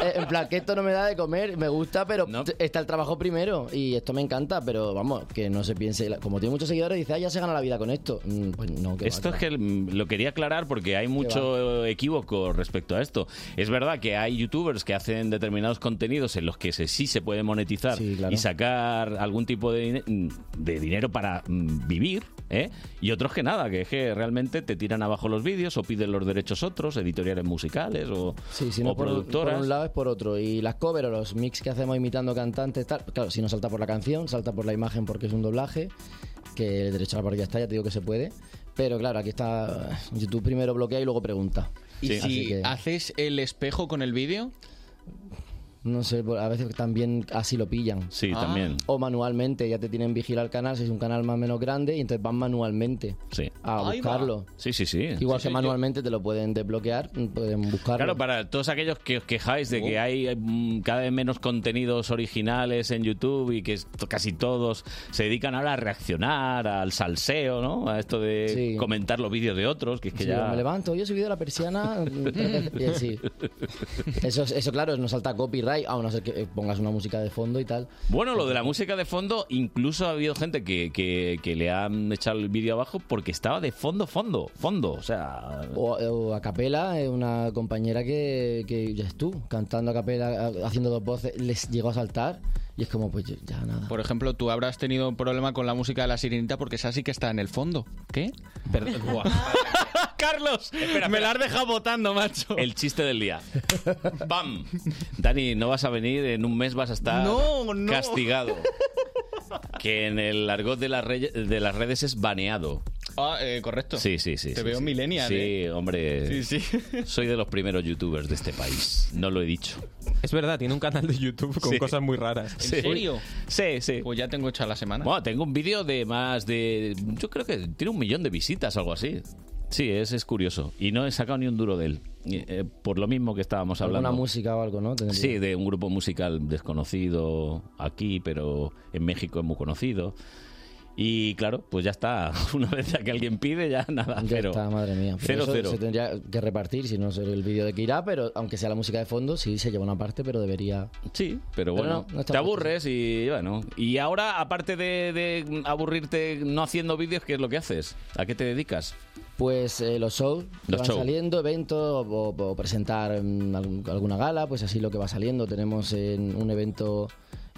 Speaker 22: Eh, en plan, que esto no me da de comer, me gusta, pero t- está el trabajo primero y esto me encanta, pero vamos, que no se piense, la- como tiene muchos seguidores, dice, ay, ya se gana la vida con esto. Mm, Pues no, que va,
Speaker 2: Esto
Speaker 22: que
Speaker 2: es que mm, lo quería aclarar porque hay mucho equívoco respecto a esto. Es verdad que hay youtubers que hacen determinados contenidos en los que se, sí se puede monetizar y sacar algún tipo de, dine- de dinero para mm, vivir, ¿eh? y otros que nada, que es que realmente te tiran abajo los vídeos o piden los derechos otros, editoriales musicales o,
Speaker 22: Sí, si
Speaker 2: o
Speaker 22: no por, un-
Speaker 2: productoras.
Speaker 22: por un lado es por otro. Y las covers o los mix que hacemos imitando cantantes, tal, claro, si no salta por la canción, salta por la imagen porque es un doblaje, que el derecho a la parodia está, ya te digo que se puede. Pero claro, aquí está YouTube primero bloquea y luego pregunta.
Speaker 11: ¿Y
Speaker 22: Así
Speaker 11: si
Speaker 2: Ah.
Speaker 22: que,
Speaker 11: haces el espejo con el vídeo?
Speaker 22: no sé, por- a veces también así lo pillan.
Speaker 2: Sí, Ah. también.
Speaker 22: O manualmente, ya te tienen vigilado el canal, si es un canal más o menos grande, y entonces van manualmente
Speaker 2: Sí.
Speaker 22: a
Speaker 2: Ahí va.
Speaker 22: buscarlo.
Speaker 2: Sí, sí, sí.
Speaker 22: Igual
Speaker 2: Sí,
Speaker 22: que
Speaker 2: sí, yo-
Speaker 22: manualmente te lo pueden desbloquear, pueden buscarlo.
Speaker 2: Claro, para todos aquellos que os quejáis de
Speaker 22: Uh.
Speaker 2: que hay mm, cada vez menos contenidos originales en YouTube y que es- casi todos se dedican ahora a reaccionar, al salseo, ¿no? A esto de
Speaker 22: Sí.
Speaker 2: comentar los vídeos de otros, que es que
Speaker 22: Sí,
Speaker 2: ya...
Speaker 22: Me levanto, yo he subido la persiana. y sí. Eso, eso, claro, no salta copyright, aún no ser que eh, pongas una música de fondo y tal.
Speaker 2: Bueno, lo de la música de fondo, incluso ha habido gente que, que- que le han echado el vídeo abajo porque estaba de fondo, fondo, fondo, o sea...
Speaker 22: O, o a capela, eh, una compañera que, que ya es tú, cantando a capela, a- haciendo dos voces, les llegó a saltar y es como, pues ya- ya nada.
Speaker 11: Por ejemplo, tú habrás tenido un problema con la música de la sirenita porque esa sí que está en el fondo. ¿Qué? Carlos, me la has dejado votando, macho.
Speaker 2: El chiste del día. ¡Bam! Dani, no vas a venir, en un mes vas a estar
Speaker 11: No, no.
Speaker 2: castigado. Que en el argot de las, reyes- de las redes es baneado.
Speaker 11: Ah, eh, correcto.
Speaker 2: Sí, sí, sí.
Speaker 11: Te
Speaker 2: sí,
Speaker 11: veo
Speaker 2: sí.
Speaker 11: millennial,
Speaker 2: Sí,
Speaker 11: eh.
Speaker 2: hombre.
Speaker 11: Sí,
Speaker 2: Soy de los primeros youtubers de este país. No lo he dicho.
Speaker 16: Es verdad, tiene un canal de YouTube con
Speaker 2: Sí.
Speaker 16: cosas muy raras.
Speaker 2: Sí. Sí, sí.
Speaker 11: Pues ya tengo hecha la semana.
Speaker 2: Bueno, tengo un vídeo de más de. Yo creo que tiene un millón de visitas, algo así. Sí, es, es curioso. Y no he sacado ni un duro de él. Eh, eh, por lo mismo que estábamos
Speaker 22: Alguna
Speaker 2: hablando.
Speaker 22: música o algo, ¿no? Tendría.
Speaker 2: Sí, de un grupo musical desconocido aquí, pero en México es muy conocido. Y claro, pues ya está. Una vez ya que alguien pide, ya nada.
Speaker 22: Ya
Speaker 2: cero.
Speaker 22: está, Ah, madre mía. Pero
Speaker 2: Cero,
Speaker 22: eso
Speaker 2: cero.
Speaker 22: Se tendría que repartir, si no sería el vídeo de que irá, pero aunque sea la música de fondo, sí se lleva una parte, pero debería.
Speaker 2: Sí,
Speaker 22: Pero
Speaker 2: pero bueno,
Speaker 22: no, no está
Speaker 2: te aburres y bueno. Y ahora, aparte de, de aburrirte no haciendo vídeos, ¿qué es lo que haces? ¿A qué te dedicas?
Speaker 22: Pues eh, los shows que
Speaker 2: Los
Speaker 22: van
Speaker 2: shows.
Speaker 22: saliendo, eventos o, o presentar mm, algún- alguna gala, pues así lo que va saliendo. Tenemos en un evento,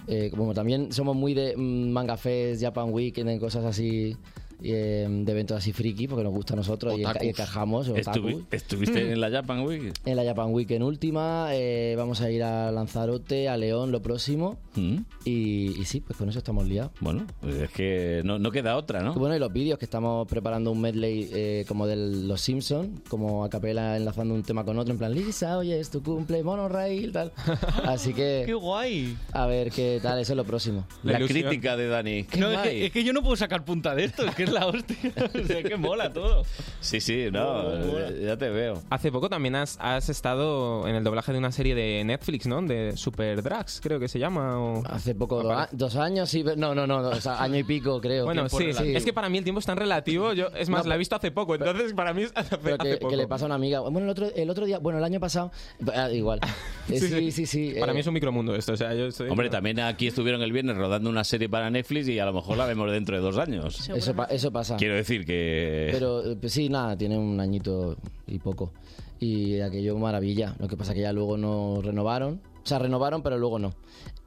Speaker 22: eh, como también somos muy de mm, Manga Fest, Japan Weekend, en cosas así eh, de eventos así friki, porque nos gusta a nosotros y, enca- y
Speaker 2: Otakus.
Speaker 22: encajamos.
Speaker 2: Estuvi-
Speaker 22: otakus.
Speaker 2: ¿Estuviste en la Japan Week?
Speaker 22: En la Japan Week en última, eh, vamos a ir a Lanzarote, a León lo próximo. Y, y sí, pues con eso estamos liados.
Speaker 2: Mm, Bueno, pues es que no, no queda otra, ¿no?
Speaker 22: Y Bueno, y los vídeos que estamos preparando un medley eh, como de los Simpsons, como a capela enlazando un tema con otro, en plan, Lisa, oye, es tu cumple, monorail, tal. Así que. ¡Qué
Speaker 11: guay!
Speaker 22: A ver qué tal, eso es lo próximo.
Speaker 2: La, crítica de Dani.
Speaker 11: No, es, que, es que yo no puedo sacar punta de esto, es que es la hostia. O sea, es que mola todo.
Speaker 2: Sí, sí, no, ya te veo.
Speaker 16: Hace poco también has, has estado en el doblaje de una serie de Netflix, ¿no? De Super Drags, creo que se llama.
Speaker 22: Hace poco, do- dos años, sí, pero- no, no, no, o sea, año y pico, creo.
Speaker 16: Bueno, sí, es que para mí el tiempo es tan relativo. Yo, es más,
Speaker 22: No,
Speaker 16: la he visto hace poco, entonces para mí es hace,
Speaker 22: Pero
Speaker 16: hace
Speaker 22: que,
Speaker 16: poco.
Speaker 22: que le pasa a una amiga. Bueno, el otro, el otro día, bueno, el año pasado, ah, igual. Eh, sí,
Speaker 16: Sí, sí.
Speaker 22: sí, sí.
Speaker 16: Para
Speaker 22: eh,
Speaker 16: mí es un micromundo esto, o sea, yo estoy...
Speaker 2: Hombre, también aquí estuvieron el viernes rodando una serie para Netflix y a lo mejor la vemos dentro de dos años.
Speaker 22: Eso, pa- eso pasa.
Speaker 2: Quiero decir que...
Speaker 22: Pero eh, pues sí, nada, tiene un añito y poco. Y aquello maravilla. Lo que pasa que ya luego no renovaron. O sea, renovaron, pero luego no.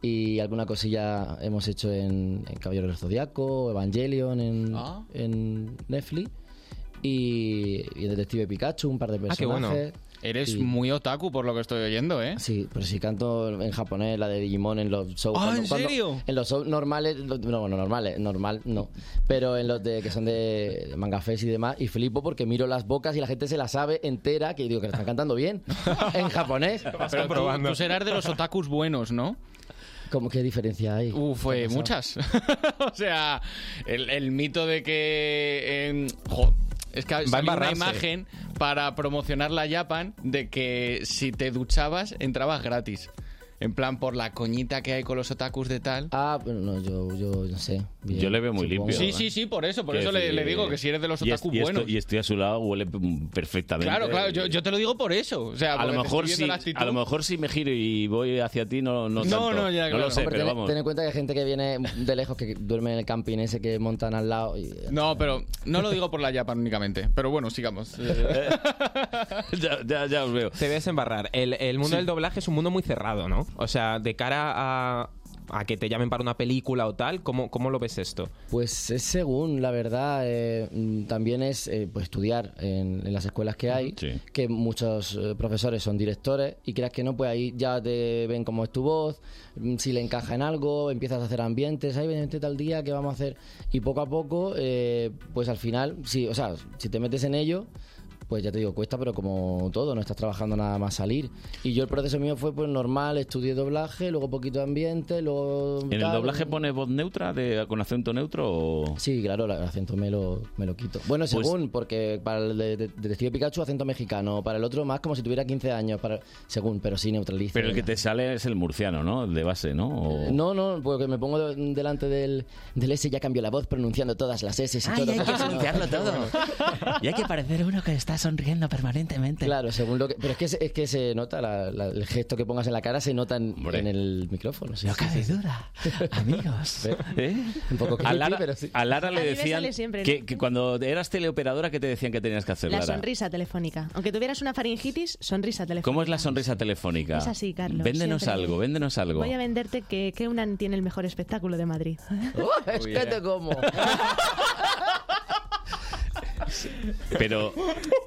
Speaker 22: Y alguna cosilla hemos hecho en, en Caballero del Zodiaco, Evangelion, en, en Netflix. Y, y en Detective Pikachu, un par de
Speaker 11: Ah, qué bueno.
Speaker 22: personajes.
Speaker 11: Eres
Speaker 22: Y-
Speaker 11: muy otaku por lo que estoy oyendo, ¿eh?
Speaker 22: Sí, pero si canto en japonés, la de Digimon, en los shows.
Speaker 11: Ah, ¿en serio?
Speaker 22: En los shows normales, lo- no, bueno, normales, normal, no. Pero en los de que son de manga fest y demás, y flipo porque miro las bocas y la gente se la sabe entera, que digo que la están cantando bien, en japonés.
Speaker 11: Pero tú, tú serás de los otakus buenos, ¿no?
Speaker 22: ¿Cómo qué diferencia hay?
Speaker 2: Uh,
Speaker 11: Uf, fue
Speaker 16: Pues
Speaker 22: ha pasado?
Speaker 11: Pues muchas. o sea, el, el mito de que. em, jo, es que salió una
Speaker 16: embarrarse.
Speaker 11: imagen para promocionar la Japan de que si te duchabas, entrabas gratis. En plan, por la coñita que hay con los otakus de tal.
Speaker 22: Ah, pero no, yo, yo no sé. bien,
Speaker 2: Yo le veo muy
Speaker 22: supongo.
Speaker 2: limpio.
Speaker 11: Sí, sí, sí, por eso, por
Speaker 2: Quiero
Speaker 11: eso le,
Speaker 2: decir,
Speaker 11: le digo que si eres de los
Speaker 2: y es-
Speaker 11: otakus
Speaker 2: y esto-
Speaker 11: buenos.
Speaker 2: Y estoy a su lado, huele mm, perfectamente.
Speaker 11: Claro, claro, yo, yo te lo digo por eso. O sea,
Speaker 2: a lo
Speaker 11: porque te
Speaker 2: mejor
Speaker 11: estoy
Speaker 2: si
Speaker 11: viendo la actitud.
Speaker 2: a lo mejor si me giro y voy hacia ti no no
Speaker 11: No,
Speaker 2: tanto.
Speaker 11: no, ya,
Speaker 2: lo
Speaker 11: claro.
Speaker 2: sé
Speaker 11: Hombre,
Speaker 2: pero
Speaker 11: ten-
Speaker 2: vamos
Speaker 22: Ten en cuenta que hay gente que viene de lejos, que duerme en el camping ese que montan al lado. y-
Speaker 11: No, pero no lo digo por la Japan únicamente. Pero bueno, sigamos. Eh,
Speaker 2: ya, ya, os veo.
Speaker 16: Te ves embarrar. El, el mundo
Speaker 11: Sí.
Speaker 16: del doblaje es un mundo muy cerrado, ¿no? O sea, de cara a, a que te llamen para una película o tal, ¿cómo, cómo lo ves esto?
Speaker 22: Pues es según, la verdad. eh, mm, también es eh, pues estudiar en, en las escuelas que hay, que muchos eh, profesores son directores y creas que no, pues ahí ya te ven cómo es tu voz, mm, si le encaja en algo, empiezas a hacer ambientes, ahí vente tal día, ¿qué vamos a hacer? Y poco a poco, eh, pues al final, sí, o sea, si te metes en ello, pues ya te digo, cuesta, pero como todo, no estás trabajando nada más salir. Y yo el proceso mío fue pues normal, estudié doblaje, luego poquito ambiente, luego...
Speaker 2: en el
Speaker 22: tal.
Speaker 2: doblaje pone voz neutra de con acento neutro o
Speaker 22: Sí, claro, el acento me lo, me lo quito. Bueno,
Speaker 2: Pues-
Speaker 22: según, porque para el de, de- Detective Pikachu acento mexicano, para el otro más como si tuviera 15 años, para, según, pero sí neutralizo.
Speaker 2: pero el que te sale es el murciano no el de base no O-
Speaker 22: Eh, No, no, porque me pongo de- delante del, del S y ya cambio la voz pronunciando todas las S y todo.
Speaker 3: hay que pronunciarlo todo.
Speaker 22: y hay que parecer uno que está sonriendo permanentemente. Claro, según lo que... Pero es que, se- es que se nota, la- la- el gesto que pongas en la cara se nota en, en el micrófono. sí, sí, sí, sí.
Speaker 3: amigos.
Speaker 2: ¿Eh?
Speaker 22: Un poco
Speaker 2: a
Speaker 22: creepy,
Speaker 2: Lara,
Speaker 22: pero sí.
Speaker 2: a Lara
Speaker 22: A
Speaker 2: le
Speaker 22: mí me
Speaker 2: decían
Speaker 20: sale siempre, ¿no?
Speaker 2: que, que cuando eras teleoperadora qué te decían que tenías que hacer
Speaker 20: La
Speaker 2: Lara
Speaker 20: sonrisa telefónica. Aunque tuvieras una faringitis, sonrisa telefónica.
Speaker 2: cómo es la sonrisa telefónica
Speaker 20: Es así, Carlos,
Speaker 2: véndenos
Speaker 20: siempre.
Speaker 2: algo véndenos algo
Speaker 20: Voy a venderte que, que UNAN tiene el mejor espectáculo de Madrid.
Speaker 22: ¡Uh! es que te como.
Speaker 2: Pero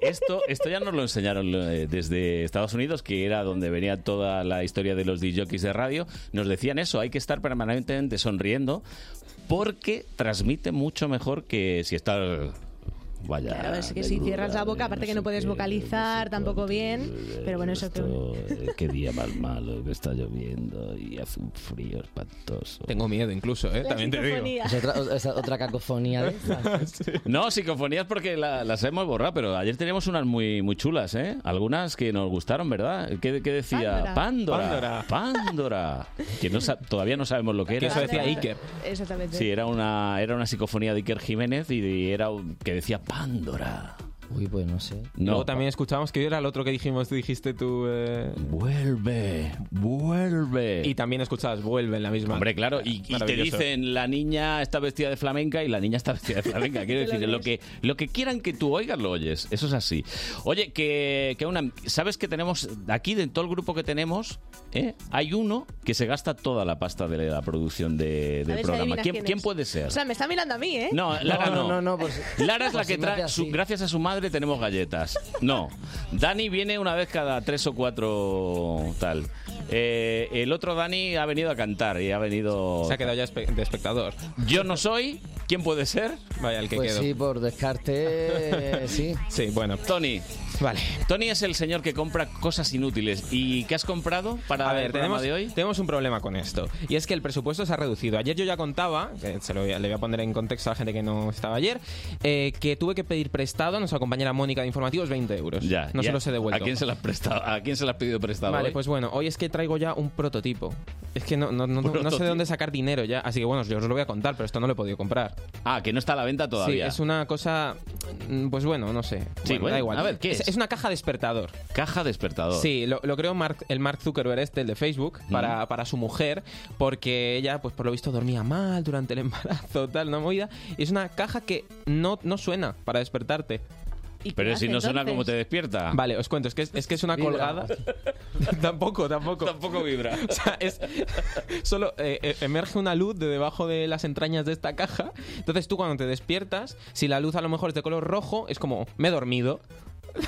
Speaker 2: esto, esto ya nos lo enseñaron eh, desde Estados Unidos, que era donde venía toda la historia de los DJs de radio. Nos decían eso, hay que estar permanentemente sonriendo porque transmite mucho mejor que si estás... Vaya...
Speaker 20: Claro, es que si cierras la boca, aparte que no puedes vocalizar tampoco bien. Pero bueno, eso que...
Speaker 2: eh, Qué día más malo, que está lloviendo y hace un frío espantoso.
Speaker 16: Tengo miedo incluso, ¿eh?
Speaker 20: La También te digo. sinfonía.
Speaker 22: Es otra, es otra cacofonía de esas.
Speaker 2: No, psicofonías porque la- las hemos borrado, pero ayer teníamos unas muy, muy chulas, ¿eh? Algunas que nos gustaron, ¿verdad? ¿Qué, qué decía?
Speaker 16: Pándora.
Speaker 2: Pándora. Pándora. Que no sa- todavía no sabemos lo que era.
Speaker 16: Que eso decía Iker.
Speaker 20: Exactamente.
Speaker 2: Sí, era una, era una psicofonía de Iker Jiménez y, de- era un- que decía Pándora.
Speaker 22: Uy, pues no sé.
Speaker 9: Luego también escuchábamos que era el otro que dijimos, dijiste tú. eh,
Speaker 2: Vuelve, vuelve.
Speaker 9: Y también escuchabas, vuelve en la misma.
Speaker 2: Hombre, claro, y, y te
Speaker 9: Maravilloso.
Speaker 2: dicen la niña está vestida de flamenca y la niña está vestida de flamenca. Quiero
Speaker 9: Te lo
Speaker 2: decir, lo que, lo que quieran que tú oigas, lo oyes. Eso es así. Oye, que, que una, ¿sabes que tenemos aquí, de todo el grupo que tenemos, eh, hay uno que se gasta toda la pasta de la producción de-
Speaker 20: A
Speaker 2: del
Speaker 20: ver si
Speaker 2: programa?
Speaker 20: adivinas
Speaker 2: ¿Quién,
Speaker 20: quién es.
Speaker 2: quién puede ser?
Speaker 20: O sea, me está mirando a mí, ¿eh?
Speaker 2: No, Lara no. Lara es la
Speaker 20: pues
Speaker 2: que
Speaker 20: si me hace
Speaker 2: trae. su- gracias a su madre tenemos galletas. No. Dani viene una vez cada tres o cuatro tal. Eh, el otro Dani ha venido a cantar y ha venido.
Speaker 9: Se ha quedado ya espe- de espectador.
Speaker 2: Yo no soy. ¿Quién puede ser?
Speaker 9: Vaya, el que
Speaker 22: Pues
Speaker 9: quedo.
Speaker 22: sí, por descarte, eh, sí.
Speaker 9: Sí, bueno.
Speaker 2: Tony.
Speaker 9: Vale.
Speaker 2: Tony es el señor que compra cosas inútiles. ¿Y qué has comprado para
Speaker 9: A ver,
Speaker 2: el programa
Speaker 9: tenemos,
Speaker 2: de hoy?
Speaker 9: tenemos un problema con esto. Y es que el presupuesto se ha reducido. Ayer yo ya contaba, que se lo voy a- le voy a poner en contexto a la gente que no estaba ayer, eh, que tuve que pedir prestado a nuestra compañera Mónica de Informativos 20 euros.
Speaker 2: Ya.
Speaker 9: No
Speaker 2: ya.
Speaker 9: se los he devuelto.
Speaker 2: ¿A quién se las prestado? ¿A quién se las has pedido prestado?
Speaker 9: Vale,
Speaker 2: hoy?
Speaker 9: pues bueno, hoy es que traigo ya un prototipo. Es que no, no, no- no- no sé
Speaker 2: Prototipo.
Speaker 9: de dónde sacar dinero ya, así que bueno, yo os lo voy a contar, pero esto no lo he podido comprar.
Speaker 2: Ah, que no está a la venta todavía.
Speaker 9: Sí, es una cosa. mm, Pues bueno, no sé.
Speaker 2: Sí, bueno,
Speaker 9: da igual.
Speaker 2: a ver, ¿qué es?
Speaker 9: es una caja despertador.
Speaker 2: Caja despertador.
Speaker 9: Sí, lo, lo creó Mark- el Mark Zuckerberg este, el de Facebook, para, para su mujer, porque ella, pues por lo visto, dormía mal durante el embarazo, tal, una movida. Y es una caja que no, no suena para despertarte.
Speaker 2: Pero si no suena como te despierta.
Speaker 9: Vale, os cuento, es que es, es que es una
Speaker 2: Vibra.
Speaker 9: colgada. tampoco, tampoco.
Speaker 2: Tampoco vibra.
Speaker 9: O sea, es, solo eh, eh, emerge una luz de debajo de las entrañas de esta caja. Entonces tú cuando te despiertas, si la luz a lo mejor es de color rojo, es como, me he dormido.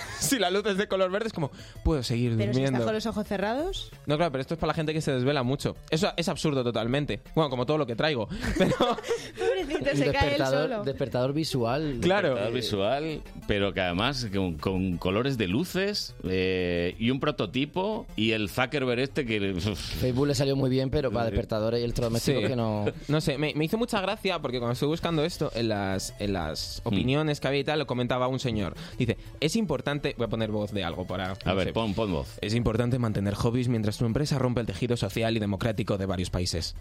Speaker 9: si la luz es de color verde, es como, puedo seguir
Speaker 20: Pero si
Speaker 9: durmiendo.
Speaker 20: estás con los ojos cerrados.
Speaker 9: No, claro, pero esto es para la gente que se desvela mucho. Eso es absurdo totalmente. Bueno, como todo lo que traigo. Pero
Speaker 20: Pobrecito,
Speaker 22: Un
Speaker 20: se cae él
Speaker 22: despertador,
Speaker 20: solo.
Speaker 22: despertador visual.
Speaker 9: Claro. eh,
Speaker 2: Espectador visual, pero que además con, con colores de luces eh, y un prototipo y el Zuckerberg este que... uf,
Speaker 22: Facebook le salió muy bien, pero para
Speaker 2: Eh,
Speaker 22: despertadores y electrodomésticos
Speaker 9: Sí.
Speaker 22: que no...
Speaker 9: No sé, me, me hizo mucha gracia porque cuando estoy buscando esto, en las, en las
Speaker 2: Mm.
Speaker 9: opiniones que había y tal, lo comentaba un señor. Dice, es importante... Voy a poner voz de algo para...
Speaker 2: A ver, pon, pon voz.
Speaker 9: Es importante mantener hobbies mientras tu empresa rompe el tejido social y democrático de varios países.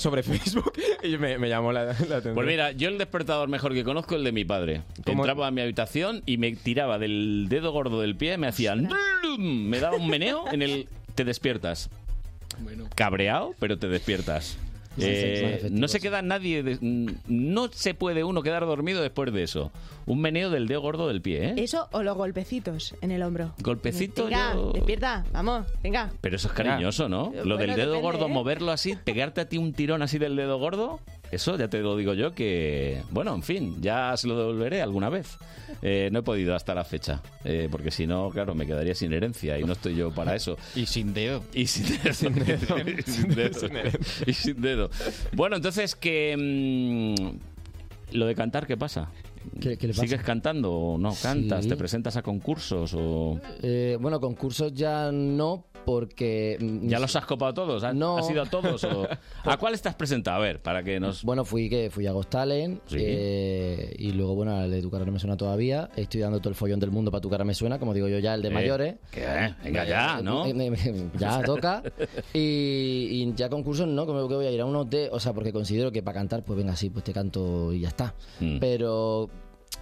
Speaker 9: sobre Facebook y me, me llamó la, la atención.
Speaker 2: Pues mira, yo el despertador mejor que conozco es el de mi padre. Entraba a mi habitación y me tiraba del dedo gordo del pie, me hacía... "Drum", Me daba un meneo en el... Te despiertas. Cabreado, pero te despiertas.
Speaker 22: Sí, sí,
Speaker 2: Eh,
Speaker 22: son efectivos.
Speaker 2: no se queda nadie... de- no se puede uno quedar dormido después de eso. Un meneo del dedo gordo del pie, ¿eh?
Speaker 20: Eso o los golpecitos en el hombro.
Speaker 2: Golpecito...
Speaker 20: Venga,
Speaker 2: yo-
Speaker 20: despierta, vamos, venga.
Speaker 2: Pero eso es cariñoso, ¿no?
Speaker 20: Eh,
Speaker 2: Lo
Speaker 20: bueno,
Speaker 2: del dedo
Speaker 20: depende,
Speaker 2: gordo,
Speaker 20: ¿eh?
Speaker 2: moverlo así, pegarte a ti un tirón así del dedo gordo, eso ya te lo digo yo que, bueno, en fin, ya se lo devolveré alguna vez. Eh, no he podido hasta la fecha, eh, porque si no, claro, me quedaría sin herencia y no estoy yo para eso.
Speaker 11: Y sin dedo.
Speaker 2: Y sin dedo. Sin dedo. y, sin dedo. Y sin dedo. Bueno, entonces que... mm, lo de cantar, ¿qué pasa?
Speaker 22: ¿Qué- qué le pasa?
Speaker 2: ¿Sigues cantando o no? ¿Cantas?
Speaker 22: Sí.
Speaker 2: ¿Te presentas a concursos o...?
Speaker 22: Eh, bueno, concursos ya no, porque... mm,
Speaker 2: ¿Ya los has copado todos? ¿Has,
Speaker 22: No.
Speaker 2: has ido a todos? o- ¿A cuál estás presentado? A ver, para que nos...
Speaker 22: Bueno, fui que fui a Ghost Talent
Speaker 2: Sí.
Speaker 22: eh, y luego, bueno, al de tu cara no me suena todavía. Estoy dando todo el follón del mundo para tu cara me suena, como digo yo ya, el de
Speaker 2: Eh,
Speaker 22: mayores.
Speaker 2: que, eh, venga ya, ¿no?
Speaker 22: eh, ya toca. Y, y ya concursos no, como que voy a ir a unos de. O sea, porque considero que para cantar, pues venga, sí, pues te canto y ya está.
Speaker 3: Mm.
Speaker 22: Pero.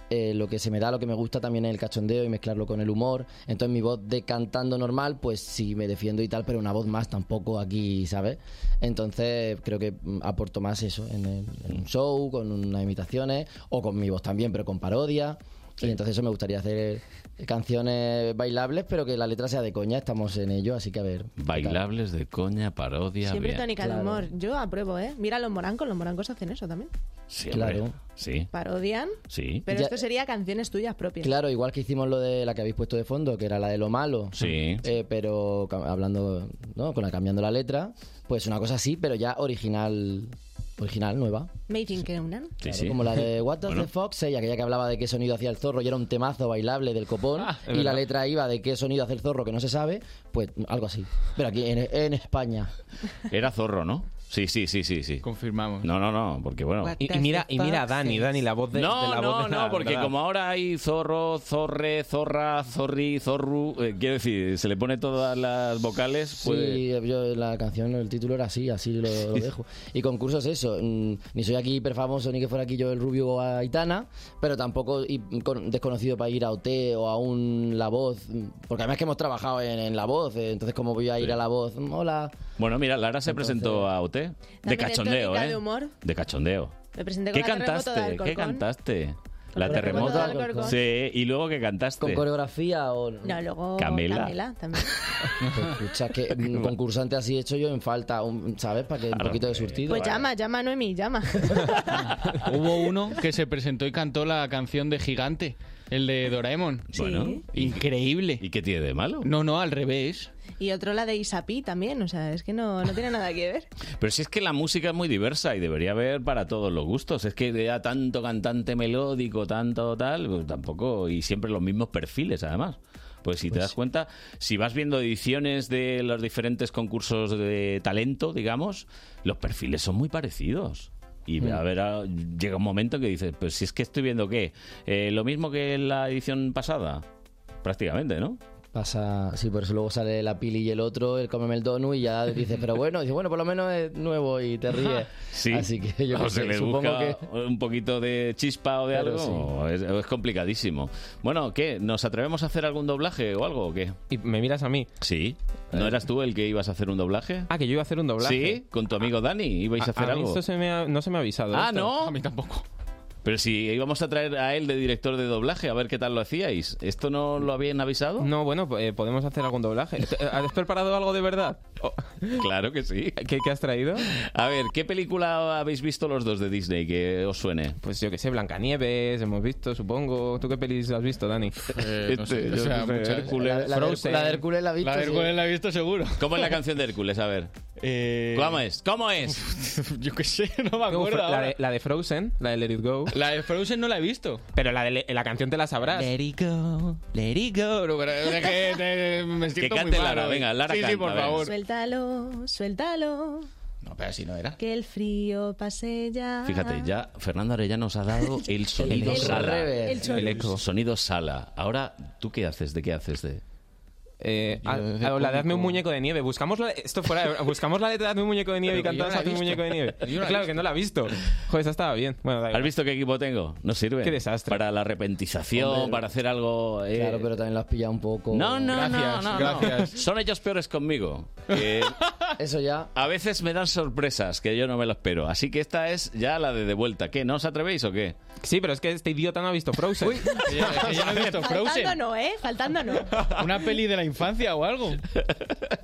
Speaker 22: eh, lo que se me da, lo que me gusta también es el cachondeo y mezclarlo con el humor. Entonces mi voz de cantando normal, pues sí me defiendo y tal, pero una voz más tampoco aquí, ¿sabes? Entonces creo que mm, aporto más eso en, el- en un show, con unas imitaciones, o con mi voz también, pero con parodia. Y entonces eso me gustaría hacer eh, canciones bailables, pero que la letra sea de coña, estamos en ello, así que a ver.
Speaker 2: Bailables de coña, parodia...
Speaker 20: Siempre
Speaker 2: bien.
Speaker 20: tónica de humor. Yo apruebo, ¿eh? Mira los morancos, los morancos hacen eso también.
Speaker 2: Sí, hombre,
Speaker 22: Claro.
Speaker 2: Sí,
Speaker 20: Parodian,
Speaker 2: sí.
Speaker 20: pero
Speaker 22: Ya-
Speaker 20: esto sería canciones tuyas propias.
Speaker 22: Claro, igual que hicimos lo de la que habéis puesto de fondo, que era la de lo malo.
Speaker 2: Sí.
Speaker 22: Eh, pero ca- hablando, ¿no? Con la, cambiando la letra, pues una cosa así, pero ya original, original, nueva.
Speaker 20: Mating Keunan.
Speaker 22: Claro, Como la de What Does
Speaker 20: Bueno.
Speaker 22: the Fox Say, aquella que hablaba de qué sonido hacía el zorro y era un temazo bailable del copón,
Speaker 20: es
Speaker 22: y la
Speaker 20: verdad.
Speaker 22: letra iba de qué sonido hace el zorro que no se sabe, pues algo así. Pero aquí en, en España.
Speaker 2: Era zorro, ¿no? Sí, sí, sí, sí, sí.
Speaker 11: Confirmamos.
Speaker 2: No, no, no, porque bueno.
Speaker 16: Y, y mira, y mira a Dani, Dani, la voz de,
Speaker 2: No,
Speaker 16: de la
Speaker 2: no,
Speaker 16: voz de
Speaker 2: no,
Speaker 16: la-
Speaker 2: porque
Speaker 16: la-
Speaker 2: como ahora hay zorro, zorre, zorra, zorri, zorru, eh, quiero decir, se le pone todas las vocales, pues, puede...
Speaker 22: Sí, yo, la canción, el título era así, así lo, lo dejo. Y concursos, eso. mm, Ni soy aquí hiper famoso, ni que fuera aquí yo el rubio o Aitana, pero tampoco hi- con- desconocido para ir a OT o a un La Voz, mm, porque además que hemos trabajado en, en La Voz, eh, entonces, ¿cómo voy a ir
Speaker 2: Sí.
Speaker 22: a La Voz? Mm, Hola.
Speaker 2: Bueno, mira, Lara se presentó a OT de
Speaker 20: También
Speaker 2: cachondeo,
Speaker 20: tónica
Speaker 2: ¿eh?
Speaker 20: de humor.
Speaker 2: De cachondeo.
Speaker 20: Me presenté con
Speaker 2: ¿Qué
Speaker 20: la terremoto de
Speaker 2: cantaste? ¿Qué
Speaker 20: Alcorcón.
Speaker 2: cantaste? La
Speaker 20: la terremoto
Speaker 2: terremota.
Speaker 20: de Alcorcón.
Speaker 2: Sí, y luego que cantaste.
Speaker 22: ¿Con coreografía o...?
Speaker 20: No, luego
Speaker 2: Camela.
Speaker 20: también.
Speaker 22: Escucha, Pues, que un concursante así hecho yo en falta, un- ¿sabes? Para que un poquito de surtido.
Speaker 20: Pues llama, llama a Noemi, llama.
Speaker 11: Hubo uno que se presentó y cantó la canción de Gigante, el de Doraemon.
Speaker 20: Bueno.
Speaker 11: increíble.
Speaker 2: ¿Y qué tiene de malo?
Speaker 11: No, no, al revés.
Speaker 20: Y otro la de Isapi también, o sea, es que no, no tiene nada que ver.
Speaker 2: Pero si es que la música es muy diversa y debería haber para todos los gustos. Es que ya tanto cantante melódico, tanto tal, pues tampoco. Y siempre los mismos perfiles, además. Pues si te das cuenta, si vas viendo ediciones de los diferentes concursos de talento, digamos, los perfiles son muy parecidos. Y a ver, a- llega un momento que dices, pues si es que estoy viendo qué, Eh, lo mismo que en la edición pasada, prácticamente, ¿no?
Speaker 22: Pasa, sí, por eso luego sale la pili y el otro, el cómeme el donut y ya dices, pero bueno, dices, bueno, por lo menos es nuevo y te ríes.
Speaker 2: Sí.
Speaker 22: Así que yo
Speaker 2: O
Speaker 22: qué
Speaker 2: se
Speaker 22: sé,
Speaker 2: le
Speaker 22: supongo
Speaker 2: busca
Speaker 22: que...
Speaker 2: un poquito de chispa o de
Speaker 22: Claro,
Speaker 2: algo.
Speaker 22: sí.
Speaker 2: o Es, o es complicadísimo. Bueno, ¿qué? ¿Nos atrevemos a hacer algún doblaje o algo o qué?
Speaker 16: Y me miras a mí. Eh.
Speaker 2: Sí. ¿No eras tú el que ibas a hacer un doblaje?
Speaker 16: Ah, que yo iba a hacer un doblaje.
Speaker 2: Sí, con tu amigo Dani ibais a hacer
Speaker 16: mí
Speaker 2: algo.
Speaker 16: esto se me ha- no se me ha avisado.
Speaker 2: Ah,
Speaker 16: esto.
Speaker 2: ¿no? A mí tampoco. Pero si íbamos a traer a él de director de doblaje, a ver qué tal lo hacíais. ¿Esto no lo habían avisado?
Speaker 16: No, bueno, pues, eh, podemos hacer algún doblaje. Eh, ¿Has preparado algo de verdad?
Speaker 2: Oh, Claro que sí.
Speaker 16: ¿Qué, qué has traído?
Speaker 2: A ver, ¿qué película habéis visto los dos de Disney que os suene?
Speaker 16: Pues yo que sé, Blancanieves, hemos visto, supongo. ¿Tú qué pelis has visto, Dani?
Speaker 11: Eh,
Speaker 2: no sé, Este, o yo sea, qué sé, muchas. Hércules. La- la de-
Speaker 16: Frozen.
Speaker 2: la de Hércules la he visto,
Speaker 11: La de
Speaker 2: sí.
Speaker 11: Hércules la he visto seguro.
Speaker 2: ¿Cómo es la canción de Hércules? A ver.
Speaker 16: eh,
Speaker 2: ¿Cómo es? ¿Cómo es?
Speaker 11: Eh, Yo qué sé, no me
Speaker 16: Tengo
Speaker 11: acuerdo.
Speaker 16: Fro- la,
Speaker 11: ahora.
Speaker 16: de, la de Frozen, la de Let It Go.
Speaker 11: La de Frozen no la he visto.
Speaker 16: Pero la de le- la canción te la sabrás.
Speaker 11: Let it go, let it go. No, pero es que te- me siento
Speaker 2: cante
Speaker 11: muy mal
Speaker 2: Lara,
Speaker 11: hoy.
Speaker 2: venga, Lara
Speaker 11: Sí, sí,
Speaker 2: canta,
Speaker 11: por
Speaker 2: a ver.
Speaker 11: favor.
Speaker 20: Suéltalo, suéltalo,
Speaker 11: No, pero así no era.
Speaker 20: que el frío pase ya.
Speaker 2: Fíjate, ya Fernando Arellano nos ha dado el sonido
Speaker 20: el-
Speaker 2: sala.
Speaker 20: al revés. El sonido.
Speaker 2: eco. Sonido sala. Ahora, ¿tú qué haces? ¿De qué haces? De...
Speaker 16: Eh, ah, ah, la de Hazme un muñeco de nieve. Buscamos la, esto fuera, de- buscamos la letra de Hazme un muñeco de nieve y
Speaker 2: Pero que yo no
Speaker 16: cantamos
Speaker 2: la he
Speaker 16: Hazme un
Speaker 2: visto.
Speaker 16: muñeco de
Speaker 2: Yo
Speaker 16: nieve.
Speaker 2: no la he
Speaker 16: claro que no la ha visto. Joder, esa estaba bien. Bueno, da
Speaker 2: ¿Has
Speaker 16: igual.
Speaker 2: visto qué equipo tengo? No sirve.
Speaker 16: Qué
Speaker 2: desastre. Para la repentización,
Speaker 16: Hombre.
Speaker 2: para hacer algo. eh,
Speaker 22: Claro, pero también lo has pillado un poco.
Speaker 2: No, no, no, no, no. Son ellos peores conmigo. que
Speaker 22: Eso ya.
Speaker 2: a veces me dan sorpresas que yo no me lo espero. Así que esta es ya la de de vuelta. ¿Qué? ¿No os atrevéis o qué?
Speaker 16: Sí, pero es que este idiota no ha visto Frozen.
Speaker 20: Faltando no, ¿eh? Faltando no.
Speaker 11: Una peli de la infancia o algo.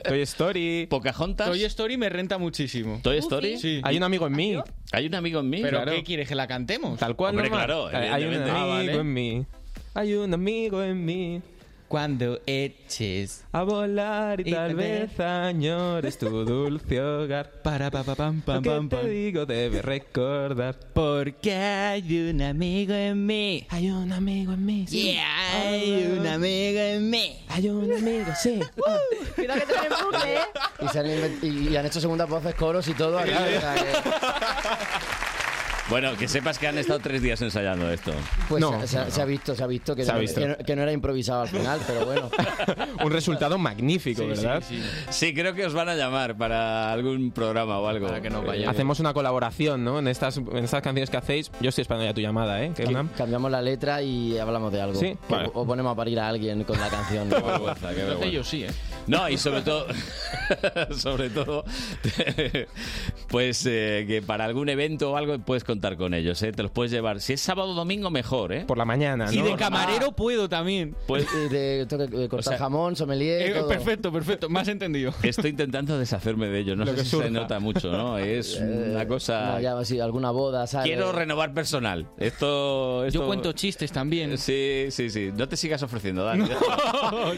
Speaker 16: Toy Story.
Speaker 2: Pocahontas.
Speaker 11: Toy Story me renta muchísimo.
Speaker 2: ¿Toy Story?
Speaker 11: Sí.
Speaker 16: Hay un amigo en mí.
Speaker 2: Hay un amigo en mí.
Speaker 11: ¿Pero
Speaker 16: Claro.
Speaker 11: qué quieres que la cantemos?
Speaker 16: Tal cual,
Speaker 11: Hombre,
Speaker 16: normal.
Speaker 11: claro,
Speaker 16: Hay- Hay un
Speaker 11: evidentemente.
Speaker 16: amigo
Speaker 11: Ah, vale.
Speaker 16: en mí. Hay un amigo en mí.
Speaker 11: Cuando eches
Speaker 16: a volar y, tal vez añores tu dulce hogar.
Speaker 11: Para pa pa pam pam
Speaker 16: ¿Qué
Speaker 11: pam,
Speaker 16: te
Speaker 11: pam.
Speaker 16: digo debes recordar?
Speaker 11: Porque hay un amigo en mí.
Speaker 16: Hay un amigo en mí.
Speaker 11: sí. Hay un amigo en mí.
Speaker 16: Hay un amigo, sí. Ah.
Speaker 20: Cuidado que te ponen bucle, ¿eh?
Speaker 22: Y, se han invent- y- y han hecho segundas voces, coros y todo. aquí, o sea que-
Speaker 2: Bueno, que sepas que han estado tres días ensayando esto.
Speaker 22: pues se, se ha- se ha visto, se ha visto, que,
Speaker 2: Se ha
Speaker 22: no,
Speaker 2: visto.
Speaker 22: que no- que no era improvisado al final, pero bueno.
Speaker 16: Un resultado magnífico, ¿verdad?
Speaker 2: Sí, creo que os van a llamar para algún programa o algo. Para que no
Speaker 16: Hacemos una colaboración, ¿no? En estas, en estas canciones que hacéis. Yo estoy esperando ya tu llamada, ¿eh?
Speaker 22: Cam- Cambiamos la letra y hablamos de algo.
Speaker 16: Sí,
Speaker 22: Que- O ponemos a parir a alguien con la canción.
Speaker 2: Qué vergüenza, qué vergüenza.
Speaker 11: Yo sí, ¿eh?
Speaker 2: No, y sobre todo, sobre todo, pues eh, que para algún evento o algo puedes contar con ellos, ¿eh? Te los puedes llevar. Si es sábado o domingo, mejor, ¿eh?
Speaker 16: Por la mañana,
Speaker 11: Y de camarero puedo también.
Speaker 2: Pues-
Speaker 22: Y de, tengo que, eh, cortar
Speaker 2: sea,
Speaker 22: jamón, sommelier.
Speaker 11: Eh,
Speaker 22: todo.
Speaker 11: perfecto, perfecto. Más entendido.
Speaker 2: Estoy intentando deshacerme de ellos, no
Speaker 22: Lo
Speaker 2: sé
Speaker 22: que
Speaker 2: si
Speaker 22: surja.
Speaker 2: se nota mucho, ¿no? Es
Speaker 22: Eh,
Speaker 2: una cosa...
Speaker 22: no, ya, sí, alguna boda, ¿sabes?
Speaker 2: Quiero renovar personal. Esto, esto-
Speaker 11: cuento chistes también.
Speaker 2: Sí, sí, sí. No te sigas ofreciendo, Dani.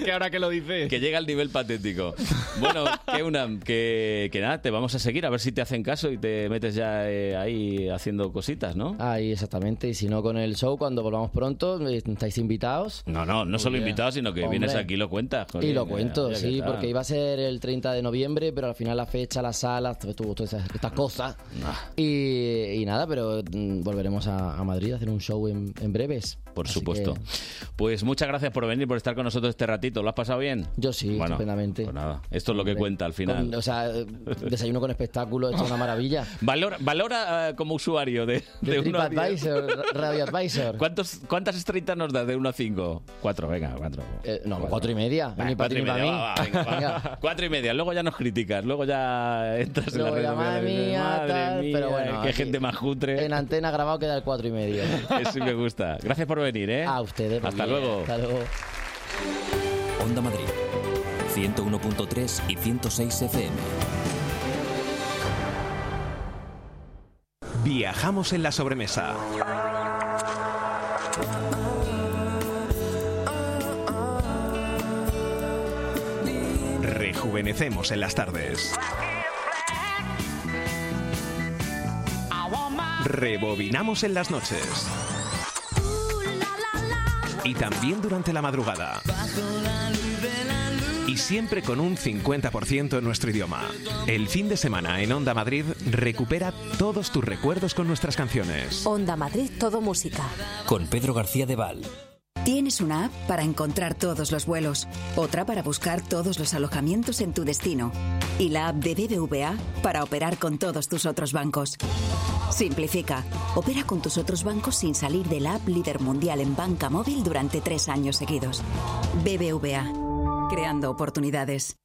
Speaker 11: que ahora que lo dices.
Speaker 2: Que llega al nivel patético. Bueno, que una, que, que nada, te vamos a seguir a ver si te hacen caso y te metes ya eh, ahí haciendo cositas, ¿no?
Speaker 22: Ahí, exactamente. Y si no, con el show, cuando volvamos pronto, eh, estáis invitados.
Speaker 2: No, no, no solo
Speaker 22: Hombre.
Speaker 2: invitado, sino que
Speaker 22: Hombre.
Speaker 2: vienes aquí y lo cuentas.
Speaker 22: Y
Speaker 2: jolín,
Speaker 22: lo
Speaker 2: eh,
Speaker 22: cuento,
Speaker 2: ya que
Speaker 22: sí,
Speaker 2: está.
Speaker 22: porque iba a ser el 30 de noviembre, pero al final la fecha, la sala, todo- todo- todas esas- estas cosas.
Speaker 2: Ah.
Speaker 22: Y, y nada, pero mm, volveremos a, a Madrid a hacer un show en, en breves.
Speaker 2: Por
Speaker 22: Así
Speaker 2: supuesto.
Speaker 22: que
Speaker 2: Pues muchas gracias por venir, por estar con nosotros este ratito. ¿Lo has pasado bien?
Speaker 22: Yo sí,
Speaker 2: Bueno,
Speaker 22: estupendamente.
Speaker 2: pues nada, esto es lo que
Speaker 22: Hombre,
Speaker 2: cuenta al final.
Speaker 22: con- o sea, eh, desayuno con espectáculo, esto es una maravilla.
Speaker 2: Valora, valora, eh, como usuario de,
Speaker 22: De
Speaker 2: de uno a diez.
Speaker 22: TripAdvisor, Radio Advisor.
Speaker 2: ¿Cuántos, ¿Cuántas estrellitas nos das de 1 a 5? 4, venga, 4.
Speaker 22: Eh, no, cuatro y media, ni pa' ti ni pa' mí. Venga.
Speaker 2: 4 y media, luego ya nos criticas, luego ya entras
Speaker 22: Luego
Speaker 2: en
Speaker 22: ya,
Speaker 2: la
Speaker 22: madre mía, tal, pero bueno,
Speaker 2: qué
Speaker 22: aquí-
Speaker 2: gente más jutre.
Speaker 22: En antena grabado queda el cuatro y medio.
Speaker 2: Eso me gusta. Gracias por venir, ¿eh?
Speaker 22: A ustedes.
Speaker 2: Hasta
Speaker 22: muy bien.
Speaker 2: luego.
Speaker 22: Hasta luego.
Speaker 1: Onda Madrid, 101.3 y 106 FM.
Speaker 24: Viajamos en la sobremesa. Rejuvenecemos en las tardes. Rebobinamos en las noches. Y también durante la madrugada. Y siempre con un 50% en nuestro idioma. El fin de semana en Onda Madrid recupera todos tus recuerdos con nuestras canciones.
Speaker 4: Onda Madrid Todo Música.
Speaker 1: Con Pedro García de Val.
Speaker 37: Tienes una app para encontrar todos los vuelos, otra para buscar todos los alojamientos en tu destino y la app de BBVA para operar con todos tus otros bancos. Simplifica. Opera con tus otros bancos sin salir de la app líder mundial en banca móvil durante tres años seguidos. BBVA. Creando oportunidades.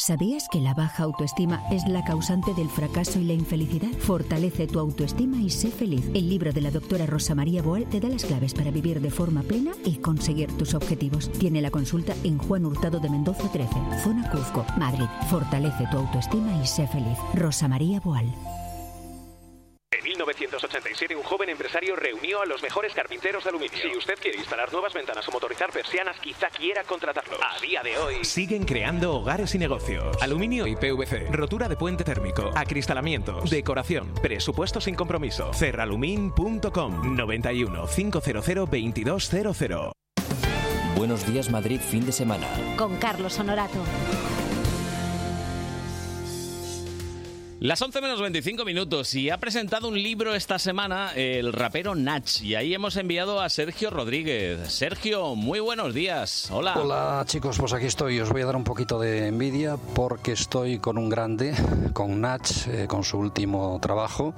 Speaker 38: ¿Sabías que la baja autoestima es la causante del fracaso y la infelicidad? Fortalece tu autoestima y sé feliz. El libro de la doctora Rosa María Boal te da las claves para vivir de forma plena y conseguir tus objetivos. Tiene la consulta en Juan Hurtado de Mendoza 13, zona Cuzco, Madrid. Fortalece tu autoestima y sé feliz. Rosa María Boal.
Speaker 24: En 1987 un joven empresario reunió a los mejores carpinteros de aluminio. Si usted quiere instalar nuevas ventanas o motorizar persianas, quizá quiera contratarlos. A día de hoy siguen creando hogares y negocios. Aluminio y PVC, rotura de puente térmico, acristalamientos, decoración, presupuesto sin compromiso. Cerralumin.com 91 500 2200.
Speaker 1: Buenos días Madrid, fin de semana.
Speaker 4: Con Carlos Honorato.
Speaker 2: Las 11 menos 25 minutos y ha presentado un libro esta semana el rapero Nach y ahí hemos enviado a Sergio Rodríguez. Sergio, muy buenos días. Hola.
Speaker 39: Hola chicos, pues aquí estoy. Os voy a dar un poquito de envidia porque estoy con un grande, con Nach, eh, con su último trabajo.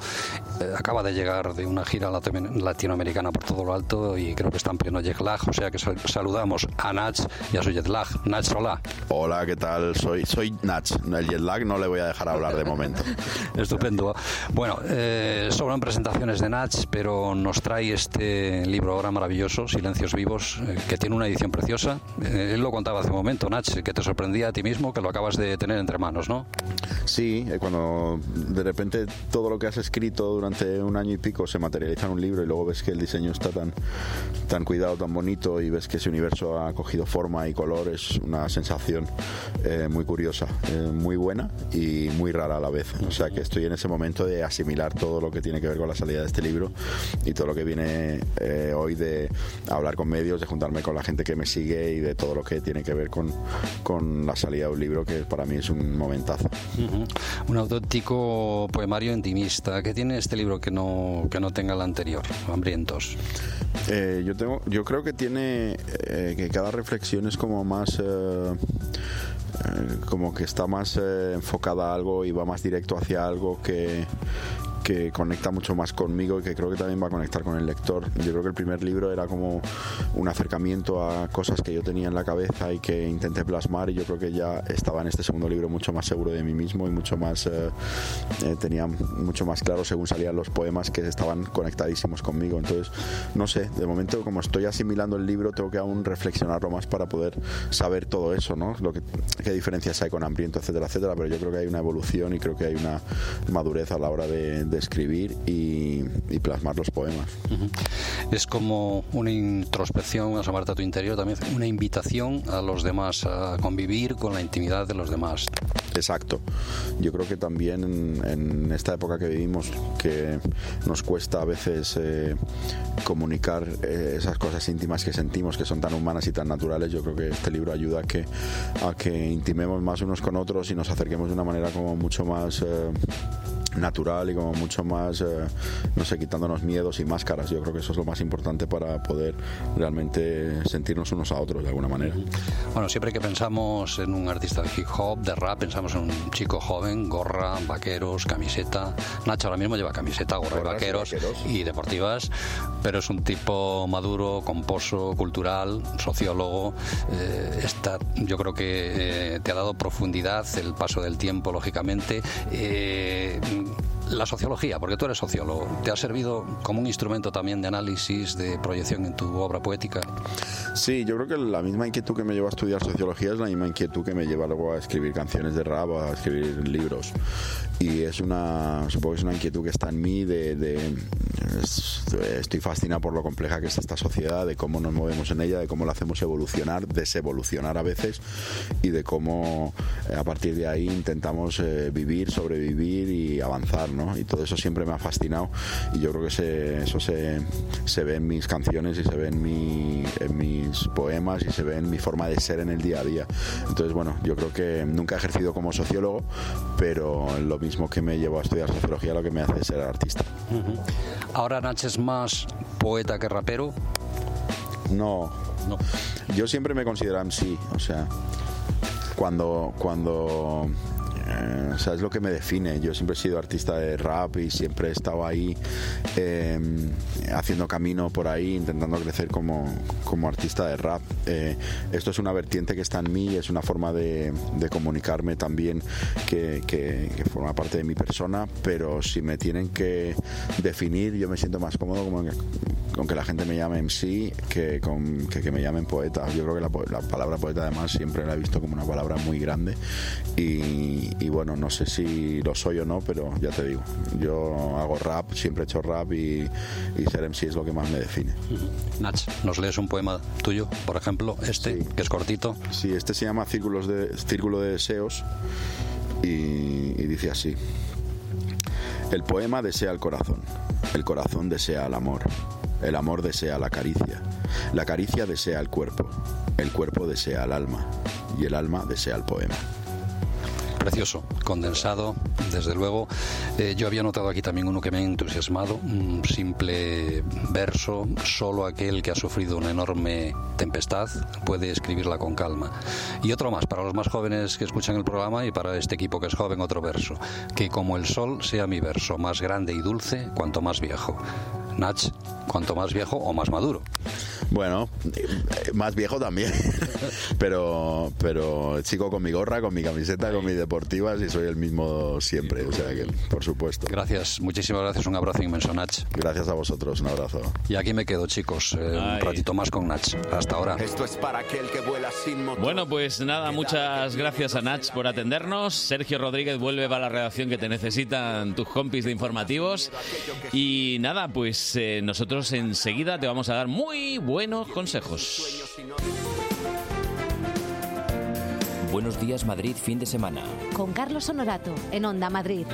Speaker 39: Eh, acaba de llegar de una gira latino- latinoamericana por todo lo alto y creo que está en pleno jet lag, o sea que sal- saludamos a Nach y a su jet lag. Nach, hola.
Speaker 15: Hola, ¿qué tal? Soy, soy Nach. El jet lag no le voy a dejar hablar de momento.
Speaker 39: Estupendo. Bueno, eh, sobran presentaciones de Nach, pero nos trae este libro ahora maravilloso, Silencios Vivos, eh, que tiene una edición preciosa. Eh, él lo contaba hace un momento, Nach, que te sorprendía a ti mismo, que lo acabas de tener entre manos, ¿no?
Speaker 15: Sí, eh, cuando de repente todo lo que has escrito durante un año y pico se materializa en un libro y luego ves que el diseño está tan, tan cuidado, tan bonito y ves que ese universo ha cogido forma y color, es una sensación eh, muy curiosa, eh, muy buena y muy rara a la vez. O sea que estoy en ese momento de asimilar todo lo que tiene que ver con la salida de este libro y todo lo que viene eh, hoy de hablar con medios, de juntarme con la gente que me sigue y de todo lo que tiene que ver con, con la salida de un libro que para mí es un momentazo.
Speaker 39: Ujú. Un auténtico poemario intimista. ¿Qué tiene este libro que no, que no tenga el anterior? Hambrientos.
Speaker 15: Eh, yo tengo, yo creo que tiene eh, que cada reflexión es como más eh, eh, como que está más eh, enfocada a algo y va más directo hacia algo que que conecta mucho más conmigo y que creo que también va a conectar con el lector. Yo creo que el primer libro era como un acercamiento a cosas que yo tenía en la cabeza y que intenté plasmar y yo creo que ya estaba en este segundo libro mucho más seguro de mí mismo y mucho más eh, eh, tenía mucho más claro según salían los poemas que estaban conectadísimos conmigo. Entonces, no sé, de momento como estoy asimilando el libro, tengo que aún reflexionarlo más para poder saber todo eso, ¿no? Lo que, qué diferencias hay con hambriento, etcétera, etcétera. Pero yo creo que hay una evolución y creo que hay una madurez a la hora de, de escribir y, y plasmar los poemas.
Speaker 39: Es como una introspección, asomarte a tu interior, también una invitación a los demás, a convivir con la intimidad de los demás.
Speaker 15: Exacto. Yo creo que también en, en esta época que vivimos, que nos cuesta a veces eh, comunicar eh, esas cosas íntimas que sentimos, que son tan humanas y tan naturales, yo creo que este libro ayuda a que, a que intimemos más unos con otros y nos acerquemos de una manera como mucho más... eh, natural y como mucho más, eh, no sé, quitándonos miedos y máscaras. Yo creo que eso es lo más importante para poder realmente sentirnos unos a otros de alguna manera.
Speaker 39: Bueno, siempre que pensamos en un artista de hip hop, de rap, pensamos en un chico joven, gorra, vaqueros, camiseta. Nacho ahora mismo lleva camiseta, gorra y
Speaker 15: Gorras y
Speaker 39: vaqueros,
Speaker 15: vaqueros.
Speaker 39: y deportivas, pero es un tipo maduro, composo, cultural, sociólogo. Eh, está, yo creo que eh, te ha dado profundidad el paso del tiempo, lógicamente. Eh, la sociología, porque tú eres sociólogo, ¿te ha servido como un instrumento también de análisis, de proyección en tu obra poética?
Speaker 15: Sí, yo creo que la misma inquietud que me lleva a estudiar sociología es la misma inquietud que me lleva luego a escribir canciones de rap, a escribir libros. Y es una, supongo que es una inquietud que está en mí de, de- es- estoy fascinado por lo compleja que es esta sociedad, de cómo nos movemos en ella, de cómo la hacemos evolucionar, desevolucionar a veces y de cómo eh, a partir de ahí intentamos eh, vivir, sobrevivir y avanzar, ¿no? Y todo eso siempre me ha fascinado y yo creo que se- eso se, se ve en mis canciones y se ve en, mi- en mis poemas y se ve en mi forma de ser en el día a día. Entonces, bueno, yo creo que nunca he ejercido como sociólogo, pero lo mismo que me llevó a estudiar sociología lo que me hace ser artista.
Speaker 39: Ahora Nacho es más poeta que rapero.
Speaker 15: No, no. Yo siempre me considero MC, o sea, cuando cuando eh, o sea, es lo que me define. Yo siempre he sido artista de rap y siempre he estado ahí eh, haciendo camino por ahí, intentando crecer como, como artista de rap. Eh, esto es una vertiente que está en mí y es una forma de, de comunicarme también que, que- que forma parte de mi persona, pero si me tienen que definir, yo me siento más cómodo como que- con que la gente me llame MC que con que, que me llamen poeta. Yo creo que la, po- la palabra poeta además siempre la he visto como una palabra muy grande y, y bueno, no sé si lo soy o no, pero ya te digo, yo hago rap, siempre he hecho rap y, y ser MC es lo que más me define.
Speaker 39: Nach, ¿nos lees un poema tuyo, por ejemplo? Este, que es cortito.
Speaker 15: Sí, este se llama Círculos de, Círculo de Deseos y, y dice así. El poema desea el corazón, el corazón desea el amor, el amor desea la caricia, la caricia desea el cuerpo, el cuerpo desea el alma y el alma desea el poema.
Speaker 39: Precioso, condensado, desde luego. Eh, yo había notado aquí también uno que me ha entusiasmado, un simple verso, solo aquel que ha sufrido una enorme tempestad puede escribirla con calma. Y otro más, para los más jóvenes que escuchan el programa y para este equipo que es joven, otro verso, que como el sol sea mi verso, más grande y dulce cuanto más viejo. Nach, cuanto más viejo o más maduro.
Speaker 15: Bueno, eh, más viejo también, pero, pero chico con mi gorra, con mi camiseta, con mis deportivas y soy el mismo siempre, o sea que, por supuesto.
Speaker 39: Gracias, muchísimas gracias, un abrazo inmenso, Nach.
Speaker 15: Gracias a vosotros, un abrazo.
Speaker 39: Y aquí me quedo, chicos, eh, un ratito más con Nach. Hasta ahora.
Speaker 8: Esto es para aquel que vuela sin motor.
Speaker 2: Bueno, pues nada, muchas gracias a Nach por atendernos. Sergio Rodríguez vuelve a la redacción que te necesitan tus compis de informativos. Y nada, pues eh, nosotros enseguida te vamos a dar muy buenos consejos.
Speaker 1: Buenos días Madrid, fin de semana.
Speaker 40: Con Carlos Honorato, en Onda Madrid.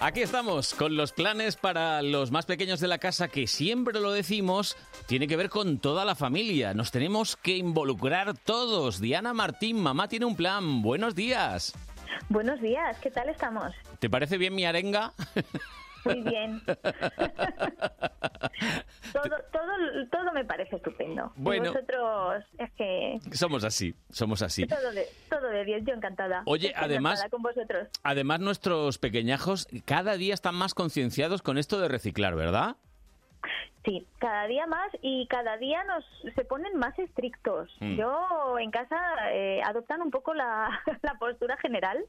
Speaker 2: Aquí estamos con los planes para los más pequeños de la casa que siempre lo decimos, tiene que ver con toda la familia. Nos tenemos que involucrar todos. Diana Martín, mamá tiene un plan. Buenos días.
Speaker 18: Buenos días, ¿qué tal estamos?
Speaker 2: ¿Te parece bien mi arenga?
Speaker 18: Muy bien. todo, todo, todo me parece estupendo. Y
Speaker 2: Bueno.
Speaker 18: vosotros, es que
Speaker 2: Somos así, somos así.
Speaker 18: todo de, todo de 10, yo encantada.
Speaker 2: Oye,
Speaker 18: Estoy
Speaker 2: además-
Speaker 18: encantada con vosotros.
Speaker 2: Además, nuestros pequeñajos cada día están más concienciados con esto de reciclar, ¿verdad?
Speaker 18: Sí, cada día más y cada día nos se ponen más estrictos.
Speaker 17: Mm.
Speaker 18: Yo en casa eh, adoptan un poco la, la postura general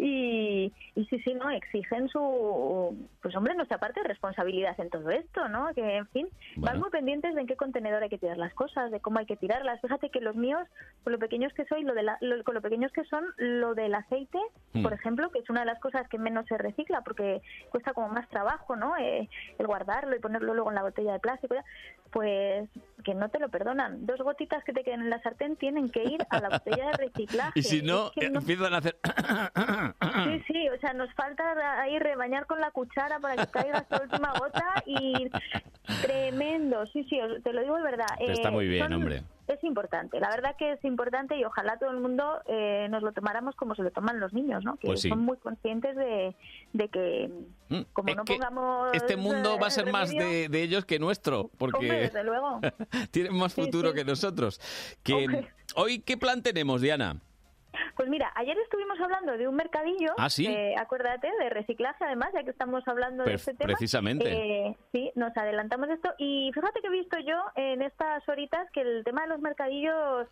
Speaker 18: y, y sí, sí, no exigen su, pues hombre, nuestra parte de responsabilidad en todo esto, ¿no? Que en fin, van
Speaker 17: Bueno.
Speaker 18: muy pendientes de en qué contenedor hay que tirar las cosas, de cómo hay que tirarlas. Fíjate que los míos, con lo pequeños que soy, lo de la- lo- con lo pequeños que son, lo del aceite,
Speaker 2: Hmm.
Speaker 17: Mm.
Speaker 18: por ejemplo, que es una de las cosas que menos se recicla porque cuesta como más trabajo, ¿no? Eh, el guardarlo y ponerlo luego en la botella de plástico, ya, pues que no te lo perdonan. Dos gotitas que te queden en la sartén tienen que ir a la botella de reciclaje.
Speaker 2: Y si no,
Speaker 18: Es que no-
Speaker 2: empiezan a hacer...
Speaker 18: Sí, sí, o sea, nos falta ahí rebañar con la cuchara para que caiga esta última gota y tremendo, sí, sí, os- te lo digo de verdad.
Speaker 2: Pero está
Speaker 18: Eh,
Speaker 2: muy bien,
Speaker 18: son-
Speaker 2: hombre.
Speaker 18: Es importante, la verdad que es importante y ojalá todo el mundo eh, nos lo tomáramos como se lo toman los niños, ¿no? Que
Speaker 2: Pues sí.
Speaker 18: son muy conscientes de, de que
Speaker 2: Mm,
Speaker 18: como
Speaker 2: es
Speaker 18: no
Speaker 2: que
Speaker 18: pongamos...
Speaker 2: Este mundo
Speaker 18: eh,
Speaker 2: va a ser más
Speaker 18: remedio,
Speaker 2: de, de ellos que nuestro,
Speaker 18: Hombre,
Speaker 2: porque
Speaker 18: desde luego.
Speaker 2: tienen más
Speaker 18: Sí,
Speaker 2: futuro
Speaker 18: sí.
Speaker 2: que nosotros. Que, ¿Hoy qué plan tenemos, Diana?
Speaker 18: Pues mira, ayer estuvimos hablando de un mercadillo,
Speaker 2: Ah, sí.
Speaker 18: eh, acuérdate, de reciclaje además, ya que estamos hablando de
Speaker 2: Pre-
Speaker 18: este tema.
Speaker 2: precisamente.
Speaker 18: Eh, sí, nos adelantamos de esto y fíjate que he visto yo en estas horitas que el tema de los mercadillos...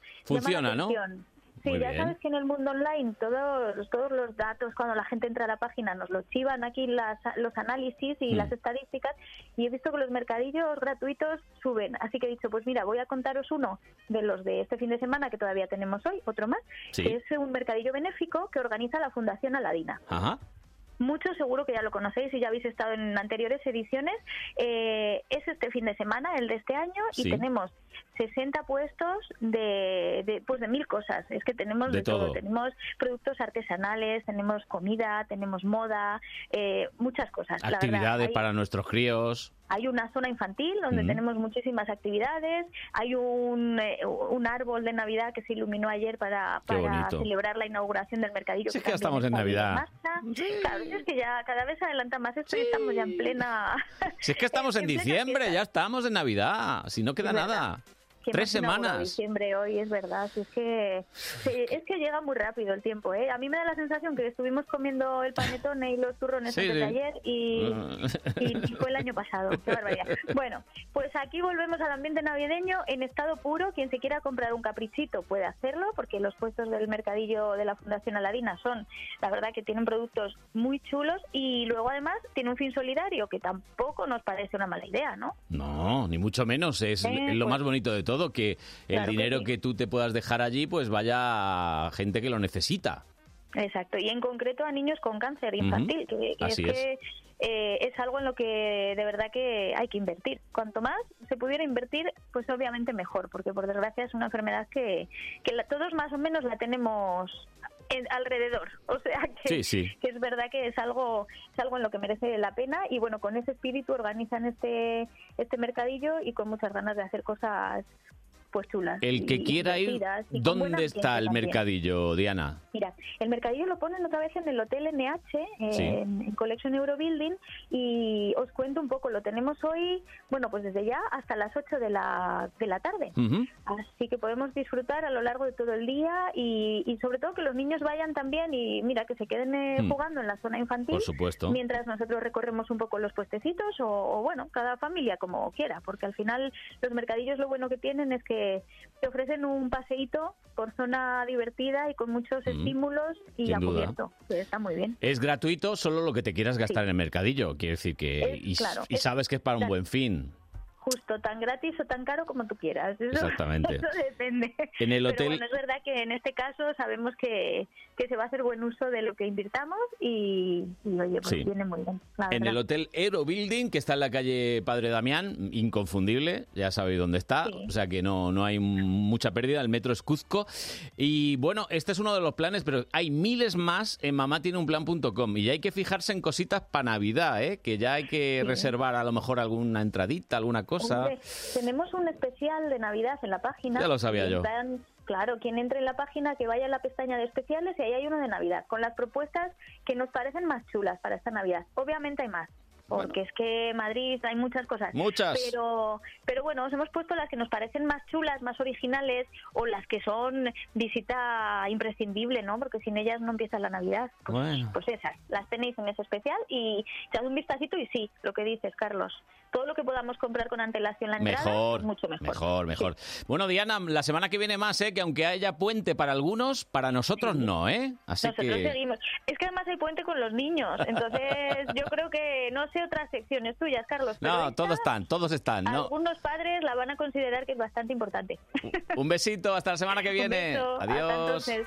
Speaker 18: llama
Speaker 2: Funciona,
Speaker 18: la
Speaker 2: ¿no?
Speaker 18: atención. Sí,
Speaker 2: Muy
Speaker 18: ya
Speaker 2: bien.
Speaker 18: sabes que en el mundo online todos, todos los datos, cuando la gente entra a la página, nos los chivan aquí las, los análisis y
Speaker 17: Mm.
Speaker 18: las estadísticas y he visto que los mercadillos gratuitos suben. Así que he dicho, pues mira, voy a contaros uno de los de este fin de semana que todavía tenemos hoy, otro más,
Speaker 17: Sí.
Speaker 18: que es un mercadillo benéfico que organiza la Fundación Aladina.
Speaker 2: Ajá.
Speaker 18: Muchos seguro que ya lo conocéis y ya habéis estado en anteriores ediciones. Eh, es este fin de semana, el de este año,
Speaker 17: Sí.
Speaker 18: y tenemos 60 puestos de, de, pues de mil cosas. Es que tenemos
Speaker 17: De
Speaker 18: de,
Speaker 17: todo.
Speaker 18: Tenemos productos artesanales, tenemos comida, tenemos moda, eh, muchas cosas. La verdad,
Speaker 2: Actividades
Speaker 18: hay-
Speaker 2: para nuestros críos.
Speaker 18: hay una zona infantil donde
Speaker 2: Mm.
Speaker 18: tenemos muchísimas actividades. Hay un, eh, un árbol de Navidad que se iluminó ayer para,
Speaker 2: Qué
Speaker 18: para
Speaker 2: bonito.
Speaker 18: celebrar la inauguración del mercadillo.
Speaker 2: Si es que ya
Speaker 18: también
Speaker 2: estamos en
Speaker 18: está
Speaker 2: Navidad.
Speaker 18: en marcha. Claro, si es que ya cada vez se adelanta más esto y estamos ya en plena.
Speaker 2: Si es que estamos en
Speaker 18: plena
Speaker 2: diciembre, ya estamos en Navidad, si no queda
Speaker 18: Es verdad.
Speaker 2: nada.
Speaker 18: que
Speaker 2: Tres
Speaker 18: más inaugura
Speaker 2: semanas.
Speaker 18: Diciembre hoy, es verdad. si es, que, sí, es que llega muy rápido el tiempo. ¿eh? A mí me da la sensación que estuvimos comiendo el panetone y los turrones
Speaker 17: Sí,
Speaker 18: antes de
Speaker 17: sí.
Speaker 18: ayer y,
Speaker 2: Ah.
Speaker 18: y fue el año pasado. Qué barbaridad. Bueno, pues aquí volvemos al ambiente navideño en estado puro. Quien se quiera comprar un caprichito puede hacerlo, porque los puestos del mercadillo de la Fundación Aladina son, la verdad, que tienen productos muy chulos y luego además tiene un fin solidario, que tampoco nos parece una mala idea, ¿no?
Speaker 2: No, ni mucho menos. Es
Speaker 18: Eh,
Speaker 2: lo
Speaker 18: pues-
Speaker 2: más bonito de todo, que el
Speaker 18: Claro que
Speaker 2: dinero
Speaker 18: sí.
Speaker 2: que tú te puedas dejar allí, pues vaya a gente que lo necesita.
Speaker 18: Exacto, y en concreto a niños con cáncer infantil,
Speaker 2: Ujú,
Speaker 18: que, que
Speaker 2: así
Speaker 18: es que eh, es algo en lo que de verdad que hay que invertir. Cuanto más se pudiera invertir, pues obviamente mejor, porque por desgracia es una enfermedad que, que la- todos más o menos la tenemos en- alrededor. O sea
Speaker 17: Sí,
Speaker 18: que,
Speaker 17: sí.
Speaker 18: que es verdad que es algo, es algo en lo que merece la pena y bueno, con ese espíritu organizan este, este mercadillo y con muchas ganas de hacer cosas pues chulas.
Speaker 2: El que
Speaker 18: y
Speaker 2: quiera ir,
Speaker 18: divertidas y con buen
Speaker 2: ¿dónde está
Speaker 18: ambiente
Speaker 2: el
Speaker 18: también.
Speaker 2: mercadillo, Diana?
Speaker 18: Mira, el mercadillo lo ponen otra vez en el Hotel NH, eh,
Speaker 2: Sí.
Speaker 18: en, en Collection Eurobuilding, y os cuento un poco, lo tenemos hoy, bueno, pues desde ya hasta las 8 de la, de la tarde. Así que podemos disfrutar a lo largo de todo el día y, y sobre todo que los niños vayan también y mira, que se queden eh,
Speaker 2: Mm.
Speaker 18: jugando en la zona infantil.
Speaker 2: Por supuesto.
Speaker 18: Mientras nosotros recorremos un poco los puestecitos o, o bueno, cada familia como quiera, porque al final los mercadillos lo bueno que tienen es que te ofrecen un paseíto por zona divertida y con muchos estímulos y
Speaker 2: Hmm. Sin
Speaker 18: a
Speaker 2: duda.
Speaker 18: cubierto. que Está muy bien.
Speaker 2: Es gratuito solo lo que te quieras gastar en el mercadillo, quiero decir que...
Speaker 18: Es-
Speaker 2: y,
Speaker 18: Eh, claro,
Speaker 2: y
Speaker 18: es-
Speaker 2: sabes que es para un
Speaker 18: claro.
Speaker 2: buen fin.
Speaker 18: Justo, tan gratis o tan caro como tú quieras. Eso-
Speaker 2: Exactamente.
Speaker 18: Eso depende.
Speaker 2: En el
Speaker 18: Pero
Speaker 2: hotel-
Speaker 18: bueno, es verdad que en este caso sabemos que, que se va a hacer buen uso de lo que invirtamos y, y, oye, pues
Speaker 2: Sí.
Speaker 18: viene muy bien. la
Speaker 2: En
Speaker 18: verdad.
Speaker 2: el hotel Aero Building, que está en la calle Padre Damián, inconfundible, ya sabéis dónde está, o sea que no, no hay mucha pérdida, el metro es Cuzco. Y bueno, este es uno de los planes, pero hay miles más en mamatieneunplan.com y ya hay que fijarse en cositas para Navidad, ¿eh? que ya hay que reservar a lo mejor alguna entradita, alguna cosa.
Speaker 18: Hombre, tenemos un especial de Navidad en la página.
Speaker 2: Ya lo sabía yo.
Speaker 18: En plan, Claro, quien entre en la página, que vaya a la pestaña de especiales y ahí hay uno de Navidad, con las propuestas que nos parecen más chulas para esta Navidad. Obviamente hay más, porque es que Madrid hay muchas cosas.
Speaker 17: Muchas.
Speaker 18: Pero, pero bueno, os hemos puesto las que nos parecen más chulas, más originales, o las que son visita imprescindible, ¿no? Porque sin ellas no empieza la Navidad.
Speaker 17: Bueno.
Speaker 18: Pues esas, las tenéis en ese especial y echad un vistacito y sí, lo que dices, Carlos. todo lo que podamos comprar con antelación la entrada,
Speaker 2: Mejor,
Speaker 18: mucho mejor.
Speaker 2: mejor, mejor. Bueno, Diana, la semana que viene más, ¿eh? que aunque haya puente para algunos, para nosotros no, ¿eh? Así
Speaker 18: Nosotros
Speaker 2: que...
Speaker 18: seguimos. Es que además hay puente con los niños, entonces yo creo que no sé otras secciones tuyas, Carlos. pero
Speaker 2: No, todos están, todos están. No.
Speaker 18: Algunos padres la van a considerar que es bastante importante.
Speaker 2: Un besito, hasta la semana que
Speaker 18: Un
Speaker 2: viene.
Speaker 18: beso, hasta
Speaker 2: eh. Adiós.
Speaker 18: entonces.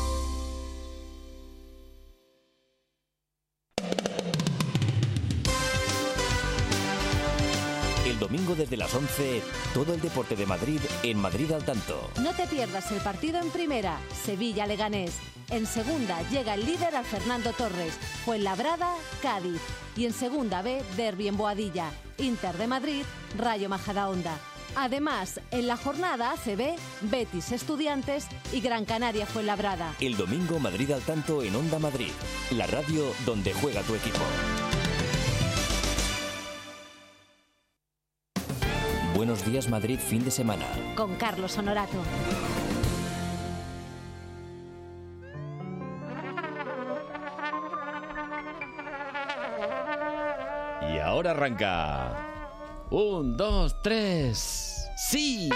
Speaker 1: El domingo desde las 11, todo el deporte de Madrid en Madrid al tanto.
Speaker 4: No te pierdas el partido en primera, Sevilla Leganés. En segunda llega el líder al Fernando Torres, Fuenlabrada, Cádiz. Y en segunda B, Derby en Boadilla, Inter de Madrid, Rayo Majadahonda. Además, en la jornada ACB, Betis Estudiantes y Gran Canaria Fuenlabrada.
Speaker 1: El domingo Madrid al tanto en Onda Madrid, la radio donde juega tu equipo. Buenos días Madrid fin de semana.
Speaker 4: Con Carlos Honorato.
Speaker 2: Y ahora arranca. Un, dos, tres. ¡Sí!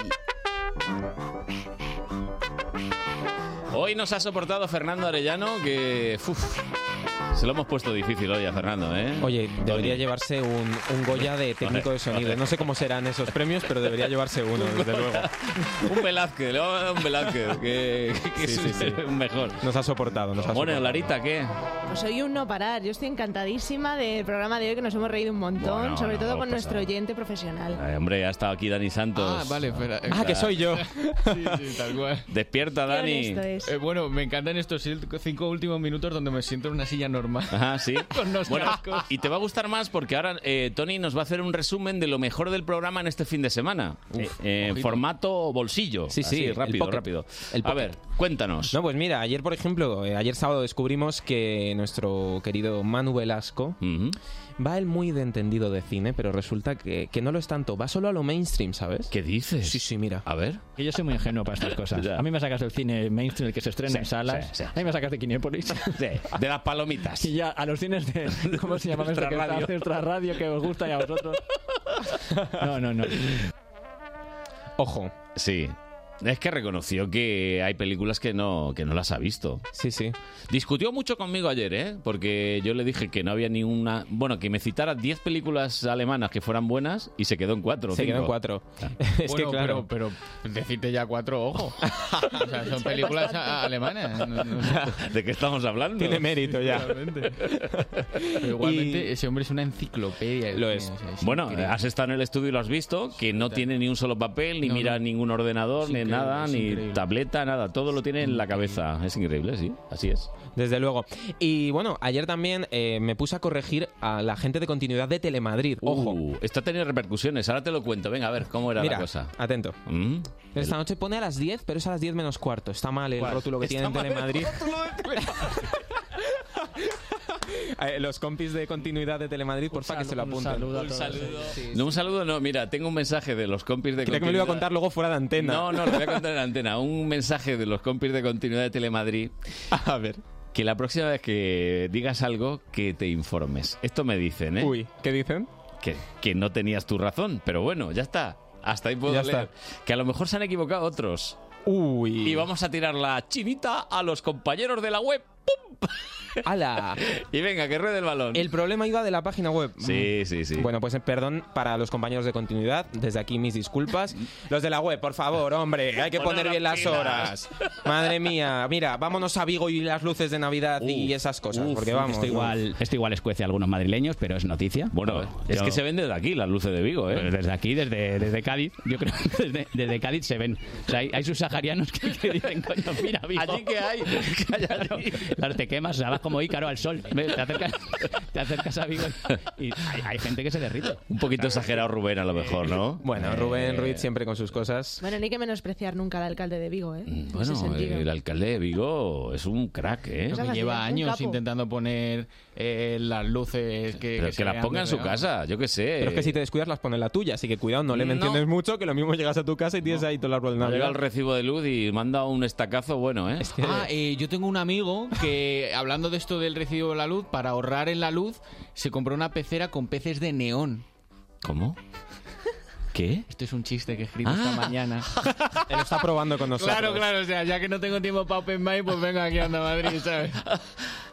Speaker 2: Hoy nos ha soportado Fernando Arellano, que. uf, se lo hemos puesto difícil hoy a Fernando, ¿eh?
Speaker 9: Oye, debería llevarse un, un Goya de técnico de sonido. No sé cómo serán esos premios, pero debería llevarse uno, desde luego.
Speaker 2: Un Velázquez, le vamos a dar un Velázquez, que, que
Speaker 9: Sí, sí,
Speaker 2: es un-
Speaker 9: sí.
Speaker 2: un mejor.
Speaker 9: Nos ha soportado, nos ha
Speaker 2: Bueno,
Speaker 9: soportado.
Speaker 2: Larita, ¿qué?
Speaker 20: Pues hoy un no parar. Yo estoy encantadísima del programa de hoy que nos hemos reído un montón,
Speaker 2: Bueno,
Speaker 20: sobre
Speaker 2: no,
Speaker 20: todo
Speaker 2: no
Speaker 20: con
Speaker 2: pasa
Speaker 20: nuestro
Speaker 2: nada. Eh,
Speaker 20: oyente profesional.
Speaker 2: Ay, hombre, ha estado aquí Dani Santos.
Speaker 20: Ah, vale,
Speaker 11: espera,
Speaker 2: Ah, que soy
Speaker 9: yo.
Speaker 11: Sí, sí, tal cual.
Speaker 2: Despierta, Dani.
Speaker 11: Eh, bueno, me encantan estos cil- cinco últimos minutos donde me siento en una silla normal.
Speaker 2: Ajá, Ah, sí.
Speaker 11: Con los
Speaker 2: Bueno,
Speaker 11: cascos.
Speaker 2: y te va a gustar más porque ahora eh, Tony nos va a hacer un resumen de lo mejor del programa en este fin de semana. Eh, eh,
Speaker 9: ojito.
Speaker 2: formato bolsillo.
Speaker 9: Sí, sí,
Speaker 2: Así,
Speaker 9: el
Speaker 2: rápido,
Speaker 9: pocket.
Speaker 2: rápido.
Speaker 9: El
Speaker 2: a
Speaker 9: pocket.
Speaker 2: ver, cuéntanos.
Speaker 9: No, pues mira, ayer, por ejemplo, eh, ayer sábado descubrimos que nuestro querido Manu Velasco va él muy de entendido de cine, pero resulta que, que no lo es tanto. Va solo a lo mainstream, ¿sabes?
Speaker 2: ¿Qué dices?
Speaker 9: Sí, sí, mira.
Speaker 2: A ver.
Speaker 26: Que yo soy muy ingenuo para estas cosas. A mí me sacas del cine mainstream, el que se estrena
Speaker 2: Sí,
Speaker 26: en salas.
Speaker 2: sí, sí.
Speaker 26: A mí me sacas de Kinépolis.
Speaker 2: de las palomitas.
Speaker 26: Y ya a los cines de. ¿Cómo se llama? esto que
Speaker 2: Ultrarradio.
Speaker 26: hace Ultrarradio que os gusta y a vosotros. No, no, no.
Speaker 9: Ojo.
Speaker 2: Sí. Es que reconoció que hay películas que no, que no las ha visto.
Speaker 9: Sí, sí.
Speaker 2: Discutió mucho conmigo ayer, ¿eh? Porque yo le dije que no había ni una... Bueno, que me citara 10 películas alemanas que fueran buenas y se quedó en cuatro.
Speaker 9: Se quedó en
Speaker 2: cinco.
Speaker 9: cuatro.
Speaker 2: Ah.
Speaker 9: Es que claro.
Speaker 11: Pero, pero decirte ya cuatro, ojo. O sea, son películas a- alemanas. No- no-
Speaker 2: ¿De qué estamos hablando?
Speaker 11: Tiene mérito ya. Pero igualmente,
Speaker 2: ese hombre es una enciclopedia. Lo es. bueno,
Speaker 11: increíble.
Speaker 2: has estado en el estudio y lo has visto, que no tiene ni un solo papel, ni mira ningún ordenador, ni
Speaker 9: increíble,
Speaker 2: nada,
Speaker 9: es
Speaker 2: ni
Speaker 9: increíble.
Speaker 2: tableta, nada. Todo lo tiene en la cabeza. Es increíble, sí. Así es.
Speaker 9: Desde luego. Y bueno, ayer también eh, me puse a corregir a la gente de continuidad de Telemadrid. Ojo.
Speaker 2: Uh, esto ha tenido repercusiones. Ahora te lo cuento. Venga, a ver, ¿cómo era
Speaker 9: Mira,
Speaker 2: la cosa?
Speaker 9: Atento.
Speaker 2: Mm.
Speaker 9: Esta noche pone a las 10, pero es a las 10 menos cuarto. Está mal el
Speaker 2: ¿Cuál?
Speaker 9: rótulo que
Speaker 2: Está
Speaker 9: tiene en
Speaker 2: mal este el
Speaker 9: Telemadrid. Eh, Los compis de continuidad de Telemadrid, por favor, que se lo apunten.
Speaker 26: saludo a Un todos.
Speaker 9: saludo.
Speaker 2: No, un saludo no. Mira, tengo un mensaje de los compis de
Speaker 9: Creía que me lo iba a
Speaker 2: continuidad.
Speaker 9: contar luego fuera de antena.
Speaker 2: No, no, lo voy a contar en antena. Un mensaje de los compis de continuidad de Telemadrid. A ver. Que la próxima vez que digas algo, que te informes. Esto me dicen, ¿eh?
Speaker 9: Uy, ¿qué dicen?
Speaker 2: Que, que no tenías tu razón, pero bueno, ya está. Hasta ahí puedo
Speaker 9: Ya
Speaker 2: leer.
Speaker 9: está.
Speaker 2: Que a lo mejor se han equivocado otros.
Speaker 9: Uy.
Speaker 2: Y vamos a tirar la chinita a los compañeros de la web.
Speaker 9: ¡Hala!
Speaker 2: Y venga, que ruede el balón.
Speaker 9: El problema iba de la página web.
Speaker 2: Sí, sí, sí.
Speaker 9: Bueno, pues eh, perdón para los compañeros de continuidad. Desde aquí mis disculpas. Los de la web, por favor, hombre, hay que
Speaker 2: Poner
Speaker 9: poner
Speaker 2: las
Speaker 9: bien las
Speaker 2: pilas.
Speaker 9: horas. Madre mía, mira, vámonos a Vigo y las luces de Navidad y esas cosas. porque vamos.
Speaker 26: Esto igual, esto igual escuece a algunos madrileños, pero es noticia.
Speaker 2: Bueno, es que se vende de aquí las luces de Vigo, ¿eh?
Speaker 26: desde aquí, desde, desde Cádiz, yo creo que desde, desde Cádiz se ven. O sea, hay, hay subsaharianos que, que dicen, coño, mira, Vigo.
Speaker 2: Allí que hay.
Speaker 26: Claro, Claro, te quemas abajo
Speaker 41: como Ícaro al sol. Ve, Te acercas, te acercas a Vigo y hay, hay gente que se derrite.
Speaker 2: Un poquito exagerado Rubén, a lo mejor, ¿no? Eh,
Speaker 9: Bueno, Rubén Ruiz siempre con sus cosas.
Speaker 20: Bueno, no hay que menospreciar nunca al alcalde de Vigo, ¿eh? En ese
Speaker 2: Mm, Bueno,
Speaker 20: sentido.
Speaker 2: el alcalde de Vigo es un crack, ¿eh?
Speaker 20: Pues haga así,
Speaker 11: Lleva
Speaker 20: un
Speaker 11: años
Speaker 20: capo.
Speaker 11: intentando poner eh, las luces que,
Speaker 2: Pero
Speaker 11: se
Speaker 2: que las
Speaker 11: vean
Speaker 2: ponga en
Speaker 11: de
Speaker 2: su
Speaker 11: regalo.
Speaker 2: casa, yo qué sé.
Speaker 9: Pero es que si te descuidas las pone la tuya, así que cuidado, no le
Speaker 2: No.
Speaker 9: menciones mucho, que lo mismo llegas a tu casa y tienes ahí todo el árbol de
Speaker 2: Ha llegado
Speaker 9: Navidad.
Speaker 2: el recibo de luz y manda un estacazo bueno, ¿eh?
Speaker 11: Ah, eh, yo tengo un amigo que, hablando de esto del recibo de la luz, para ahorrar en la luz, se compró una pecera con peces de neón.
Speaker 2: ¿Cómo? ¿Qué?
Speaker 11: Esto es un chiste que escribí
Speaker 9: Ah.
Speaker 11: esta mañana.
Speaker 9: Él está probando con nosotros.
Speaker 11: Claro, claro, o sea, ya que no tengo tiempo para Open Mind, pues vengo aquí a Onda Madrid, ¿sabes? Ah,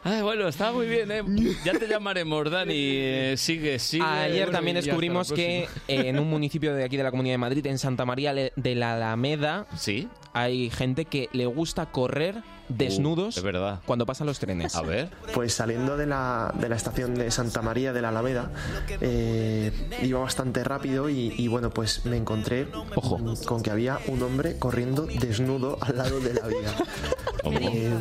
Speaker 2: Ay, bueno, está muy bien, ¿eh? Ya te llamaremos, Dani. Eh, sigue, sigue.
Speaker 9: Ah, Ayer
Speaker 2: Bueno,
Speaker 9: también
Speaker 2: y hasta la
Speaker 9: descubrimos que
Speaker 2: próxima.
Speaker 9: eh, en un municipio de aquí de la Comunidad de Madrid, en Santa María le- de la Alameda, hay gente que le gusta correr desnudos
Speaker 2: Uh, es verdad.
Speaker 9: cuando pasan los trenes.
Speaker 2: A ver.
Speaker 6: Pues saliendo de la, de la estación de Santa María de la Alameda, eh, iba bastante rápido y, y, bueno, pues me encontré mm, con que había un hombre corriendo desnudo al lado de la vía. Eh,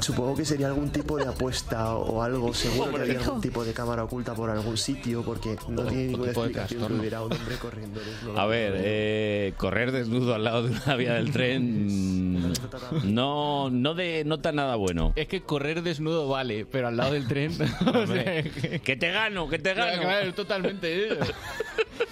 Speaker 6: supongo que sería algún tipo de apuesta o algo, seguro que
Speaker 42: Hombre.
Speaker 6: había algún tipo de cámara oculta por algún sitio, porque no tiene ninguna
Speaker 2: tipo de
Speaker 6: explicación que
Speaker 2: trastorno.
Speaker 6: hubiera un hombre corriendo desnudo.
Speaker 2: A ver, eh, correr desnudo al lado de una vía del tren mm, no no denota nada bueno.
Speaker 11: Es que correr desnudo vale, pero al lado del tren.
Speaker 2: que te gano, que te gano.
Speaker 11: Claro, totalmente. eh.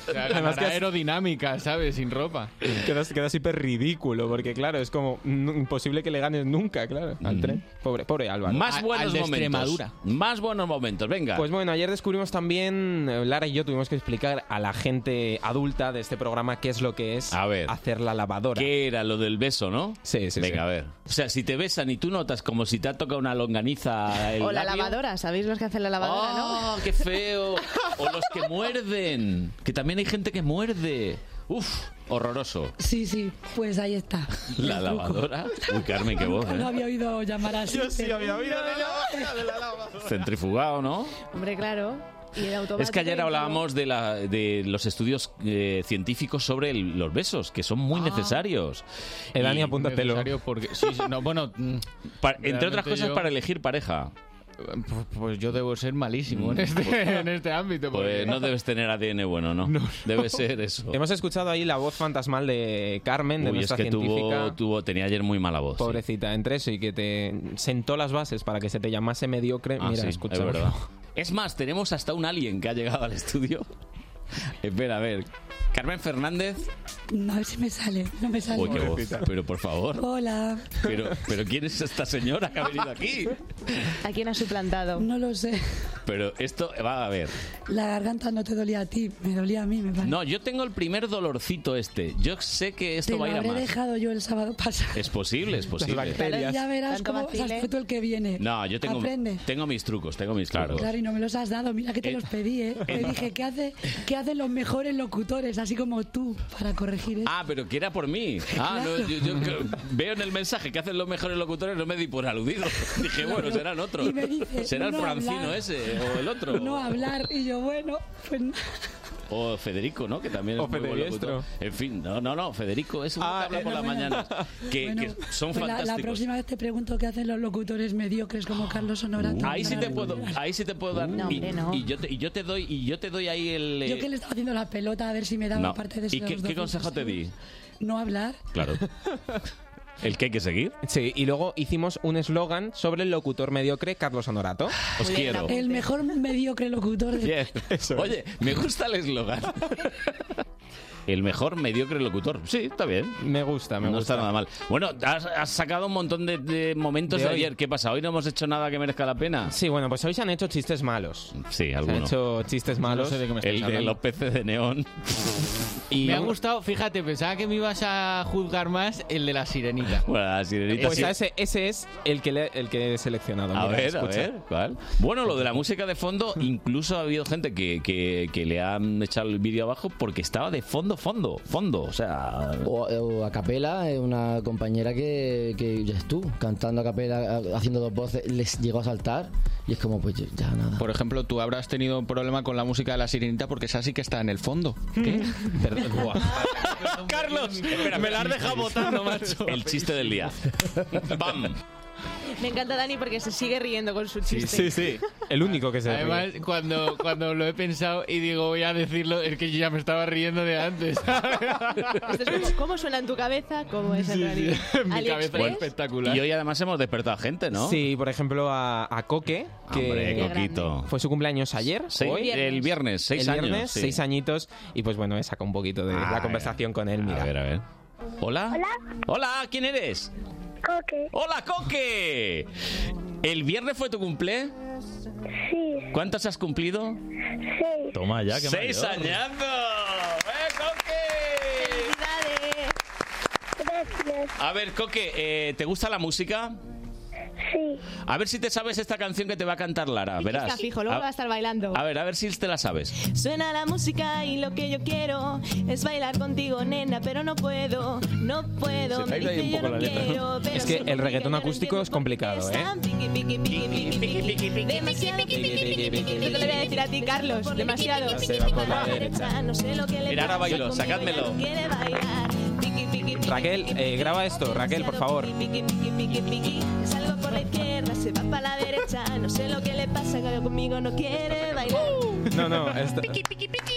Speaker 11: O sea,
Speaker 9: Además que
Speaker 11: ganará
Speaker 9: has-
Speaker 11: aerodinámica, ¿sabes? Sin ropa.
Speaker 9: Quedas, quedas hiper ridículo, porque claro, es como mm, imposible que le ganes nunca, claro, al tren. Pobre, pobre Álvaro.
Speaker 2: Mm. Más buenos momentos. Más buenos momentos, venga.
Speaker 9: Pues bueno, ayer descubrimos también, eh, Lara y yo tuvimos que explicar a la gente adulta de este programa qué es lo que es hacer la lavadora.
Speaker 2: ¿Qué era lo del beso, no?
Speaker 9: Sí, sí,
Speaker 2: Venga, a ver. O sea, si te besan y tú notas como si te ha tocado una longaniza el
Speaker 20: O la
Speaker 2: labio,
Speaker 20: lavadora, ¿sabéis los que hacen la lavadora,
Speaker 2: ¡Oh, qué feo! O los que muerden, que también hay gente que muerde. Uf, horroroso.
Speaker 43: Sí, sí, pues ahí está.
Speaker 2: La
Speaker 43: El truco.
Speaker 2: lavadora. Uy, Carmen, qué voz,
Speaker 43: Nunca lo
Speaker 2: ¿eh?
Speaker 43: había oído llamar así. Yo sí había oído de
Speaker 2: Centrifugado, ¿no?
Speaker 20: ¿no? Hombre, claro. Y el automático
Speaker 2: Es que ayer
Speaker 20: y todo.
Speaker 2: hablábamos de, la, de los estudios eh, científicos sobre el- los besos, que son muy necesarios.
Speaker 11: Dani,
Speaker 2: Y-
Speaker 11: apúntatelo. Necesario porque- sí, sí, no, bueno, mm,
Speaker 2: Pa- entre otras
Speaker 11: realmente
Speaker 2: cosas,
Speaker 11: yo-
Speaker 2: para elegir pareja. Mm.
Speaker 11: Pues, yo debo ser malísimo en este, en este ámbito. porque-
Speaker 2: Pues no debes tener ADN bueno, ¿no? Debe ser eso.
Speaker 9: Hemos escuchado ahí la voz fantasmal de Carmen, de
Speaker 2: Uy, es
Speaker 9: nuestra
Speaker 2: que
Speaker 9: científica.
Speaker 2: tuvo, tuvo, tenía ayer muy mala voz. sí.
Speaker 9: Pobrecita, entre eso y que te sentó las bases para que se te llamase mediocre.
Speaker 2: Ah,
Speaker 9: Mira,
Speaker 2: sí,
Speaker 9: escucha.
Speaker 2: es verdad. Es más, tenemos hasta un alien que ha llegado al estudio. Espera, a ver. Carmen Fernández.
Speaker 43: No, a ver si me sale, no me sale.
Speaker 2: Uy, qué voz. Pero por favor.
Speaker 43: Hola.
Speaker 2: Pero, pero ¿quién es esta señora que ha venido aquí?
Speaker 43: ¿A quién has suplantado? No lo sé.
Speaker 2: Pero esto va a ver.
Speaker 43: La garganta no te dolía a ti, me dolía a mí, me parece.
Speaker 2: No, yo tengo el primer dolorcito este. Yo sé que esto
Speaker 43: te lo
Speaker 2: va a ir a
Speaker 43: habré
Speaker 2: más.
Speaker 43: dejado yo el sábado pasado.
Speaker 2: Es posible, es posible.
Speaker 43: Pero ya verás cómo vas a- fue tú el que viene.
Speaker 2: No, yo tengo,
Speaker 43: Aprende.
Speaker 2: tengo mis trucos, tengo mis trucos.
Speaker 43: Claro, y no me los has dado. Mira que te
Speaker 2: Eh,
Speaker 43: los pedí, ¿eh? Te
Speaker 2: eh.
Speaker 43: dije, ¿qué, hace, ¿qué hacen los mejores locutores, así como tú, para corregir esto?
Speaker 2: Ah, pero que era por mí. Ah, no, yo, yo que- veo en el mensaje que hacen los mejores locutores, no me di por aludido. Dije, bueno, serán otros.
Speaker 43: Y me dice,
Speaker 2: Será el
Speaker 43: no
Speaker 2: Francino
Speaker 43: hablar.
Speaker 2: ese, o el otro.
Speaker 43: No hablar. Y yo, bueno, pues nada.
Speaker 2: O Federico, ¿no? Que también es
Speaker 9: O
Speaker 2: muy buen
Speaker 9: Federiestro. Ah, eh,
Speaker 2: locutor. En fin, no, no, no, Federico es un que habla por las mañanas. Que, que son
Speaker 43: Pues la- la,
Speaker 2: fantásticos.
Speaker 43: próxima vez te pregunto qué hacen los locutores mediocres como Carlos Sonora.
Speaker 2: Uh, Ahí sí te puedo, ahí sí te puedo dar
Speaker 43: No,
Speaker 2: y,
Speaker 43: hombre, no.
Speaker 2: y yo te, y yo te doy y yo te doy ahí el eh,
Speaker 43: Yo que le estaba haciendo la pelota a ver si me daba
Speaker 2: no.
Speaker 43: parte de esos
Speaker 2: ¿Y qué,
Speaker 43: dos
Speaker 2: qué consejo te di?
Speaker 43: No hablar.
Speaker 2: Claro. El que hay que seguir.
Speaker 9: Sí, y luego hicimos un eslogan sobre el locutor mediocre Carlos Honorato.
Speaker 2: Ah, Os quiero.
Speaker 43: El mejor mediocre locutor de...
Speaker 2: Bien. Oye, me gusta el eslogan. El mejor mediocre locutor. Sí, está bien.
Speaker 9: Me gusta, me
Speaker 2: no
Speaker 9: gusta.
Speaker 2: está nada mal. Bueno, has, has sacado un montón de, de momentos
Speaker 9: De
Speaker 2: de,
Speaker 9: hoy.
Speaker 2: ayer. ¿Qué pasa? ¿Hoy no hemos hecho nada que merezca la pena?
Speaker 9: Sí, bueno, pues hoy se han hecho chistes malos.
Speaker 2: Sí,
Speaker 9: Se han
Speaker 2: alguno.
Speaker 9: hecho chistes malos.
Speaker 2: No sé de qué me estáis El de hablando. los peces de neón.
Speaker 9: Y
Speaker 11: me ha gustado, fíjate, pensaba que me ibas a juzgar más el de la sirenita.
Speaker 2: Bueno, la sirenita
Speaker 9: Pues
Speaker 2: sí.
Speaker 9: a ese, ese es el que, le- el que he seleccionado.
Speaker 2: A
Speaker 9: Mira,
Speaker 2: ver, a
Speaker 9: escucha.
Speaker 2: ver, ¿cuál? Bueno, lo de la música de fondo, incluso ha habido gente que, que- que le han echado el vídeo abajo porque estaba de fondo, fondo, fondo. O sea,
Speaker 43: O, o a capela, eh, una compañera que, que ya estuvo cantando a capela, a- haciendo dos voces, les llegó a saltar y es como, pues yo- ya nada.
Speaker 11: Por ejemplo, tú habrás tenido un problema con la música de la sirenita porque esa sí que está en el fondo. ¿Qué?
Speaker 2: Carlos,
Speaker 11: me la has dejado botando, macho.
Speaker 2: El chiste del día. ¡Bam!
Speaker 20: Me encanta Dani porque se sigue riendo con su chiste.
Speaker 16: El único que se ríe.
Speaker 11: Además, cuando, cuando lo he pensado y digo voy a decirlo, es que yo ya me estaba riendo de antes.
Speaker 20: Esto es como- ¿Cómo suena en tu cabeza? ¿Cómo es en realidad? AliExpress.
Speaker 11: espectacular.
Speaker 2: Y hoy además hemos despertado a gente, ¿no?
Speaker 16: Sí, por ejemplo, a, a Coque, que
Speaker 2: Hombre, Qué Coquito. grande.
Speaker 16: fue su cumpleaños ayer.
Speaker 2: Sí,
Speaker 16: hoy.
Speaker 2: Viernes. el viernes, seis
Speaker 16: El viernes,
Speaker 2: años, sí. Ah,
Speaker 16: seis añitos. Y pues bueno, he sacado un poquito de
Speaker 2: A
Speaker 16: la
Speaker 2: ver.
Speaker 16: conversación con él, mira.
Speaker 2: A ver, a ver. Hola. Hola. Hola, ¿quién eres?
Speaker 5: Coque.
Speaker 2: Hola, Coque. ¿El viernes fue tu cumple?
Speaker 5: Sí.
Speaker 2: ¿Cuántos has cumplido?
Speaker 5: Seis.
Speaker 2: Toma
Speaker 8: ya, qué
Speaker 2: Seis
Speaker 8: mayor.
Speaker 2: añando. ¡Eh,
Speaker 5: ¡Felicidades! Gracias.
Speaker 2: A ver, Coque, eh, ¿te gusta la música?
Speaker 5: Sí.
Speaker 2: A ver si te sabes esta canción que te va a cantar Lara, verás.
Speaker 20: Está fijo, luego va a
Speaker 2: a,
Speaker 20: estar bailando.
Speaker 2: a ver, a ver si te la sabes.
Speaker 20: Suena la música y lo que yo quiero es bailar contigo, nena, pero no puedo, no puedo. Me dice yo no quiero, pero
Speaker 16: Es que
Speaker 9: eh,
Speaker 16: el reggaetón acústico es complicado, ¿eh?
Speaker 20: Piqui, piqui, piqui, piqui, piqui, piqui. Demasiado piqui, piqui, piqui, piqui. Yo te lo voy a decir a ti, Carlos. Demasiado.
Speaker 16: Se va por la derecha.
Speaker 20: No sé lo que le
Speaker 16: Mira, ahora
Speaker 20: pasa
Speaker 16: bailo,
Speaker 20: conmigo, ya
Speaker 16: sacádmelo.
Speaker 20: no quiere bailar. Piqui, piqui, piqui,
Speaker 16: Raquel, eh, graba esto, Raquel, por favor.
Speaker 20: piqui, piqui, piqui, piqui. Salgo por la izquierda, se va para la derecha. No sé lo que le pasa, que conmigo no quiere bailar.
Speaker 16: No, no, esto-
Speaker 20: Piqui, piqui, piqui.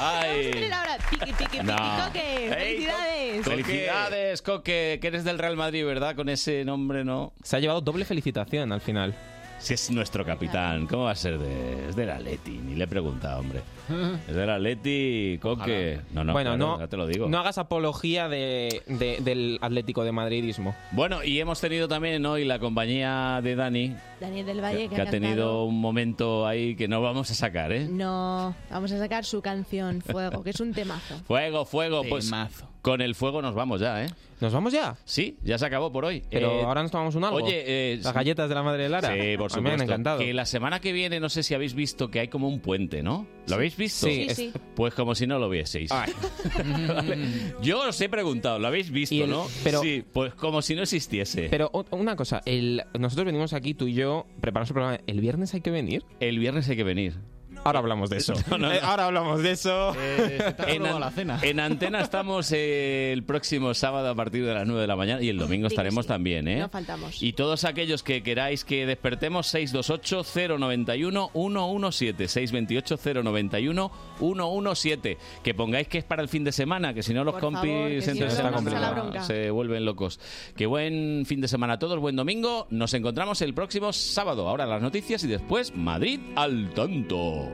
Speaker 2: Ay.
Speaker 20: Miren ahora, piqui, piqui, piqui,
Speaker 2: No.
Speaker 20: coque.
Speaker 2: Ey,
Speaker 20: ¡Felicidades!
Speaker 2: Felicidades, Coque, que eres del Real Madrid, ¿verdad? Con ese nombre, ¿no?
Speaker 16: Se ha llevado doble felicitación al final.
Speaker 2: Si es nuestro capitán, ¿cómo va a ser de, es del Atleti? Ni le he preguntado, hombre. Es del Atleti, Coque. No, no,
Speaker 16: bueno,
Speaker 2: claro,
Speaker 16: no,
Speaker 2: ya te lo digo.
Speaker 16: no hagas apología de- de- del Atlético de Madridismo.
Speaker 2: Bueno, y hemos tenido también hoy la compañía de Dani,
Speaker 20: Daniel del Valle, que,
Speaker 2: que ha tenido
Speaker 20: cantado-
Speaker 2: un momento ahí que no vamos a sacar, ¿eh?
Speaker 20: No, vamos a sacar su canción, Fuego, que es un temazo.
Speaker 2: Fuego, fuego, pues con el fuego nos vamos ya, ¿eh?
Speaker 16: ¿Nos vamos ya?
Speaker 2: Sí, ya se acabó por hoy.
Speaker 16: Pero
Speaker 2: Eh,
Speaker 16: ahora nos tomamos un algo.
Speaker 2: Oye, eh,
Speaker 16: las galletas de la madre de Lara.
Speaker 2: Sí, por
Speaker 16: A mí me han
Speaker 2: supuesto.
Speaker 16: encantado.
Speaker 2: Que la semana que viene, no sé si habéis visto que hay como un puente, ¿no? ¿Lo habéis visto?
Speaker 16: Sí, Sí, es- sí.
Speaker 2: Pues como si no lo vieseis. Vale. Yo os he preguntado, ¿lo habéis visto,
Speaker 16: el-
Speaker 2: no?
Speaker 16: pero-
Speaker 2: sí, pues como si no existiese.
Speaker 16: Pero o- una cosa, el, nosotros venimos aquí, tú y yo, preparamos el programa. ¿El viernes hay que venir?
Speaker 2: El viernes hay que venir.
Speaker 16: Ahora hablamos de eso. Eh, ahora hablamos de eso.
Speaker 2: en, an- en antena estamos eh, el próximo sábado a partir de las 9 de la mañana y el domingo
Speaker 20: Sí,
Speaker 2: estaremos
Speaker 20: sí.
Speaker 2: también, ¿eh?
Speaker 20: No faltamos.
Speaker 2: Y todos aquellos que queráis que despertemos, 628-091-117. 628-091-117. Que pongáis que es para el fin de semana, que si no los
Speaker 20: Por
Speaker 2: compis
Speaker 20: favor, que si
Speaker 2: entre
Speaker 20: no,
Speaker 2: semana
Speaker 20: vamos a la bronca.
Speaker 2: se vuelven locos. Que buen fin de semana a todos, buen domingo. Nos encontramos el próximo sábado. Ahora las noticias y después Madrid al tanto.